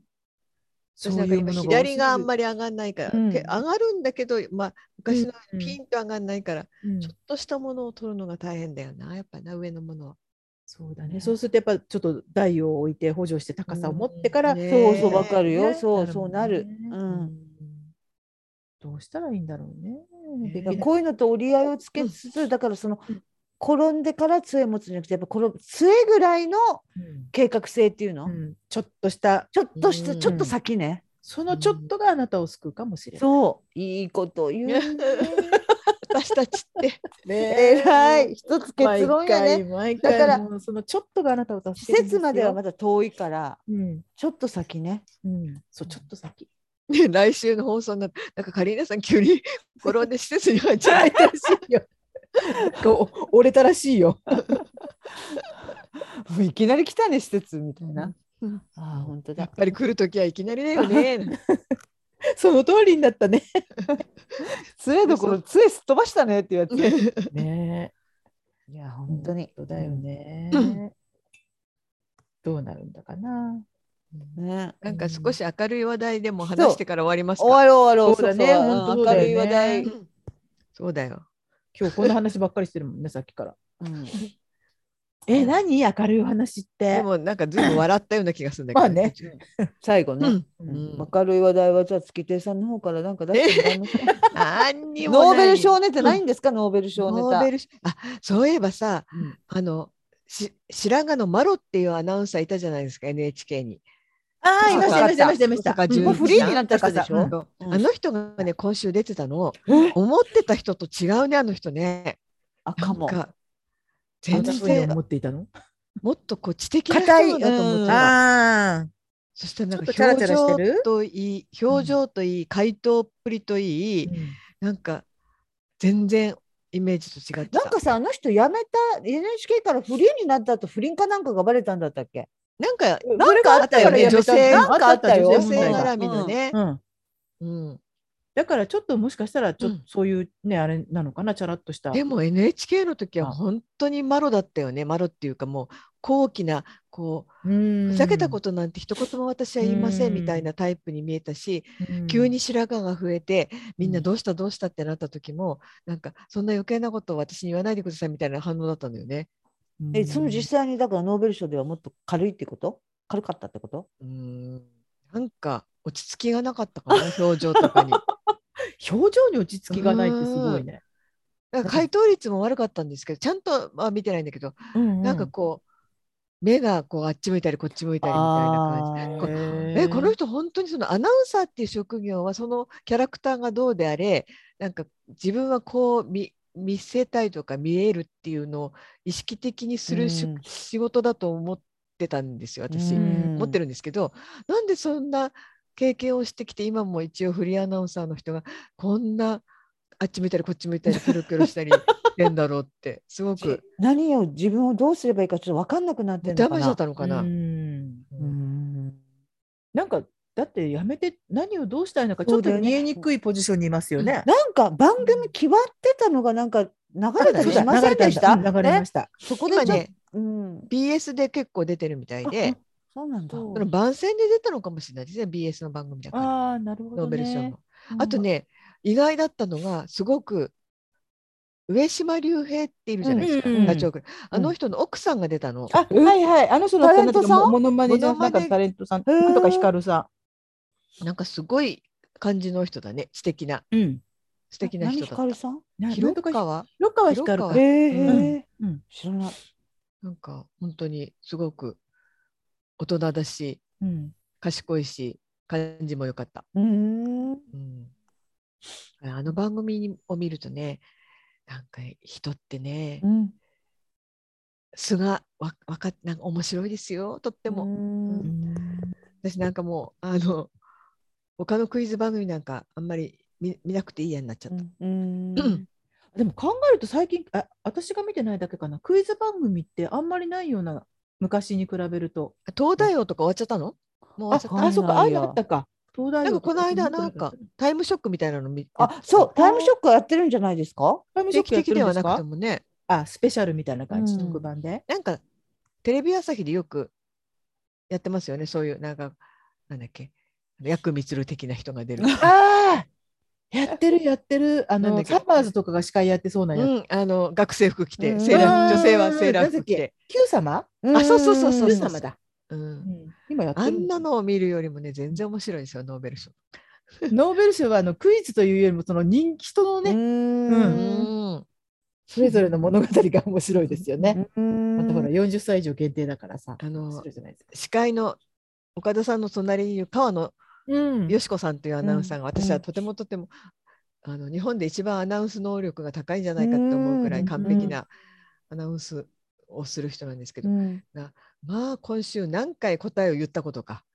そ私なうんいかうも今のが左があんまり上がんないから、うんけ上がるんだけど、まあ、昔のうんピンと上がんないから、うんちょっとしたものを取るのが大変だよな、やっぱな、上のものは。そうだね。そうするとやっぱちょっと台を置いて補助して高さを持ってから、うんそうねそうわかるよ。ねそうそうなる。なるもうんん。どうしたらいいんだろうね。ねでだかきらなこういうのと折り合いをつけつつ、だからそのうん転んでから杖持つんじゃなくてやっぱこの杖ぐらいのうん計画性っていうの、うんちょっとしたちょっとした、うんちょっと先ね。そのちょっとがあなたを救うかもしれない。そういいこと言うね。私たちって、えらい一つ結論やね。 毎回毎だ回からもうそのちょっとがあなたを助季けるんです節よまではまだ遠いからうんちょっと先ね。うんそうちょっと先。 ね、来週の放送になって、なんかカリーナさん、急に転んで施設に入っちゃう。らしいよ。こう折れたらしいよ。いきなり来たね施設みたいな。うんああ本当やだっ。ぱり来るときはいきなりだよね。その通りになったね。杖どころ杖すっ飛ばしたねっていうやつ。ねいや本当に。だよね。どうなるんだかな。ね。なんか少し明るい話題でも話してから終わります終か。わろう終わろう。そうだねう本当そうんうだ明よるねい話題。うんそうだよ。今日こんな話ばっかりしてるもんね、さっきから。うんえ、何明るいお話って。でもなんかずいぶん笑ったような気がするんだけど。まあね。最後うね。ん。うんうん明るい話題はじゃあ月亭さんの方からなんか出してもらえますか何にもノーベないル賞ネタないんですか、ノーベル賞ネノータベル賞あそういえばさ、うんあのし白髪のマロっていうアナウンサーいたじゃないですか NHK に。ああ、いました、いました、いました、いました。坂淳一もうさんフリーになった人でしうょん。うんあの人がね今週出てたのえ思ってた人と違うねあの人ね。あなかんも。かど全んな風に然思っていたのもっとこう知的な人なんだと思って硬いた。ああ、そしたらなんちょかっとチ表ャラチャラしてる情といい表情といい回答っぷりといいなんか全然イメージと違ってた。なんかさあの人辞めた NHK からフリーになった後不倫かなんかがバレたんだったっけなんかなんかあったよねそれがあったよね女性なんかあったよ女女性性問題が絡みのね。うん。うんだからちょっともしかしたらちょっうんとそういうねあれなのかなチャラっとした。でも NHK の時はあ本当にマロだったよねマロっていうかもう高貴なこうふふざけたことなんて一言も私は言いませんみたいなタイプに見えたし、急に白髪が増えてみんなどうしたどうしたってなった時も、なんかそんな余計なことを私に言わないでくださいみたいな反応だったんだよね。えその実際際にだからノーベル賞ではもっと軽いってこと軽かったってことうんなんか落ち着きがなかった かな表情とかに。表情に落ち着きがないってすごいね。なん か回答率も悪かったんですけどちゃんとは見てないんだけど、ななんかこう目がこうあっち向いたりこっち向いたりみたいな感じ。あーこうえこの人本当にそのアナウンサーっていう職業はそのキャラクターがどうであれなんか自分はこう見見せたいとか見えるっていうのを意識的にするし、うん仕事だと思ってたんですよ私、うん思ってるんですけどなんでそんな経験をしてきて今も一応フリーアナウンサーの人がこんなあっち向いたりこっち向いたりキョロキョロしたりしてんだろうってすご く何を自分をどうすればいいかちょっと分かんなくなってるのダかメなージだったのかな。うんうんなんかだってやめて何をどうしたいのかちそょっうだとよね見えにくいポジションにいますよね。なんか番組決まってたのがなんか流れたりしませんでした流れた流れまねした。そこでちょ今っと、ねうん、 BS で結構出てるみたいであ。そうなんだ。そうその番宣で出たのかもしれないですね BS の番組だからああ、なるほど、ね。ノーベル賞の。うん。あとね意外だったのがすごく上島竜兵っているじゃないですか、うんうんうんダチョウ倶楽部あの人の奥さんが出たの。あ、はいはい。あの人のタレントさんなんかモノマネじゃモノマネなかったタレントさん。へーなんとかヒカルさ。なんかすごい感じの人だね素敵なんうん。素敵な人だ何光っさん。なた。なん広とかヒ川広川ヒカルか広へ川。うえへんえうん知らない。なんか本当にすごく大人だしうん。賢いし感じも良かった。うーん。うんあの番組を見るとね、なんか人ってね、ん、素がわわかなんか面白いですよ、とってでも。も私なんかもう、あの、他のクイズ番組なんかあんまり見見なくていいやになっちゃった。うんでも考えると最近あ私が見てないだけかなクイズ番組ってあんまりないような昔に比べると東大王とか終わっちゃったのもう終わっあちゃっわかんないあそっかああいうのよあったか東大た。なんか王とこの間、なんかタイムショックみたいなの見あそうタイムショックやってるんじゃないですかタイムショ定ッ期クやっ的ではてるんですなくてかもね、あスペシャルみたいな感じ、うん特番でなんかテレビ朝日でよくやってますよね、そういう、なんか、なんだっけ、ヤクミツル的な人が出る。 あやって るやってるあなんだのっけサマーズとかが司会やってそうなやつ、うん、あの学生服着て、うんセーラーうん女性はセーラー服着なんだて。 Q 様ああそうそうそうそうルそうー様だ、うん今やってるあんなのを見るよりもね、全然面白いですよ、ノーベル賞。ノーベル賞はあのクイズというよりもその人人のね、んううんん、それぞれの物語が面白いですよね。うんまたほら40歳以上限定だからさ、あの面白いじゃないですか。司会の岡田さんの隣にいる川野うんよしこさんというアナウンサーが、私うはんとてもとても、あの日本で一番アナウンス能力が高いんじゃないかと思うくらういん完璧なアナウンスをする人なんですけど、うんまあ今週何回答えを言ったことか、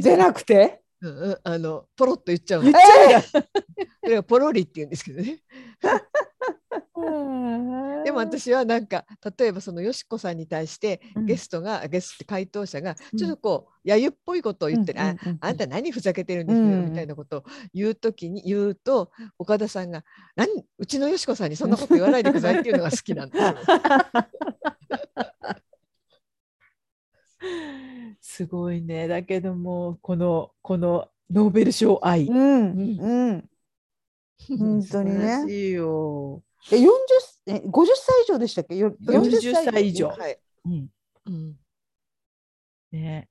出なくてうんうんあのポロッと言っちゃうのえーそれがポロリって言うんですけどね。でも私はなんか例えばそのよしこさんに対してゲストが、ゲストって回答者がうんちょっとこう揶揄っぽいことを言ってる、ああんた何ふざけてるんですよ、うんみたいなことを言うときに言うと岡田さんが何うちのよしこさんにそんなこと言わないでくださいっていうのが好きなんですよ。 すごいね。だけどもこのこのノーベル賞愛。うんうん本当に素晴らねしいよ。え40え50歳以上でしたっけよ40歳以上はいうん。うんね。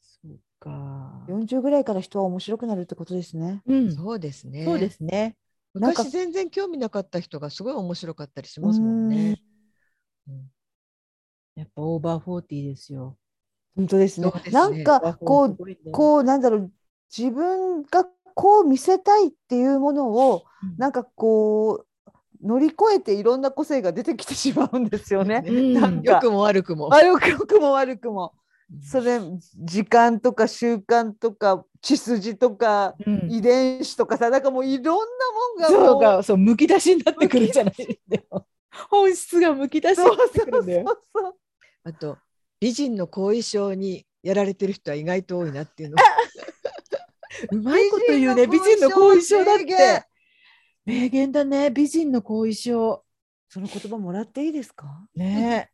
そうか。 40ぐらいから人は面白くなるってことですね。うん。そそうですね。うですね。なんか昔全然興味なかった人がすごい面白かったりしますもんね。やっぱオーバーフォーティーですよ。本当ですねそうですねなんかこううこうなんだろう自分がこう見せたいっていうものをうんなんかこう乗り越えていろんな個性が出てきてしまうん ですよね。うんなんか良くも悪くも。あよくよくも悪くも。それ時間とか習慣とか血筋とかうん遺伝子とかさなんかもういろんなもんがそうもうか、そう、むき出しになってくるじゃない。でも本質がむき出しになそうってそくるんだよ。うそうあと美人の後遺症にやられてる人は意外と多いなっていうの。 うまいこと言うね、美人の後遺症だって。名言だね、美人の後遺症。その言葉もらっていいですかね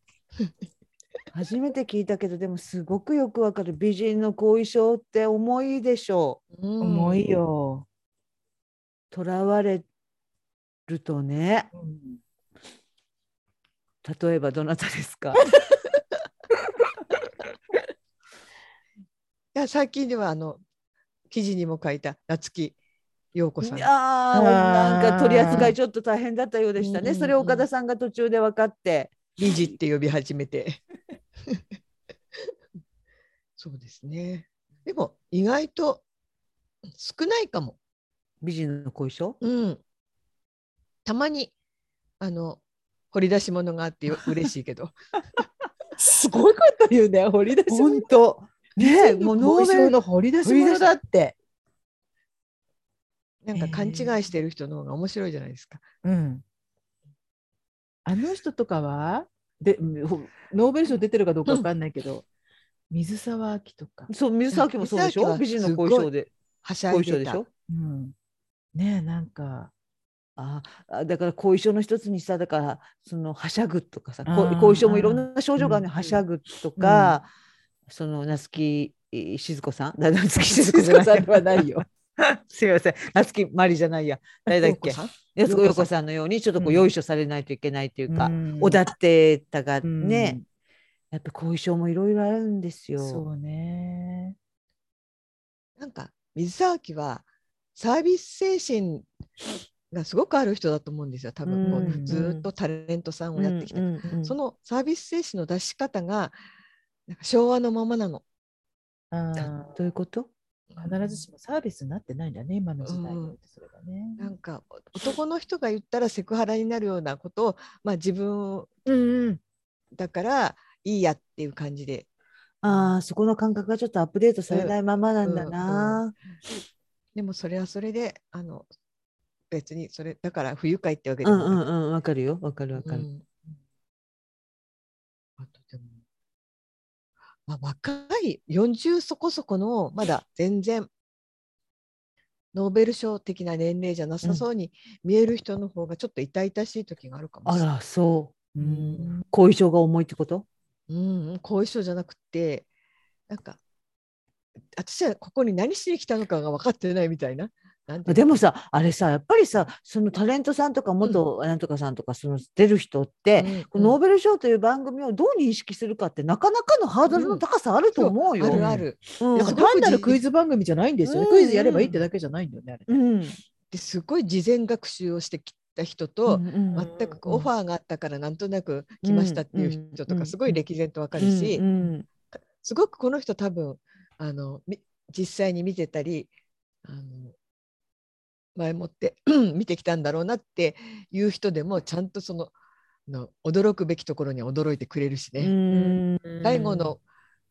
初めて聞いたけどでもすごくよくわかる美人の後遺症って重いでしょえ、重重い。よ。うとらわれるとね例えばどなたですかいや最近ではあの記事にも書いた夏木陽子さん。いやーなんか取り扱いちょっと大変だったようでしたね、うんそれを岡田さんが途中で分かって理事って呼び始めて。そうですね。でも意外と少ないかも。美人の後遺症うん。たまにあの掘り出し物があって よ嬉しいけど。すごいこと言うね、掘り出し物本。当ねえ美人もうのノ後遺ーベ症ルの掘り出し物だって。なんか勘違いへーしてる人の方が面白いじゃないですか。うん。あの人とかは、で、ほノーベル賞出てるかどうかわかんないけど。水沢明とか。そう水沢明もそうでし水沢明ょは美人の後遺症ではしゃ後い遺症でで。したょうん。ねえ、なんか。ああだから後遺症の一つにさだからそのはしゃぐとかさあ後ー後遺症もいろんな症状があるうんのはしゃぐとか、その夏木静子さん だ夏木静子じゃない静子さんはないよ すいません夏木まりじゃないや誰だっけ陽子さん夏子陽子さん陽子さんのようにちょっとこううん用意書されないといけないというか、うんおだってたがうんね、やっぱ後遺症もいろいろあるんですよ。そうね。なんか水沢明はサービス精神がすごくある人だと思うんですよ多分こう、うんずーっとタレントさんをやってきた、うんうんうんそのサービス精神の出し方がなんか昭和のままなの、あーどういうこと必ずしもサービスになってないんだね、今の時代においてそれがね。なんか男の人が言ったらセクハラになるようなことを、まあ、自分うんうん。だからいいやっていう感じでああ、そこの感覚がちょっとアップデートされないままなんだな。でもそれはそれであの別にそれだから不愉快ってわけうでんもうなんくうん、わかるよ。わかるわかうる。んあとでも、まあ、若い40そこそこのまだ全然ノーベル賞的な年齢じゃなさそうに見える人の方がちょっと痛々しい時があるかもあしれない。ら、そう。ううんん後遺症が重いってことうん、後遺症じゃなくてなんか私はここに何しに来たのかが分かってないみたいな。なんていうでものさ、あれさ、やっぱりさ、そのタレントさんとか元なんとかさんとか、その出る人って、うこんのノーベル賞という番組をどう認識するかってなかなかのハードルの高さあると思うよ。あるある。うんだから単なるクイズ番組じゃないんですよね。うんクイズやればいいってだけじゃないんだよね、あれね。うんですごい事前学習をしてきた人うと、んうんま全くうんオファーがあったからなんとなく来ましたっていう人とうんうかんすごい歴然と分かるし、うんうんすごくこの人多分あのみ実際に見てたりあの前もって 見てきたんだろうなっていう人でもちゃんとそのあの驚くべきところに驚いてくれるしね。うん最後の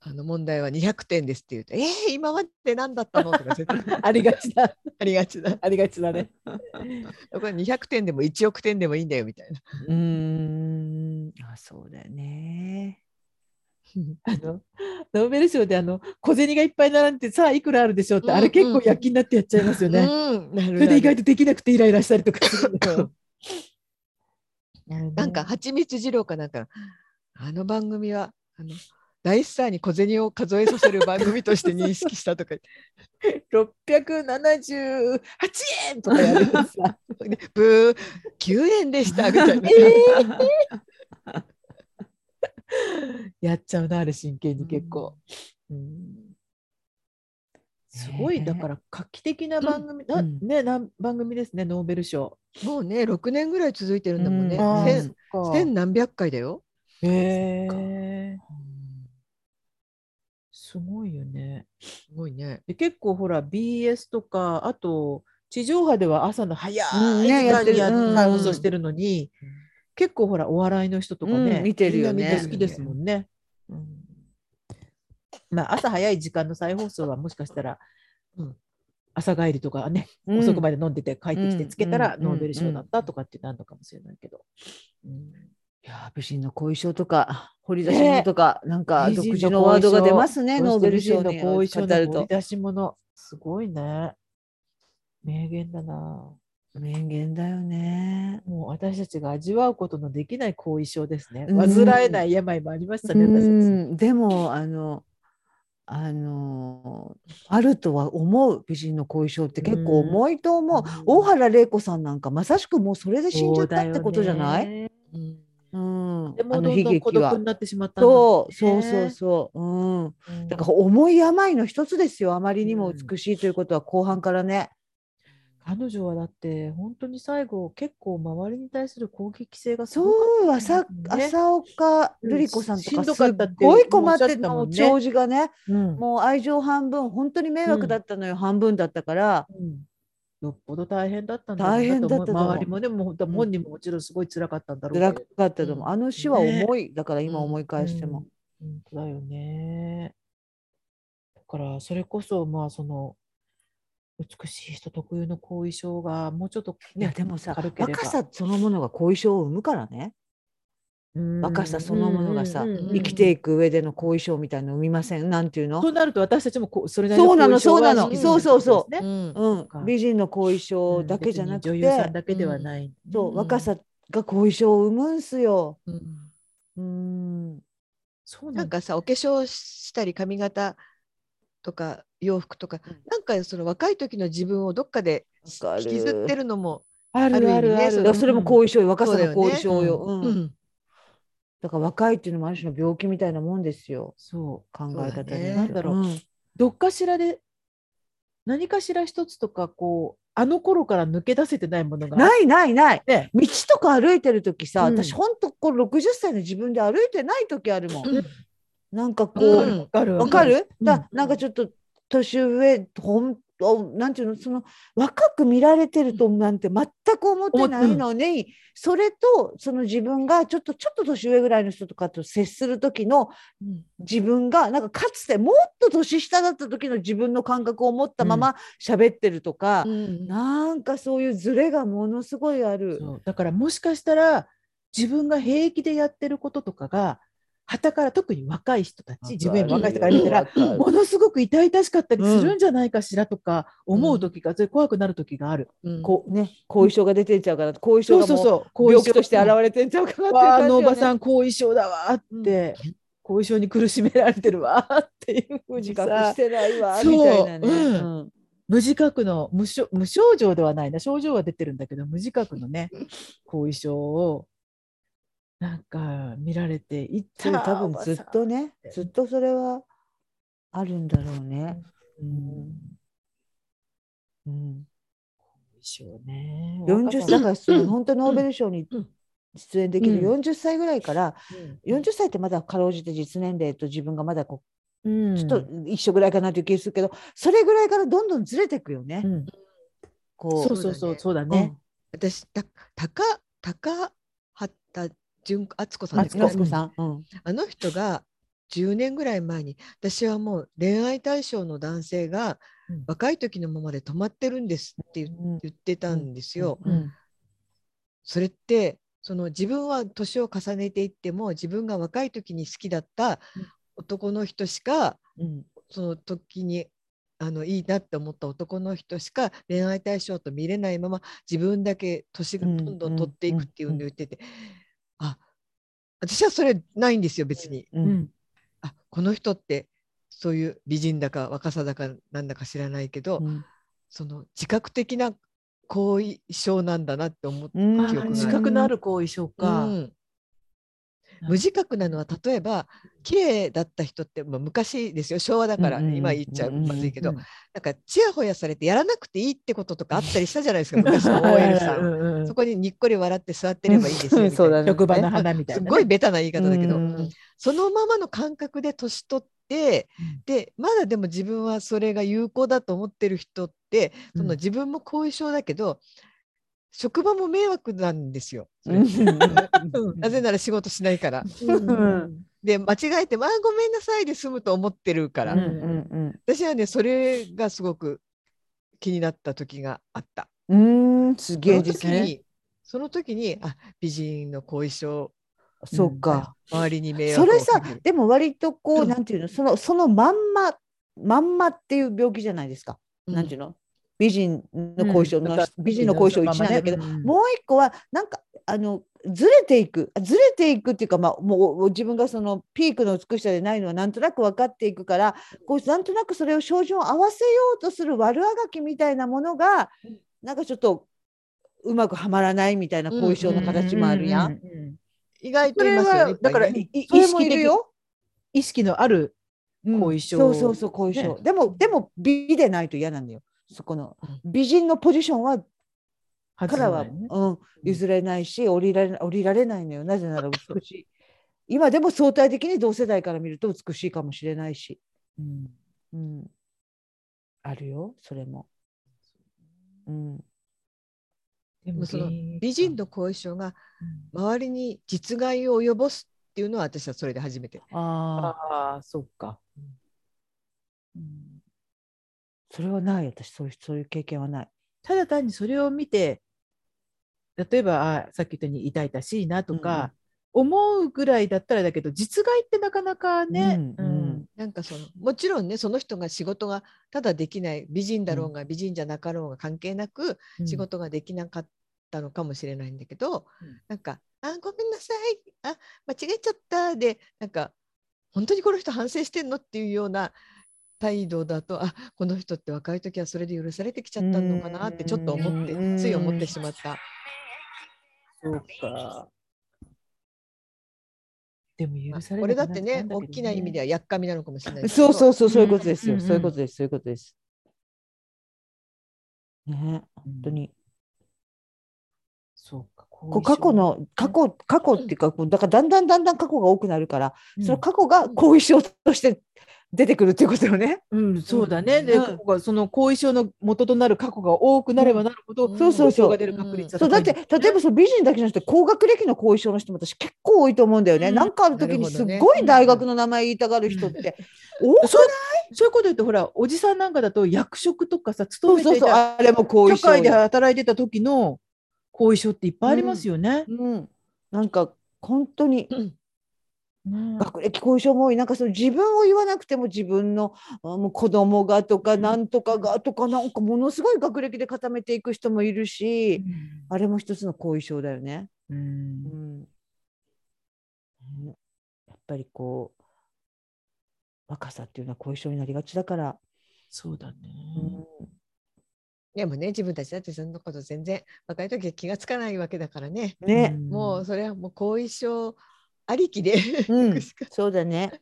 あの問題は200点ですって言うと「えー、今まで何だったの?」とか絶対ありがちだ。ありがち だ。こありがちだね。れ200点でも1億点でもいいんだよみたいな。うんあそうだよね。。あのノーベル賞であの小銭がいっぱい並んでさあいくらあるでしょうって、あれ結構躍起になってやっちゃいますよね。うん、なるそれでな意外るとできなくてイライラしたりとかするんだ よなんか蜂蜜二郎かなんかあの番組はあの大スターに小銭を数えさせる番組として認識したとか678円とかやるんですよ言ってブー9円でしたみたいな。 やっちゃうなあれ真剣に結構。うんすごいだからら画期的な番組、うなんねな番組ですねノーベル賞。もうね6年ぐらい続いてるんだもんね。うんあー千千何百回だよ。へえすごいよね。すごいね。で結構ほら BS とかあと地上波では朝の早いうん時ねやっ間てるにやうん放送してるのに、うん結構ほらお笑いの人とかね、うん見てるよみねんな見て好きですもんね。うんまあ、朝早い時間の再放送はもしかしたら、うん、朝帰りとかね、遅くまで飲んでて帰ってきてつけたらうんノーベル賞だったとかってなるのかもしれないけど。うんいや美人の後遺症とか掘り出し物とか、なんか美人独の自のワードが出ますねそうノーベルそう賞美に人の後遺症語のる掘りと。出し物すごいね。名言だな。名言だよね。もう私たちが味わうことのできない後遺症ですね。うん患えない病もありましたね、う私たち。んでもあのあのあるとは思う美人の後遺症って結構重いと思う、うん大原玲子さんなんかまさしくもうそれで死んじゃったってことじゃない、そうだよねうんうん、でもどあのん悲どん孤劇独はに。なってしまったんだもそんうねそうそうそう、うん、うんだから重い病の一つですよあまりにもうん美しいということは後半からね、彼女はだって本当に最後結構周りに対する攻撃性がすそごかっうよた朝ね朝岡うん瑠璃子さんとしかんすどっかったってごい困っておっしゃってたたのもんね長寿がねうんもう愛情半分本当に迷惑だったのよ、半分だったから。うんよっぽど大変だったんだろうな大変だったとと思う思う周りもねもううん本人ももちろんすごい辛かったんだろうけ辛どかったと思う、うんあの死は重い、だから今うん思い返しても、うん、本当だよね。だからそれこそまあその美しい人特有の後遺症がもうちょっといね、やでもさ軽ければ若さそのものが後遺症を生むからねうん若さそのものがさうんうんうんうん生きていく上での後遺症みたいの生みませんなんていうのそうなると私たちもこうそれなりそうなの後遺症はそうなの知ってそうそうそうるってことですねうんか美人の後遺症だけじゃなくて、うん別に女優さんだけではない、そううん若さが後遺症を生むんすようんうんそうななんんかさお化粧したり髪型とか洋服とか、うんなんかその若い時の自分をどっかでわかる引きずってるのもあある意味ねだそからそれも後遺症よ若そうさだのよね後遺症よ、ううんん、だから若いっていうのもある種の病気みたいなもんですよそう考えそ方うだで、ねなんだろううんどっかしらで何かしら一つとかこうあの頃から抜け出せてないものがあっないないないて道とか歩いてる時さ、うん私ほんとこう60歳の自分で歩いてない時あるもん、うんなんかこうう、んわかるわかる、うんだなんかちょっと年上ほんおなんていうのその若く見られてるとなんて全く思ってないのに、それとその自分がちょっとちょっと年上ぐらいの人とかと接する時のうん自分がなんかかつてもっと年下だった時の自分の感覚を持ったまま喋ってるとか、なんかそういうズレがものすごいある。そうだからもしかしたら自分が平気でやってることとかが旗から特に若い人たち自分より若い人から見たらうんものすごく痛々しかったりするんじゃないかしらとか思う時が、それ怖くなる時がある。うんこう ね、後遺症が出てんちゃうかな後遺症そうそうがもうそう病気として現れれてんちゃうかなっていうわあ感あのじよおねばさん後遺症だわーって、後遺症に苦しめられてるわーっていうふう自に覚さしてないわそうみたいなね。うん無自覚の無症無症状ではないな症状は出てるんだけど無自覚のね後遺症をなんか見られていっそたれ多分ずっとねてずっとそれはあるんだろうね。うん、うん、後遺症ね40歳だからその本当ノーベル賞にうん出演できるう40歳ぐらいから、うん40歳ってまだかろうじて実年齢と自分がまだこうんうちょっと一緒ぐらいかなという気がするけど、それぐらいからどんどんずれていくよね。うんこそうそうそうそうだうね、私た高高畑純子敦子さんです松か子さん、うんあの人が10年ぐらい前に私はもう恋愛対象の男性がうん若い時のままで止まってるんですって言うん言ってたんですよ。うんうんそれってその自分は年を重ねていっても自分が若い時に好きだった男の人しかうんその時にあのいいなって思った男の人しか恋愛対象と見れないまま自分だけ年がうんどんどん取っていくっていううんのを言ってて、あ私はそれないんですよ別に。ううんんあこの人ってそういう美人だか若さだかなんだか知らないけど、うんその自覚的な後遺症なんだなって思って、うんあ記憶がーある自覚のある後遺症か、うん無自覚なのは例えば綺麗だった人って、まあ、昔ですよ昭和だから、うんうんうん今言っちゃまずいけど、うんうんなんかちやほやされてやらなくていいってこととかあったりしたじゃない ですか昔の OL さん。うんそこににっこり笑って座ってればいいですよみたいな、そうだね 職場の花みたいすな、ね、ごいベタな言い方だけど、うんそのままの感覚で年取って、でまだでも自分はそれが有効だと思ってる人ってそのうん自分も後遺症だけど、職場も迷惑なんですよ。それ うなぜなら仕事しないから。うんで間違えて「まあごめんなさい」で済むと思ってるから、うん私はねそれがすごく気になった時があった。うん、うん、すげそえの時実ね。にその時にあ美人の後遺症そうか。周りに迷そ惑をれかさける。でも割とこううんなんていうのそのそのまんままんまっていう病気じゃないですか。なんていうの美人の後遺症うんのだから美人の後遺症一なんだけどそのままねうんもう一個はなんかあのずれていくずれていくっていうかまあもう自分がそのピークの美しさでないのはなんとなく分かっていくからこうなんとなくそれを症状を合わせようとする悪あがきみたいなものがなんかちょっとうまくはまらないみたいな後遺症の形もあるやん。ううう意外そといれますよね。はいっぱだいねからい意それも識いる的よ。意識のあるうん後遺症そうそうそう後遺症、ねでもでも美でないと嫌なんだよそこの美人のポジションははずからは、ないねうん、譲れないし降りられ降りられないのよなぜなら美しい今でも相対的に同世代から見ると美しいかもしれないし、うんうん、あるよそれも、うん、でもその原因か美人の後遺症がうん周りに実害を及ぼすっていうのは私はそれで初めて。ああああそっか、うんそれはない私そういうそういう経験はない、ただ単にそれを見て例えばあさっき言ったように痛々しいなとか、思うぐらいだったらだけど実害ってなかなかね、うんうんなんかそのもちろんねその人が仕事がただできない美人だろうが美人じゃなかろうが関係なくうん仕事ができなかったのかもしれないんだけど、うんなんか「あごめんなさいあ間違えちゃった」でなんか「本当にこの人反省してんの?」っていうような態度だと「あこの人って若い時はそれで許されてきちゃったのかな」ってちょっと思ってうんつい思ってしまった。そうかでも許されこれだってなねくな大っきな意味でははやっかみなのかもしれないけどそうそうそうそういうことですよ、うんうんうんそういうことですそういうことですね本本当にそうか後遺こう症過去の過去過去っていうかこうだからだんだんだんだん過去が多くなるから、うんその過去が後遺症として出てくるっていうことよね。うん、そうだね。で、うん過去がその後遺症の元となる過去が多くなればなるほど、うんそうそうそう後遺症が出る確率はそうだって例えばその美人だけじゃなくて高学歴の後遺症の人も私結構多いと思うんだよね。うんなんかある時になるほすどねっごい大学の名前言いたがる人って多くそうそういうこと言うとほらおじさんなんかだと役職とかさ勤めそうていそうたあれも後遺社症会でよ。働いてた時の後遺症っていっぱいありますよね。うん、なんか本当にね学歴後遺症も多いなんかその自分を言わなくても自分のあもう子供がとかうんなんとかがとかなんかものすごい学歴で固めていく人もいるしあれも一つの後遺症だよね。ううんん、ねやっぱりこう若さっていうのは後遺症になりがちだから。そうだね。でもね自分たちだってそんなこと全然若い時は気がつかないわけだからね、ね、んもうそれはもう後遺症ありきで、うん いくしかそうだね。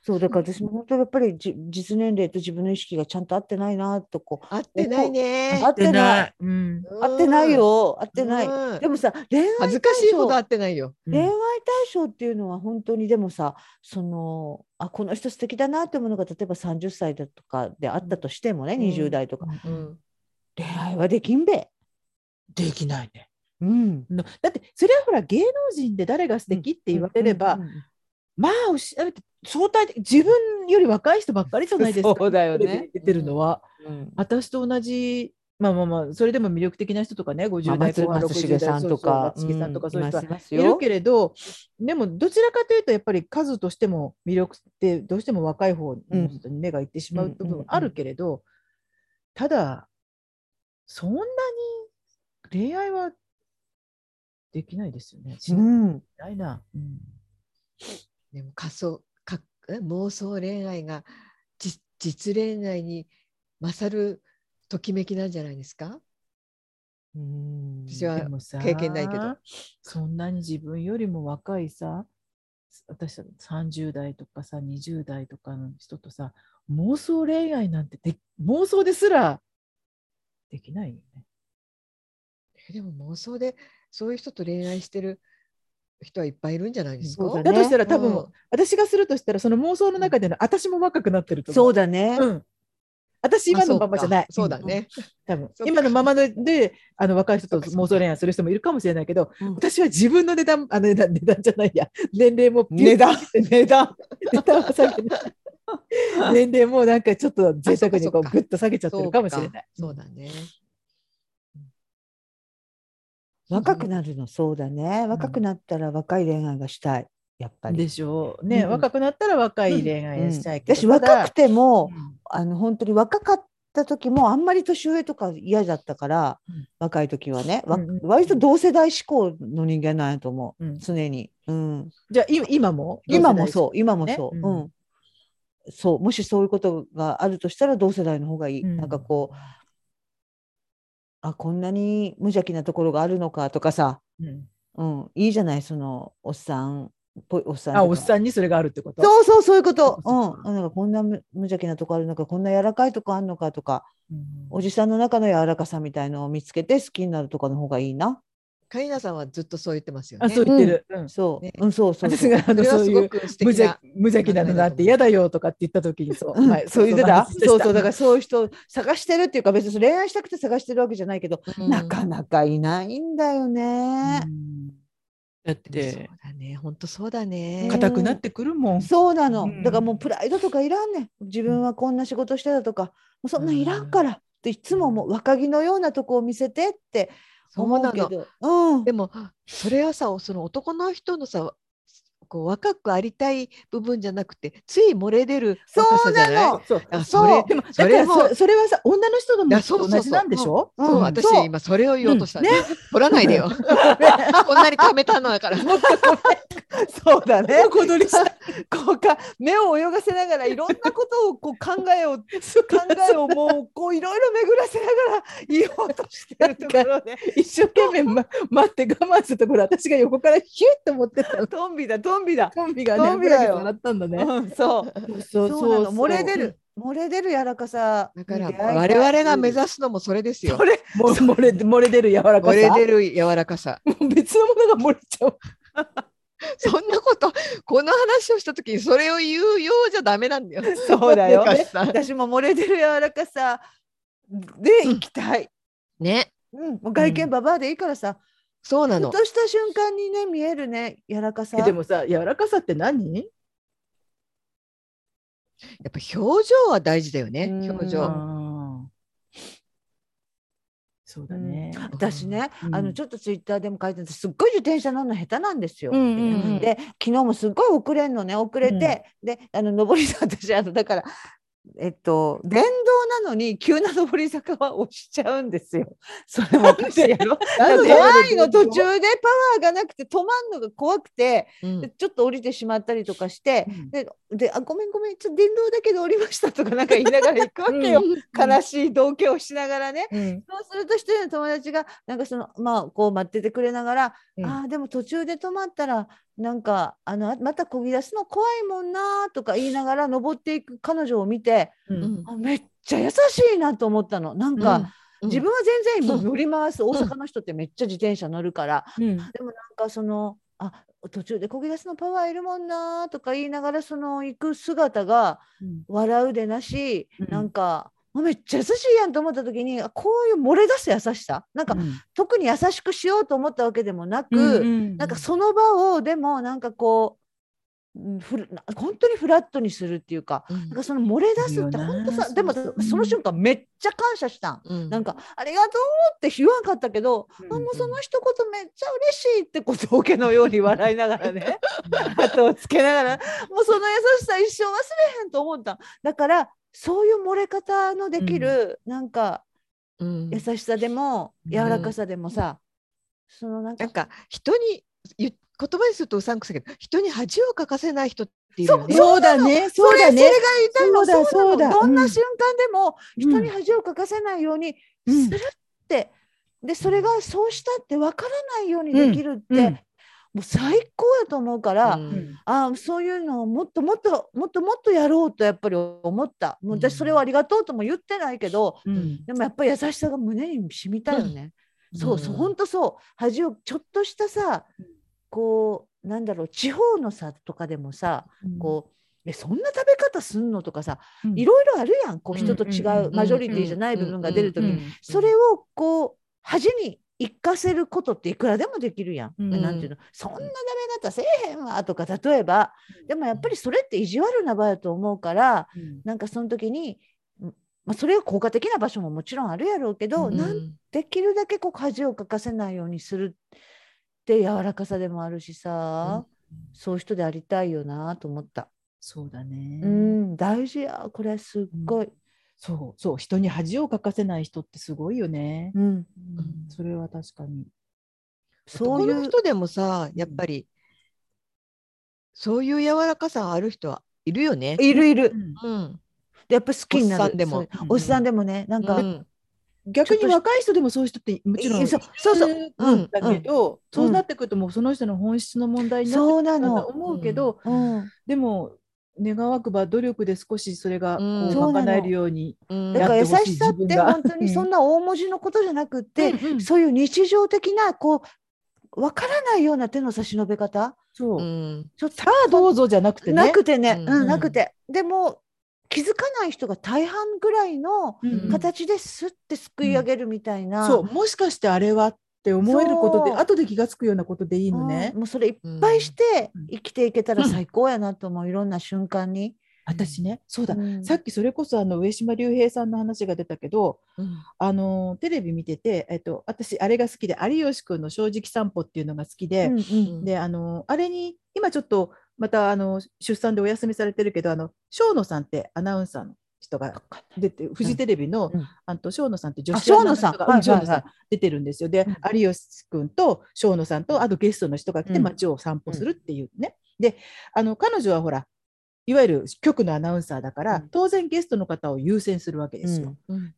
そうだから私も本当やっぱりじ実年齢と自分の意識がちゃんと合ってないなとこ合ってないね合ってない。うん合ってないよ合ってない。うんでもさ恋愛恥ずかしいほど合ってないよ、うん恋愛対象っていうのは本当にでもさそのあこの人素敵だなって思うのが例えば30歳だとかであったとしてもね、うん20代とか、うん恋愛はできんべ。できないね。うん、のだってそれはほら芸能人で誰が素敵って言われれば、うんうんまあおしだって相対的自分より若い人ばっかりじゃないですか。そうだよねテレビに出てるのは、うん私と同じ。まあまあまあそれでも魅力的な人とかねまあ50代松後半松60重代さんとか、そうそう松重さんとかそういう人はんいますいいまるすよけれどでもどちらかというとやっぱり数としても魅力ってどうしても若い方の人に目がいってしまう部分はあるけれど、ただそんなに恋愛はできないですよね。しうん、ないな。うんでも仮想かえ妄想恋愛がじ実恋愛に勝るときめきなんじゃないですかうん私はもさ経験ないけど。そんなに自分よりも若いさ、私たち30代とかさ、20代とかの人とさ、妄想恋愛なんてで妄想ですらできないよね。えでも妄想でそういう人と恋愛してる人はいっぱいいるんじゃないですかそうだだねとしたら多分、うん私がするとしたらその妄想の中での私も若くなってると思。そううだね。うん。私今のままじゃないあ。そうかそうだね。多分そうか今のままでであの若い人と妄想恋愛する人もいるかもしれないけど、私は自分の値段あの値段値段じゃないや年齢も値段値段 値段は下げない年齢もなんかちょっと贅沢にあそこっかそっうかぐっと下げちゃってるかもしれない。そうかそうだね。若くなるのそうだね若くなったら若い恋愛がしたいやっぱり。でしょうね、うん若くなったら若い恋愛うんをしたいけど、私若くててもあの本当に若かった時もあんまり年上とか嫌だったから、うん若い時はね、わうんうん割と同世代志向の人間なんやと思う、うん常に、うん、じゃあい今も今もうそう今もそう、ねううんんそうもしそういうことがあるとしたら同世代の方がいい、うんなんかこうあこんなに無邪気なところがあるのかとかさ、うんうん、いいじゃないそのおっさんっぽいおっさんあおっんさんにそれがあるってことそうそうそういうこと、うそんうそう、あなんかこんな無無邪気なとこあるのかこんな柔らかいとこあるのかとかうんおじさんの中の柔らかさみたいのを見つけて好きになるとかの方がいいな。カリナさんはずっとそう言ってますよね。あそう言ってる、うんそう、ねうん、そうそうそう。私があそのれはそうすいごうく素無敵邪な。無邪気なのなんて嫌だよとかって言った時にそう、うんはいそう言ってたそそううそそううだからだそういう人探してるっていうか別にその恋愛したくて探してるわけじゃないけど、うんなかなかいないんだよね。そだっうてだね。本当そうだね。硬くなってくるもん、そうなの、うんだからもうプライドとかいらんねん自分はこんな仕事してたとかもうそんなんいらんからっていつももう若気のようなとこを見せてってそう思なうけの。どうんでもそれはさその男の人のさこう若くありたい部分じゃなくてつい漏れ出る若さじゃないそうそうあそそうれでもだそかれらもそそれはさ女の人のいやもそうそとうそう同じなんでしょなそう、う ん私そう今それを言おうとしたんで、取らないでよね こんなにためたのだからそうだね横取りしたこうか目を泳がせながらいろんなことをこう考えを考えをもうこういろいろ巡らせながら言おうとしてるところで一生懸命、ま、待って我慢したところ私が横からヒュッと持ってったのトンビだトンビ だ、コンビがねトンビだよ笑ったんだねうん、そうそそうなの漏れ出る漏れ出る柔らかさだからに出会いたい我々が目指すのもそれですよそれもう漏れ漏れ出る柔らかさ漏れ出る柔らかさもう別のものが漏れちゃうそんなことこの話をした時にそれを言うようじゃダメなんだよ。そうだよゆ。かしさん 私も漏れてる柔らかさで行きたい。ねうん、もう外う見んババアでいいからさ、そうなふの。とした瞬間にね見えるね柔らかさ。え でもさ柔らかさって何やっぱ表情は大事だよねうん表そう情。あーそうだね。私ね、うんあのちょっとツイッターでも書いてたすっごい自転車乗るの下手なんですよ。うんうんうんで昨日もすっごい遅れんのね遅れて、であの上り坂私あのだからえっと電動なのに急な上り坂は押しちゃうんですよ。それも私やろ。 なだんかでら怖いの途中でパワーがなくて止まんのが怖くてうんでちょっと降りてしまったりとかしてうんでであ「ごめんごめんちょっと電動だけど降りました」とかなんか言いながら行くわけよ、うん悲しい同居をしながらね。うんそうすると一人の友達がなんかそのまあこう待っててくれながら、うんああでも途中で止まったらなんかあのあまた漕ぎ出すの怖いもんなとか言いながら登っていく彼女を見てうんうんあめっちゃ優しいなと思ったのなんか、うん自分は全然もう乗り回す大阪の人ってめっちゃ自転車乗るから、うんでもなんかそのあ途中で漕ぎ出すのパワーいるもんなとか言いながらその行く姿がうん笑うでなし、うんなんかあめっちゃ優しいやんと思った時にあこういう漏れ出す優しさなんか、特に優しくしようと思ったわけでもなく、うんなんかその場をでもなんかこううんふるな本当にフラットにするっていうかうんなんかその漏れ出すいっていよな本当そさうでもそうその瞬間めっちゃ感謝したん。うんなんか「ありがとう」って言わんかったけど、うんあもうそうんの一言めっちゃ嬉しいってことをけのように笑いながらね後をつけながらもうその優しさ一生忘れへんと思っただからそういう漏れ方のできる、なんかうん優しさでもうん柔らかさでもさ、そのなんかなんか人に言言葉にするとうさんくさいけど人に恥をかかせない人っていうよね。そうだね、そうだねそれ。それが言いたいそのうだなのそうだどんうなん瞬間でもうん人に恥をかかせないようにうすんるって、でそれがそうしたってわからないようにできるって、うんうんもう最高やと思うから、うんあーそういうのをもっともっともっともっとやろうとやっぱり思ったもう私うんそれをありがとうとも言ってないけど、うんでもやっぱり優しさが胸に染みたよね。そうそううん本当そう恥をちょっとしたさうんこうなんだろう地方のさとかでもさこうえそんな食べ方すんのとかさうんいろいろあるやんこううん人と違うんううんマジョリティじゃない部分が出るときうんにそれをこう恥に生かせることっていくらでもできるやん。うんなんていうのそんな食べ方せえへんわとか例えばでもやっぱりそれって意地悪な場合やと思うからうんなんかその時に、うんまあ、それが効果的な場所ももちろんあるやろうけど、うんなんんできるだけこう恥をかかせないようにするって柔らかさでもあるしさ、そういう人でありたいよなと思った。そうだうね。ん、大事やこれすっごい。そうそう人に恥をかかせない人ってすごいよね。うんうんそれは確かに。そうい男のう人でもさやっぱりそういう柔らかさある人はいるよね。いるいるうんやっぱ好きにおっさなるんでもそうおっさんでもねなんか、うん逆に若い人でもそういう人ってもちろんいそうそうそう、うだけど、そうなってくるともうその人の本質の問題になってそうなくるとの、思うけど、うん、でも願わくば努力で少しそれがこうんうそうなの賄えるように、うんだからや優ってほしいしさっ自分てが本当にそんな大文字のことじゃなくって、うんうんそういう日常的なこうわからないような手の差し伸べ方そうう、んちょっとさあどうぞじゃなくてね。なくてね、ううんんうんなくてでも気づかない人が大半ぐらいのうん形ですってすくい上げるみたいな、そうもしかしてあれはって思えることでそう後で気が付くようなことでいいのねうん。もうそれいっぱいしてうん生きていけたら最高やなと思う、いろんな瞬間に。私ねそうだ、うんさっきそれこそあの上島竜兵さんの話が出たけどうんあのテレビ見てて、えっと、私あれが好きで有吉くんの「正直散歩」っていうのが好きで、うんうんうんであのあれに今ちょっとまたあの出産でお休みされてるけどあの生野さんってアナウンサーの人が出てフジテレビの、うんあと生野さんって女あ性アナウ生野ンサさんーがはいうん生野はいはいさん出てるんですよで、う有吉君と生野さんとあとゲストの人が来てうん街を散歩するっていうね、であの彼女はほらいわゆる局のアナウンサーだから、うん当然ゲストの方を優先するわけですよ。うんうん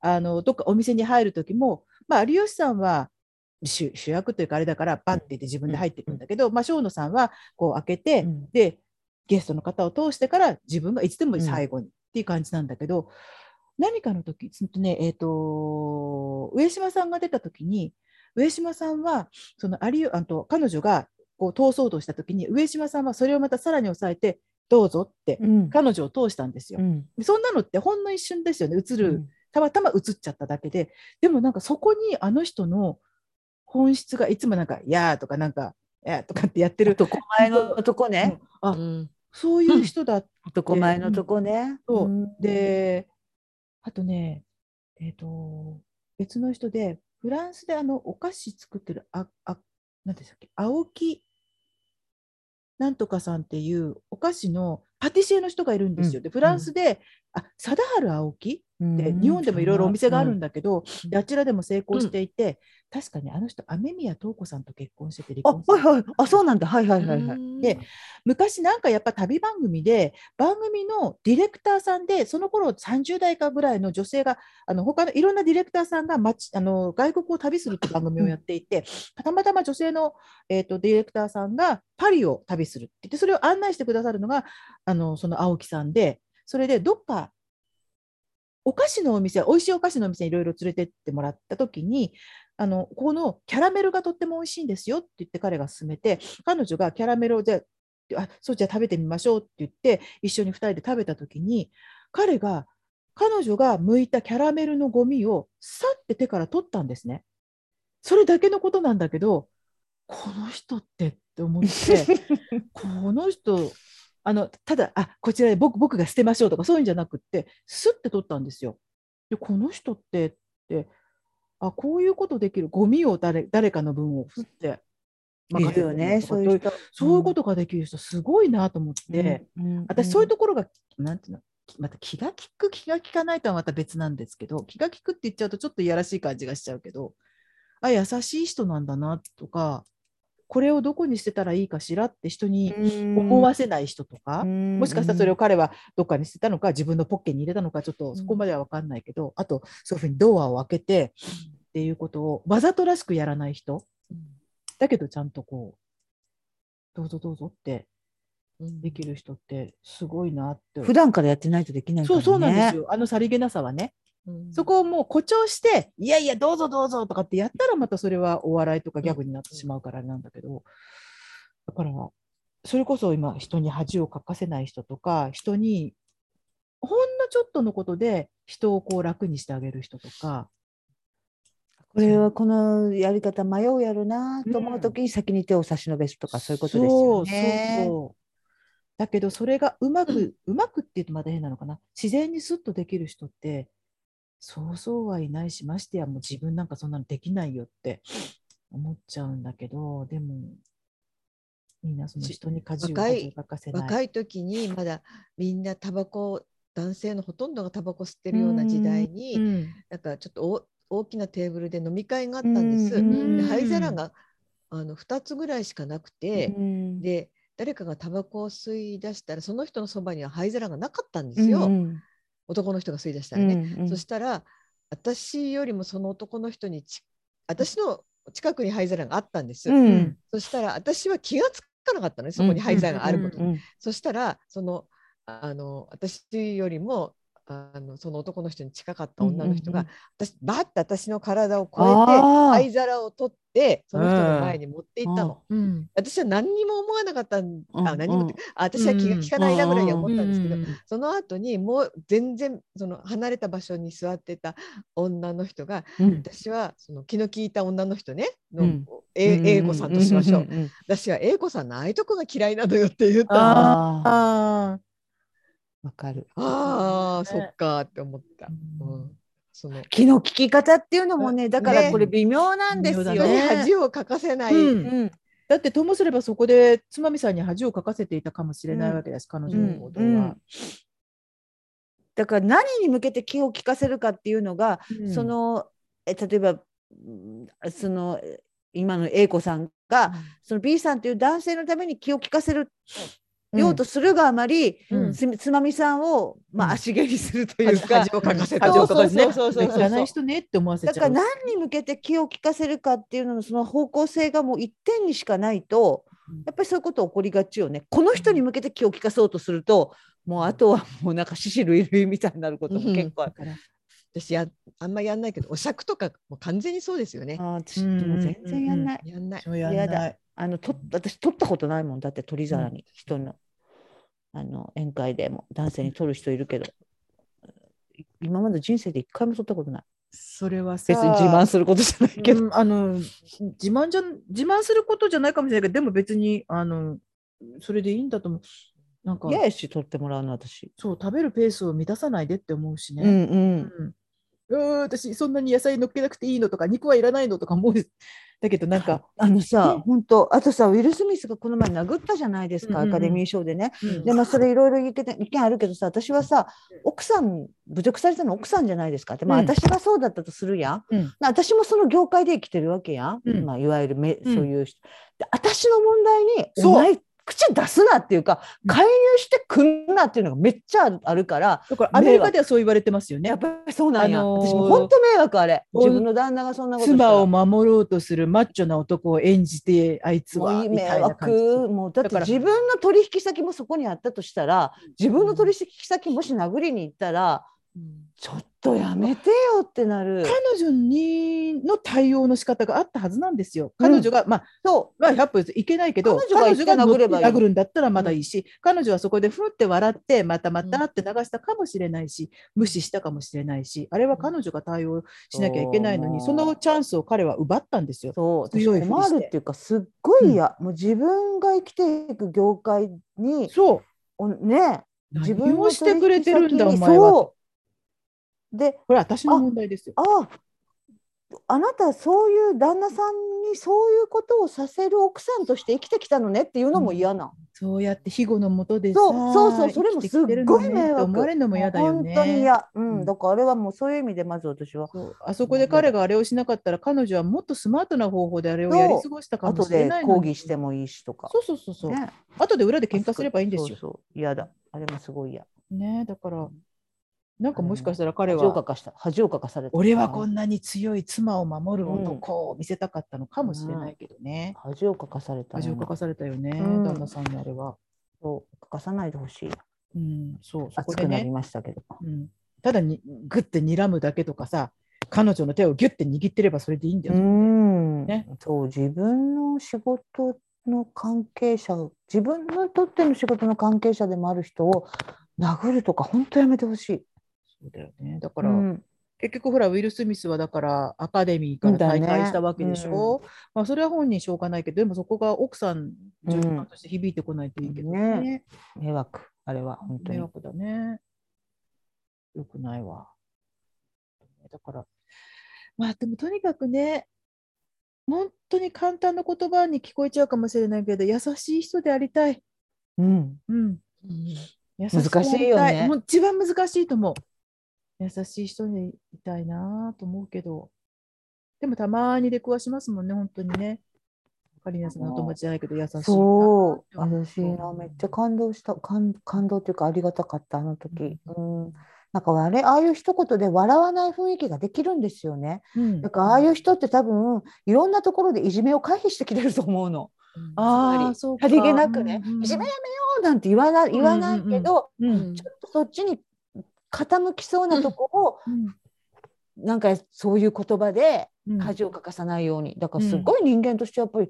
あのどっかお店に入る時も、まあ、有吉さんは主主役というかあれだからバッて言って自分で入っていくんだけど、まあ、生野さんはこう開けて、うんでゲストの方を通してから自分がいつでもうん最後にっていう感じなんだけど、何かの時そのねえっ、と上島さんが出た時に上島さんはその有吉あと彼女がこう通そうとした時に上島さんはそれをまたさらに抑えてどうぞってうん彼女を通したんですよ。うんそんなのってほんの一瞬ですよね映うる、んたまたま映っちゃっただけででもなんかそこにあの人の本質がいつもなんか「やー」とかなんか「やー」とかってやってる男前のとこね。あうんそういう人だっ男前のとこね。そううんで、あとね、えっ、と、別の人で、フランスであの、お菓子作ってる、あ、あ、なんでしたっけ、青木なんとかさんっていうお菓子のパティシエの人がいるんですよ。うんで、フランスで、あ、貞治青木って、うん日本でもいろいろお店があるんだけど、うんであちらでも成功していて、確かにあの人、雨宮塔子さんと結婚してて離あ、婚されはていはい。あ、そうなんだ。はいはいはい はい。で昔なんかやっぱ旅番組で番組のディレクターさんでその頃30代かぐらいの女性があの他のいろんなディレクターさんが街あの外国を旅するって番組をやっていてたまたま女性の、えー、とディレクターさんがパリを旅するって言ってそれを案内してくださるのがあのその青木さんでそれでどっかお菓子のお店美味しいお菓子のお店にいろいろ連れてってもらった時にあのここのキャラメルがとっても美味しいんですよって言って彼が勧めて彼女がキャラメルをじゃああそうじゃあ食べてみましょうって言って一緒に2人で食べた時に彼が彼女が剥いたキャラメルのゴミをさって手から取ったんですね。それだけのことなんだけどこの人ってって思ってこの人あのただあこちらで僕僕が捨てましょうとかそういうんじゃなくってスッて取ったんですよ。でこの人ってってあこういうことできるゴミを誰誰かの分をふっているよね。そういう人。そういうことができる人すごいなと思って、うん、うん私そういうところがなんていうのまた気が利く気が利かないとはまた別なんですけど気が利くって言っちゃうとちょっといやらしい感じがしちゃうけどあ優しい人なんだなとかこれをどこに捨てたらいいかしらって人に思わせない人とか、ももしかしたらそれを彼はどっかに捨てたのか、自分のポッケに入れたのか、ちょっとそこまでは分かんないけど、あと、そういうふうにドアを開けてっていうことをわざとらしくやらない人、だけどちゃんとこう、どうぞどうぞってできる人ってすごいなって。普段からやってないとできないからそうね。そうなんですよ。あのさりげなさはね。そこをもう誇張して、いやいや、どうぞどうぞとかってやったら、またそれはお笑いとかギャグになってしまうからあれなんだけど、だから、それこそ今、人に恥をかかせない人とか、人に、ほんのちょっとのことで、人をこう楽にしてあげる人とか、これはこのやり方迷うやろなと思うときに先に手を差し伸べるとかそういうことですよね。そうそうそうだけど、それがうまく、うまくって言うとまた変なのかな、自然にスッとできる人って、そうそうはいないし、ましてやもう自分なんかそんなのできないよって思っちゃうんだけど、でも、みんなその人に舵を若い舵をかかせない。若い時にまだみんなタバコを男性のほとんどがタバコ吸ってるような時代に、うんなんかちょっとお大きなテーブルで飲み会があったんです。うんでうん灰皿があの2つぐらいしかなくて、うんで誰かがタバコを吸い出したらその人のそばには灰皿がなかったんですよ、うん男の人が吸い出したうらんね。うんそしたら私よりもその男の人にち私の近くに灰皿があったんです。うんそしたら私は気がつかなかったのねそこに灰皿があることに。うんうんそしたらそのあの私よりもあのその男の人に近かった女の人が、うん私バッて私の体を超えてあー灰皿を取ってその人の前に持っていったの。うん私は何にも思わなかったんうんあ何にもってあ私は気が利かないなぐらいに思ったんですけど、うんその後にもう全然その離れた場所に座ってた女の人がうん私はその気の利いた女の人ねの、うんえうん英子さんとしましょう、んんん私は英子さんのああいうとこが嫌いなのよって言ったのあーあああわかる。ああ、ねそっかって思った。うーん、その気の利き方っていうのもねだからこれ微妙なんですよだ人ねに微妙恥をかかせない。ううんんだってともすればそこでつまみさんに恥をかかせていたかもしれないわけです、彼女の行動は。だから何に向けて気を利かせるかっていうのがうんそ、のえ例えばうんそのえ今の A 子さんが、その B さんという男性のために気を利かせるようとするがあまり、うんつつまみさんを、まうあ、ん足蹴りするというか、恥をかかせた恥をかかせねそうそうそうそうそう知らない人ねって思わせちゃだう。から何に向けて気を利かせるかっていうののその方向性がもう一点にしかないとうんやっぱりそういうこと起こりがちよね。この人に向けて気を利かそうとするともうあとはもうなんか獅子類類みたいになることも結構あるだ。から私やあんまやんないけど、お酌とかもう完全にそうですよね。あー私もう全然やんない。やんない。そうやんやない。あのと私取ったことないもんだって取り皿に、人のあの宴会でも男性に取る人いるけど今まで人生で一回も取ったことないそれはさ別に自慢することじゃないけど、うんあの自慢じゃ自慢することじゃないかもしれないけどでも別にあのそれでいいんだと思うなんか嫌やし取ってもらうの私、そう食べるペースを満たさないでって思うしうね、んうんうん、うーん私そんなに野菜乗っけなくていいのとか肉はいらないのとか思うだけどなんか、あのさ、ね本当あとさウィル・スミスがこの前殴ったじゃないですか、うんうんうんアカデミー賞でねうんでまあそれいろいろ言ってて意見あるけどさ私はさ奥さん侮辱されたの奥さんじゃないですかって、まあ、うん私がそうだったとするやん、うんな私もその業界で生きてるわけやん、うんまあ、いわゆるめ、うんそういう人で私の問題にそうお前口出すなっていうか介入してくんなっていうのがめっちゃあるからだからアメリカではそう言われてますよねやっぱりそうなんや、あのー私も本当迷惑あれお自分の旦那がそんなことした妻らを守ろうとするマッチョな男を演じてあいつもはういいみ迷たいな感じ惑もうだってだから自分の取引先もそこにあったとしたら自分の取引先もし殴りに行ったらちょっとやめてよってなる彼女にの対応の仕方があったはずなんですよ。彼女が、まあ、そうまあ、100歩譲っていけないけど、彼女が行って彼女殴ればいい乗って殴るんだったらまだいいし、彼女はそこでふんって笑って、またまたって流したかもしれないし、無視したかもしれないし、あれは彼女が対応しなきゃいけないのに、そそうのチャンスを彼は奪ったんですよ。そう私強いふり困してるっていうかすっごい嫌、もう自分が生きていく業界にそう。おね自分何をのしてくれてるんだ、お取引先前には。こそうでれは私の問題ですよ。ああなたそういう旦那さんにそういうことをさせる奥さんとして生きてきたのねっていうのも嫌な、そうやって庇護のもとでさそうそうそうそれもすっごい生きてきてるのね迷って惑思われるのも嫌だよね。本当に嫌うん、うんだからあれはもうそういう意味でまず私はそうあそこで彼があれをしなかったら彼女はもっとスマートな方法であれをそうやり過ごしたかも後しれでないの抗に議してもいいしとかそうそうそうそう、ね後で裏で喧嘩すればいいんですそうよ。そう嫌だあれもすごい嫌ねだからなんかもしかしたら彼恥をかはかした恥をかかされた俺はこんなに強い妻を守る男を見せたかったのかもしれないけどね。恥をかかされた味をかかされたよね、うん旦那さんにあれは。そうかかさないでほしいうん、そうそこ熱でくなりね、ましたけど、うん、ただにグッて睨むだけとかさ彼女の手をギュッて握ってればそれでいいんだうよね。ん、ねそう自分の仕事の関係者自分にとっての仕事の関係者でもある人を殴るとか本当やめてほしい。そうだよねだかうら、ん結局ほらウィル・スミスはだからアカデミーからだ大ね会したわけでしょ、まあ、それは本人しょうがないけどでもそこが奥さんうん女優さんとして響いてこないといいけどね,、ね迷惑あれは本当迷に。惑だねよくないわだからまあでもとにかくね本当に簡単な言葉に聞こえちゃうかもしれないけど優しい人でありたい、うん、うん、優しく難しいよねありたもう一番難しいと思う。優しい人にいたいなと思うけど。でもたまに出くわしますもんね、本当にね。カリナさんのお友達じゃないけど優しいな。そうな優しいなめっちゃ感動した感感動というかありがたかったあの時。うんなんかあれああいう一言で笑わない雰囲気ができるんですよね。うんなんかああいう人って多分いろんなところでいじめを回避してきてると思うの。つあまあ、りそうか。さりげなくね、うんうんいじめやめようなんて言わない言わないけど、うんちょっとそっちに傾きそうなとこを、うんなんかそういう言葉でうん恥をかかさないようにだからすごい人間としてやっぱり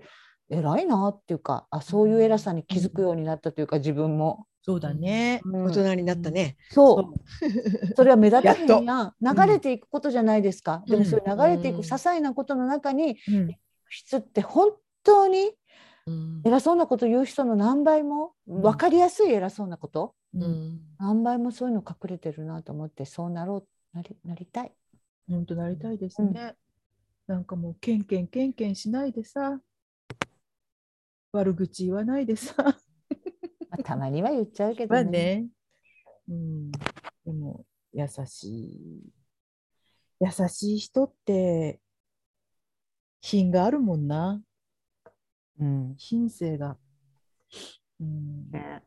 偉いなっていうかあそういう偉さに気づくようになったというか自分も、そうだね。うん大人になったね。そうそれは目立たへんやんっと流れていくことじゃないですか、でもそういう流れていくうん些細なことの中にうん質って本当にうん偉そうなこと言う人の何倍も分かりやすい偉そうなこと、うん何倍もそういうの隠れてるなと思ってそうなろうなりなりたい。本当なりたいですね。なんかもう、ケンケンケンケンしないでさ。悪口言わないでさ。まあ、たまには言っちゃうけまどあね。ね。うん。でも、優しい。優しい人って、品があるもんな。うん、品性が。うん。やっね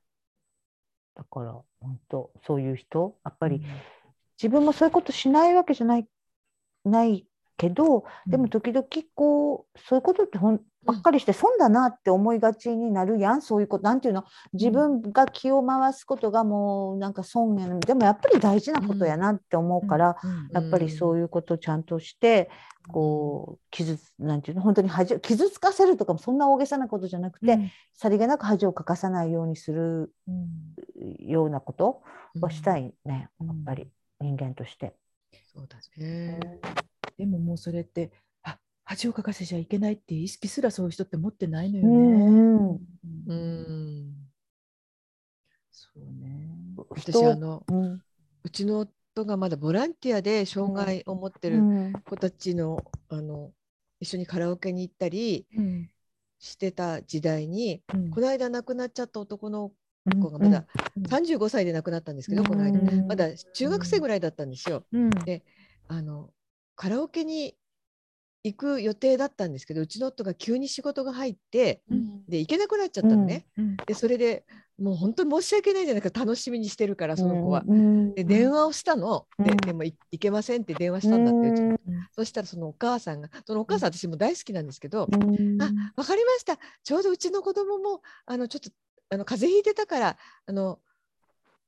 だから本当そういう人やっぱぱり自分もそういうことしないわけじゃないないけど、でも時々こうそういうことってほんばっかりして損だなって思いがちになるやんそういうことなんていうの自分が気を回すことがもうなんか損やなでもやっぱり大事なことやなって思うから、やっぱりそういうことをちゃんとして、こう傷つなんていうの本当に恥を傷つかせるとかもそんな大げさなことじゃなくて、さりげなく恥をかかさないようにするようなことはしたい。いね、うんやっぱり人間として。そうだね。でももうそれってあ恥をかかせちゃいけないっていう意識すらそういう人って持ってないのようね。んうんううんん。そうね。私あのうんうちの夫がまだボランティアで障害を持ってうるん子たちのあの一緒にカラオケに行ったりうんしてた時代にうんこの間亡くなっちゃった男の子がまだうんうん35歳で亡くなったんですけどこの間うんまだ中学生ぐらいだったんですよ。うんであのカラオケに行く予定だったんですけどうちの夫が急に仕事が入ってうんで行けなくなっちゃったのね。うんでそれでもう本当に申し訳ないじゃなくて楽しみにしてるからその子は。うんで電話をしたの、うでんでもい行けませんって電話したんだってうちの、うんそしたらそのお母さんがそのお母さん私も大好きなんですけどうんあ「分かりましたちょうどうちの子供もあのちょっとあの風邪ひいてたからあの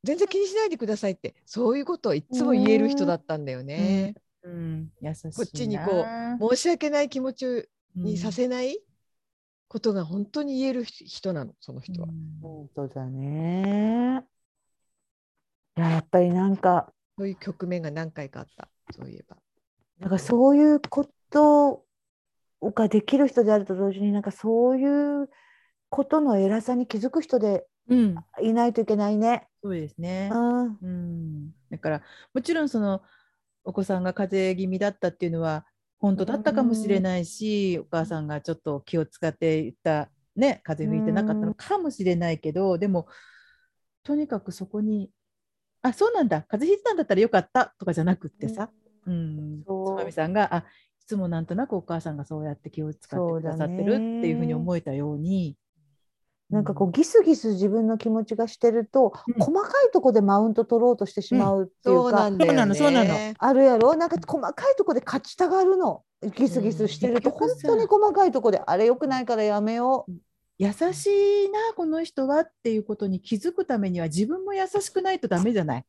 全然気にしないでください」ってそういうことをいつも言える人だったんだよね。うん優しいなこっちにこ申し訳ない気持ちにさせないことが本当に言える人なのその人は。うん本当だね。いややっぱりなんかそういう局面が何回かあったそういえば。なんかそういうことができる人であると同時になんかそういうことの偉さに気づく人でうん、いないといけないね。そうですねう。んうん、だからもちろんそのお子さんが風邪気味だったっていうのは本当だったかもしれないし、お母さんがちょっと気を使っていた、ね、風邪ひいてなかったのかもしれないけど、でもとにかくそこに「あそうなんだ風邪ひいてたんだったらよかった」とかじゃなくってさ、うん、つそうまみさんが「あいつもなんとなくお母さんがそうやって気を使ってくださってる」っていうふうに思えたように。なんかこうギスギス自分の気持ちがしてると、うん細かいとこでマウント取ろうとしてしまうっていうか、だよねそうなのそうあるやろなんか細かいとこで勝ちたがるのギスギスしてると、うん本当に細かいとこであれ良くないからやめよう、優しいなこの人はっていうことに気づくためには自分も優しくないとダメじゃない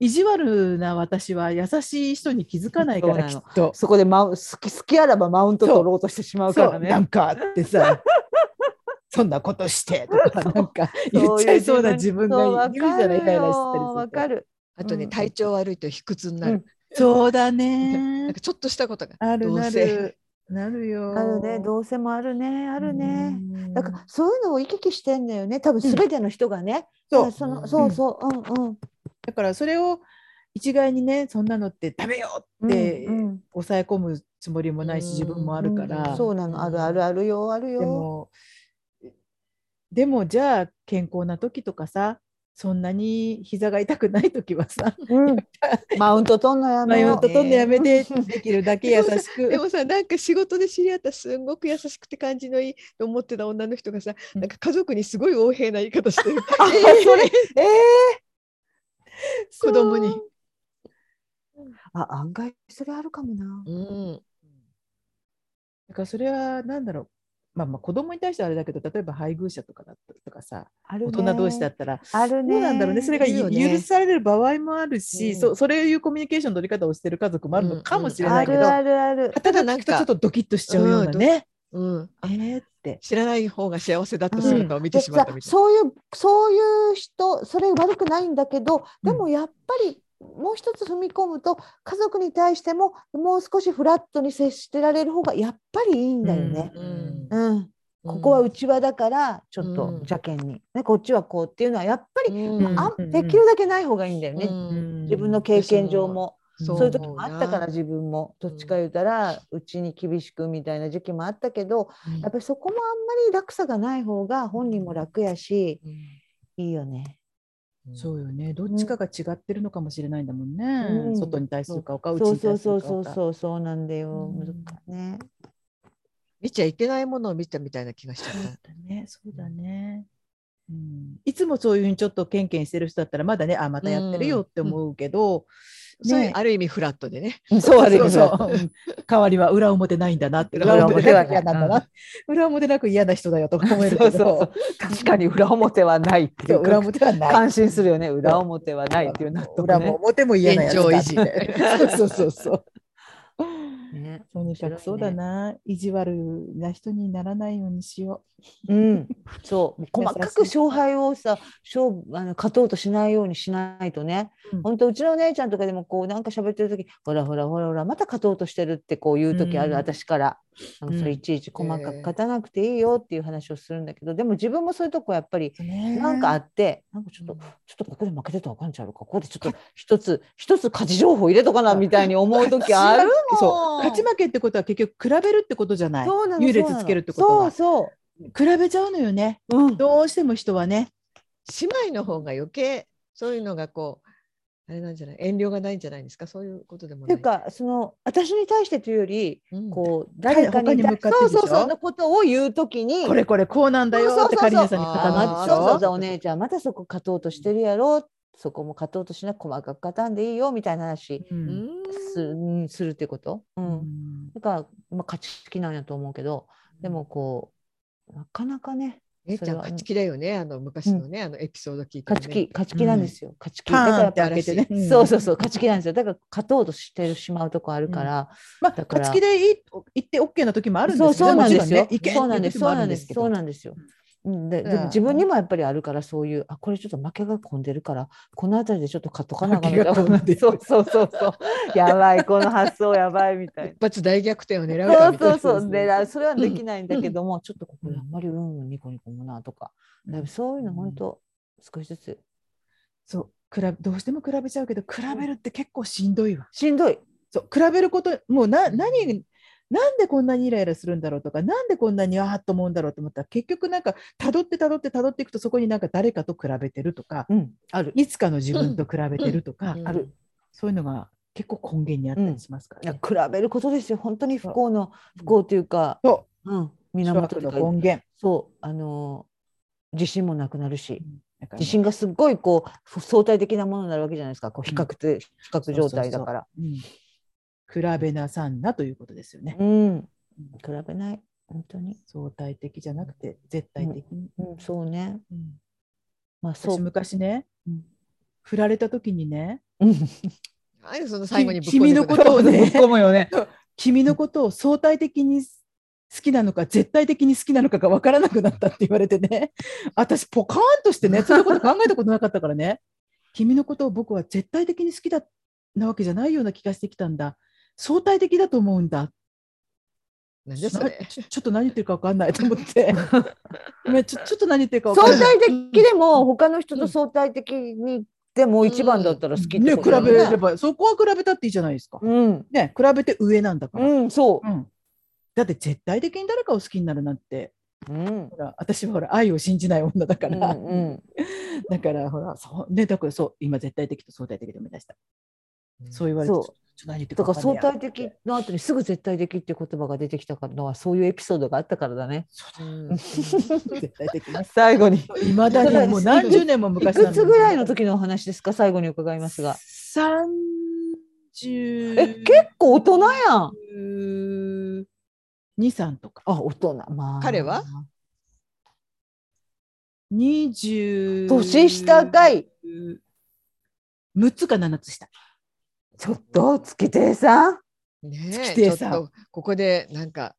意地悪な私は優しい人に気づかないかそうらなきっのとそこでマウ好き好きあらばマウント取ろうとしてしまうかそらうね。なんかって さそんなことしてとかなんか言っちゃいそうな自分がいるじゃないイライラしたりすわるかとる。あとね、うん体調悪いと卑屈になる、そうだ なんねかちょっとしたことがあるどうなせるなるよあるね、どうせもあるね、ああるね。だからそういうのを行き来してんだよね。多う分んすべての人がね。そうそのうんそうそう、うんうん。だからそれを一概にねそんなのってダメよってうんうん抑え込むつもりもないし自分もあるかうんら、そうなの、あるあるあるよ、あるでよ。もでもじゃあ健康な時とかさそんなに膝が痛くない時はさ うんマウント取んのやめ迷よううと。とんでやめてできるだけ優し でくもさなんか仕事で知り合ったすんごく優しくて感じのいいと思ってた女の人がさ、うんなんか家族にすごい横柄な言い方してる あそれ、ええ 子供に。あ、案外それあるかもな。うんだからそれは何だろうまあ、まあ子供に対してはあれだけど例えば配偶者とかだったりとかさある大ね人同士だったらあるね。どうなんだろうねそれがいるよねゆ許される場合もあるし、うんそそれいうコミュニケーションの取り方をしてる家族もあるのかもしれなあいけるど、あるある。ただななんんかちょかっとドキッとしちゃうようなね、うんあえーって。知らない方が幸せだとするのを見てでしまったさみたいな。そういうそういう人それ悪くないんだけどでうもやっぱりもう一つ踏み込むと家族に対してももう少しフラットに接してられる方がやっぱりいいんだよね。うんうんここはう内輪だからちょっうんと邪険に、ね、こっちはこうっていうのはやっぱり、んうんあうんうんできるだけない方がいいんだよね、うん自分の経験上も、そそういうと時もあったから自分もどっちか言うたらうちに厳しくみたいな時期もあったけどうんやっぱりそこもあんまり落差がない方が本人も楽やしいいよね。そうよねどっちかが違ってるのかもしれないんだもんね、うん外に対する顔か内そうにそう対すそうるそ顔うかそうそうなんだよ。うん難ね。見ちゃいけないものを見たみたいな気がしちゃそうっだねそうだねうんいつもそういうふうにちょっとケンケンしてる人だったらまだねあまたやってるよって思うけど、そういねうある意味フラットでね。そうある意そう味そう代わりは裏表ないんだなって裏表なはく嫌なんだな、裏表なく嫌な人だよとか思えるけそどうそう確かに裏表はないっていそうう裏表はない感心するよね裏表はないっていう納得裏もね。表も嫌なやつだって現状維持 そうそうそうそうねとにかくそうだな、意地悪な人にならないようにしようん、 そう細かく優しい勝敗をさ勝あの勝とうとしないようにしないとね、うんほんとうちのお姉ちゃんとかでもこうなんか喋ってる時ほらほらほらほらまた勝とうとしてるってこう言う時ある、うん私からなんかそれうんいちいち細かへくえ勝たなくていいよっていう話をするんだけど、でも自分もそういうとこやっぱりう、ね なんかあって、なんかちょっとちょっとここで負けてたらあかんちゃうかここでちょっと一つ一つ勝ち情報入れとかなみたいに思う時あるもんそう勝ち負けってことは結局比べるってことじゃないそうなの優劣そうなのつけるってことはそう比べちゃうのよねそう、うん、どうしても人はね姉妹の方が余計そういうのがこうあれなんじゃない遠慮がないんじゃないですかそういうことでもってないいうかその私に対してというよりうんこう誰か他に向かってでしょそうそうそのことを言うときにこれこれこうなんだよってカリネさんに語あるまでしずそうそうょそうお姉ちゃんまたそこ勝とうとしてるやろそこも勝とうとしなく細かく勝たんでいいよみたいな話ううんんす,、うん、するってこと、ううんんだから、まあ、勝ち好きなんやと思うけどでもこうなかなかね姉ちゃんそれは勝ち気だよねあの昔のね、あのエピソード聞いて、ね、勝ち気勝ち気なんですよ、勝ち気パだーンからやっってぱ開けてね、りそううそうそう勝ち気なんですよだから勝とうとしてしまうとこあるから、まあだから勝ち気でいい言ってオッケーな時もあるんですそうそうなんですよ。もちそろうねんないんけっていです。う時そもあるうなんんでですす。けそどうなんですよ。うんでじゃあでも自分にもやっぱりあるからそういうあこれちょっと負けが込んでるからこの辺りでちょっと買っとかなあかん負なけが込んでるそうそうそうそうやばいこの発想やばいみたい一発大逆転を狙うかなそうみそたういそうなでそれはできないんだけども、ちょっとここであんまりうんうんニコニコもなとかだからそういうの本当少しずつそう比べどうしても比べちゃうけど比べるって結構しんどいわ。しんどいそう比べることもうなうん何なんでこんなにイライラするんだろうとかなんでこんなにあーっと思うんだろうと思ったら結局なんかたどってたどってたどっていくとそこになんか誰かと比べてるとかうんあるいつかの自分と比べてるとか、うんあるそういうのが結構根源にあったりしますからいやね。比べることですよ本当に不幸のん不幸というか、そうん、諸源悪といのうか根源そうあの自信もなくなるし。だからね自信がすっごいこうふ相対的なものになるわけじゃないですかこう比較と、比較状態だからうん比べなさんなということですよね。うん比べない本当に、相対的じゃなくて絶対的に。うん、そうねうんまあそ私う、昔ね、うん振られた時にねうん、あれその最後にぶっ君の込んでくこるとをねむ よね君のことを相対的に好きなのか絶対的に好きなのかが分からなくなったって言われてね私ポカーンとしてねそんなこと考えたことなかったからね君のことを僕は絶対的に好きだなわけじゃないような気がしてきたんだ相対的だと思うんだなんでそれちょちょっと何言ってるか分かんないと思ってごめんちょちょっと何言ってるか分相かんない。対的でも他の人と相対的にでも一番だったら好きっね、比てことだよべればそこは比べたっていいじゃないですか。うんね比べて上なんだから。うんそうん、だって絶対的に誰かを好きになるなんてううんほら私はほら愛を信じない女だかうら、んうん だからほらそうねだからそう今絶対的と相対的で思い出した、そう言われてそうちょっと何言ってるだからわん相ねえや対的の後にすぐ絶対的っていう言葉が出てきたのはそういうエピソードがあったからだねそううんだ 絶対的な最後にいまだにも う何十年もい昔なくつぐらいのの時のお話ですか最後に伺いますが30え結構大人や ん23とかあ、大人。まあ。彼は20年下かい。 6つか7つ したちょっと、月亭さん。ね月え亭ちさょんっとここでなんか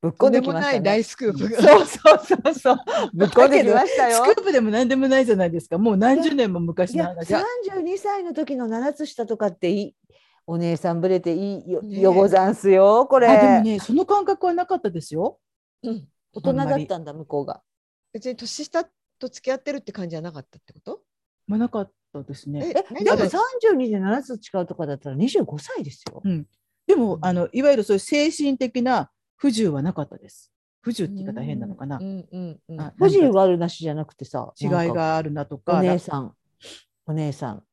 ぶっとこんんでできもましなた、い大ね。スクープがそうそうそうそう。ぶっこんできましたスよ。クープでも何でもないじゃないですかもう何十年も昔いのや、話三十二歳の時の七つ下とかっていい。お姉さんぶれていいよ、ねえよござんすよ、これ。あでもねその感覚はなかったですよ。うん大人だったんだ、向こうが。別に年下と付き合ってるって感じじゃなかったってことまあ、なかったですね。何でそもの三十二で七つ違うとかだったら、二十五歳ですよ。でもあのいわゆるそういう精神的な不自由はなかったです。不自由って言い方変なのかなう。んうんうんあ不自由はあるなしじゃなくてさ。違いなんかがあるなとおか。姉さん。お姉さん。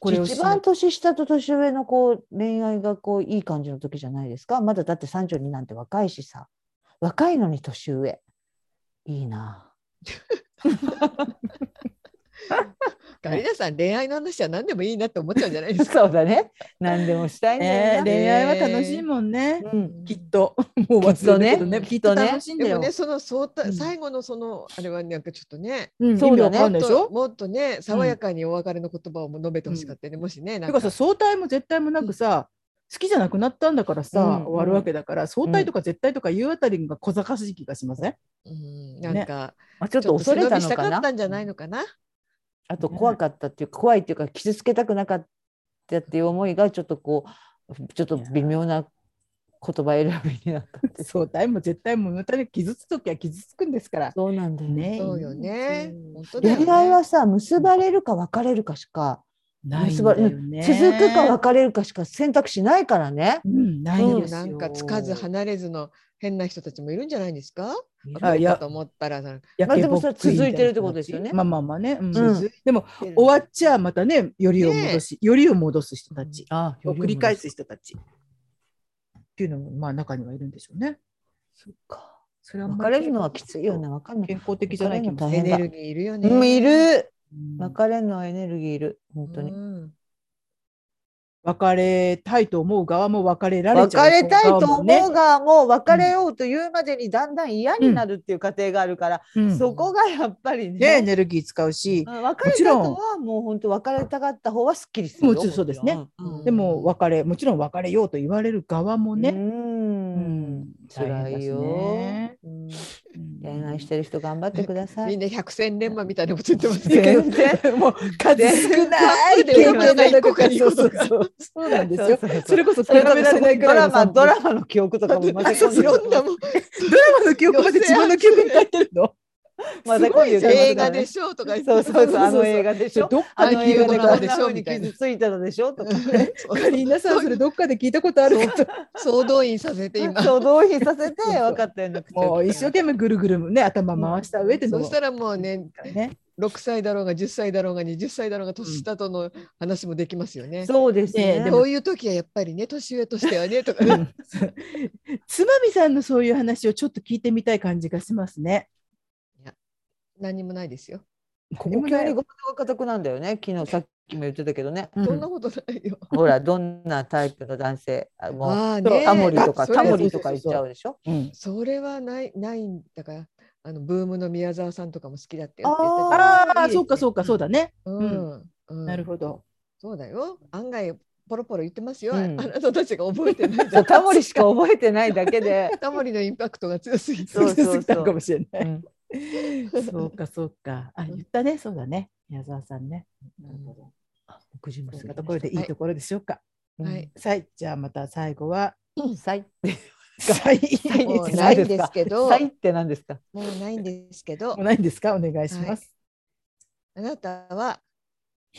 これを一番年下と年上のこう恋愛がこういい感じの時じゃないですかまだだって32なんて若いしさ若いのに年上いいなガリナさん、恋愛の話は何でもいいなって思っちゃうんじゃないですか。 そうだね。何でもしたいねね。恋愛は楽しいもんね。うん。きっと。もう忘れたけどね。きっとね楽しんででよも。ね、そのそううたん最後のその、あれはなんかちょっとね、うんそうだね意味わかんないでしょもっとね、爽やかにお別れの言葉をも述べてほしかったよね、もしね、なてんかかさ相対も絶対もなくさ、好きじゃなくなったんだからさ、うん終わるわけだから相対とか絶対とか言うあたりが小賢しい気がしません、うん、なんか、まあちょっと恐れたの背伸びしたかかなったんじゃないのかな。あと怖かったっていうか怖いっていうか傷つけたくなかったっていう思いがちょっとこうちょっと微妙な言葉選びになったって いう相対も絶対も無駄に傷つくときは傷つくんですから。そうなんだよね。ねそうよねう。ん本当だよね恋愛はさ結ばれるか別れるかしか、ないんだよね。続くか別れるかしか選択肢ないからね。うん、ないんですよ。なんかつかず離れずの変な人たちもいるんじゃないんですか。あい別やれたと思ったら、なんかやまあけでぼもっそれはくり続いてるってことですよねまあまあまあね。うんうんでも終わっちゃまたね、よりを戻し、よりを戻す人たち、あを繰り返す人たちっていうのもまあ中にはいるんでしょうね。そっかそれはあんま別りれるのはきついよね。わかんない。健康的じゃない気も大エ変だネルギーいるよね。うんいる。うん別れるのはエネルギーいる。本当に。うん別れたいと思う側も別れられち別ゃうれたいと側思もねうがもう別れようというまでにだんだん嫌になるっていう過程があるから、うんそこがやっぱりねエね。ネルギー使うし、うん別れた後はもう本当別れたかった方はすっきりするよ。もちろんそうですねうんでも別れもちろん別れようと言われる側もう。ね、うん辛いよ。うん恋愛してる人頑張ってくださみいん。な百戦錬磨みたいなこと言ってますけど。全然もう数少ない全然カップルで一個か二個とかそうそうそうなんですよそうそうそうそれこそ比そべれからられないくドらラいのマさドラマの記憶とかも混ぜあそう込んでそうるそんなもんドラマの記憶まで自分の記憶に変えてる の混ぜ込んでる映画でしょうとか言ってそうそうそうあの映画でしょどっあかでの聞い映た画こでとあこるでしょみんな風にたいな傷ついたのでしょとかカリーナさんそれどっかで聞いたことあるかと総動員させて今。そう同意させてそう分かったような口をもう一生懸命ぐるぐるね頭回した上でのそしたらもうね、ね6歳だろうが10歳だろうが20歳だろうが年下との話もできますよね。そうですねねでそもういう時はやっぱりね年上としてはねとかね。つまみさんのそういう話をちょっと聞いてみたい感じがしますね。何もないですよ。ここ急にごまが固くなんだよね昨日さっきも言ってたけどねうんそんなことないよ。 ほらどんなタイプの男性あもうああそうね。タモリとあかそれタはモリとか言っそうそちうゃそううでしょうんそれはないないんだからあのブームの宮沢さんとかも好きだってあああ、そうかそうかそうだね。うん、うん、なるほど。そうだよ。案外ポロポロ言ってますよ。うんあなたたちが覚えてないじそゃ。うんタモリしか覚えてないだけで タモリのインパクトが強すぎて。そう そうそう強すぎたのかもしれない。うんそうかそうか。あ、言ったね。そうだね。宮沢さんね。なるほど。 9時も過そぎんなまところしでいいところでしょうか。たはいさい、じゃあまた最後は。うんさ いさい。ももううなないいんですけど、さいもって何ですかうないんですけど、ないんですかお願いします。あなたは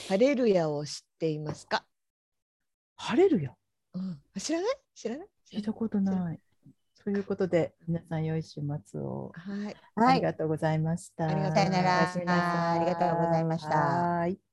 ハレルヤを知っていますか、晴れるよ。うん、知らない知らない聞いたことない。ということで、皆さん良い週末を。はい。ありがとうございました。ありがとうございましたおやすみなさいありがとうございましたはーい。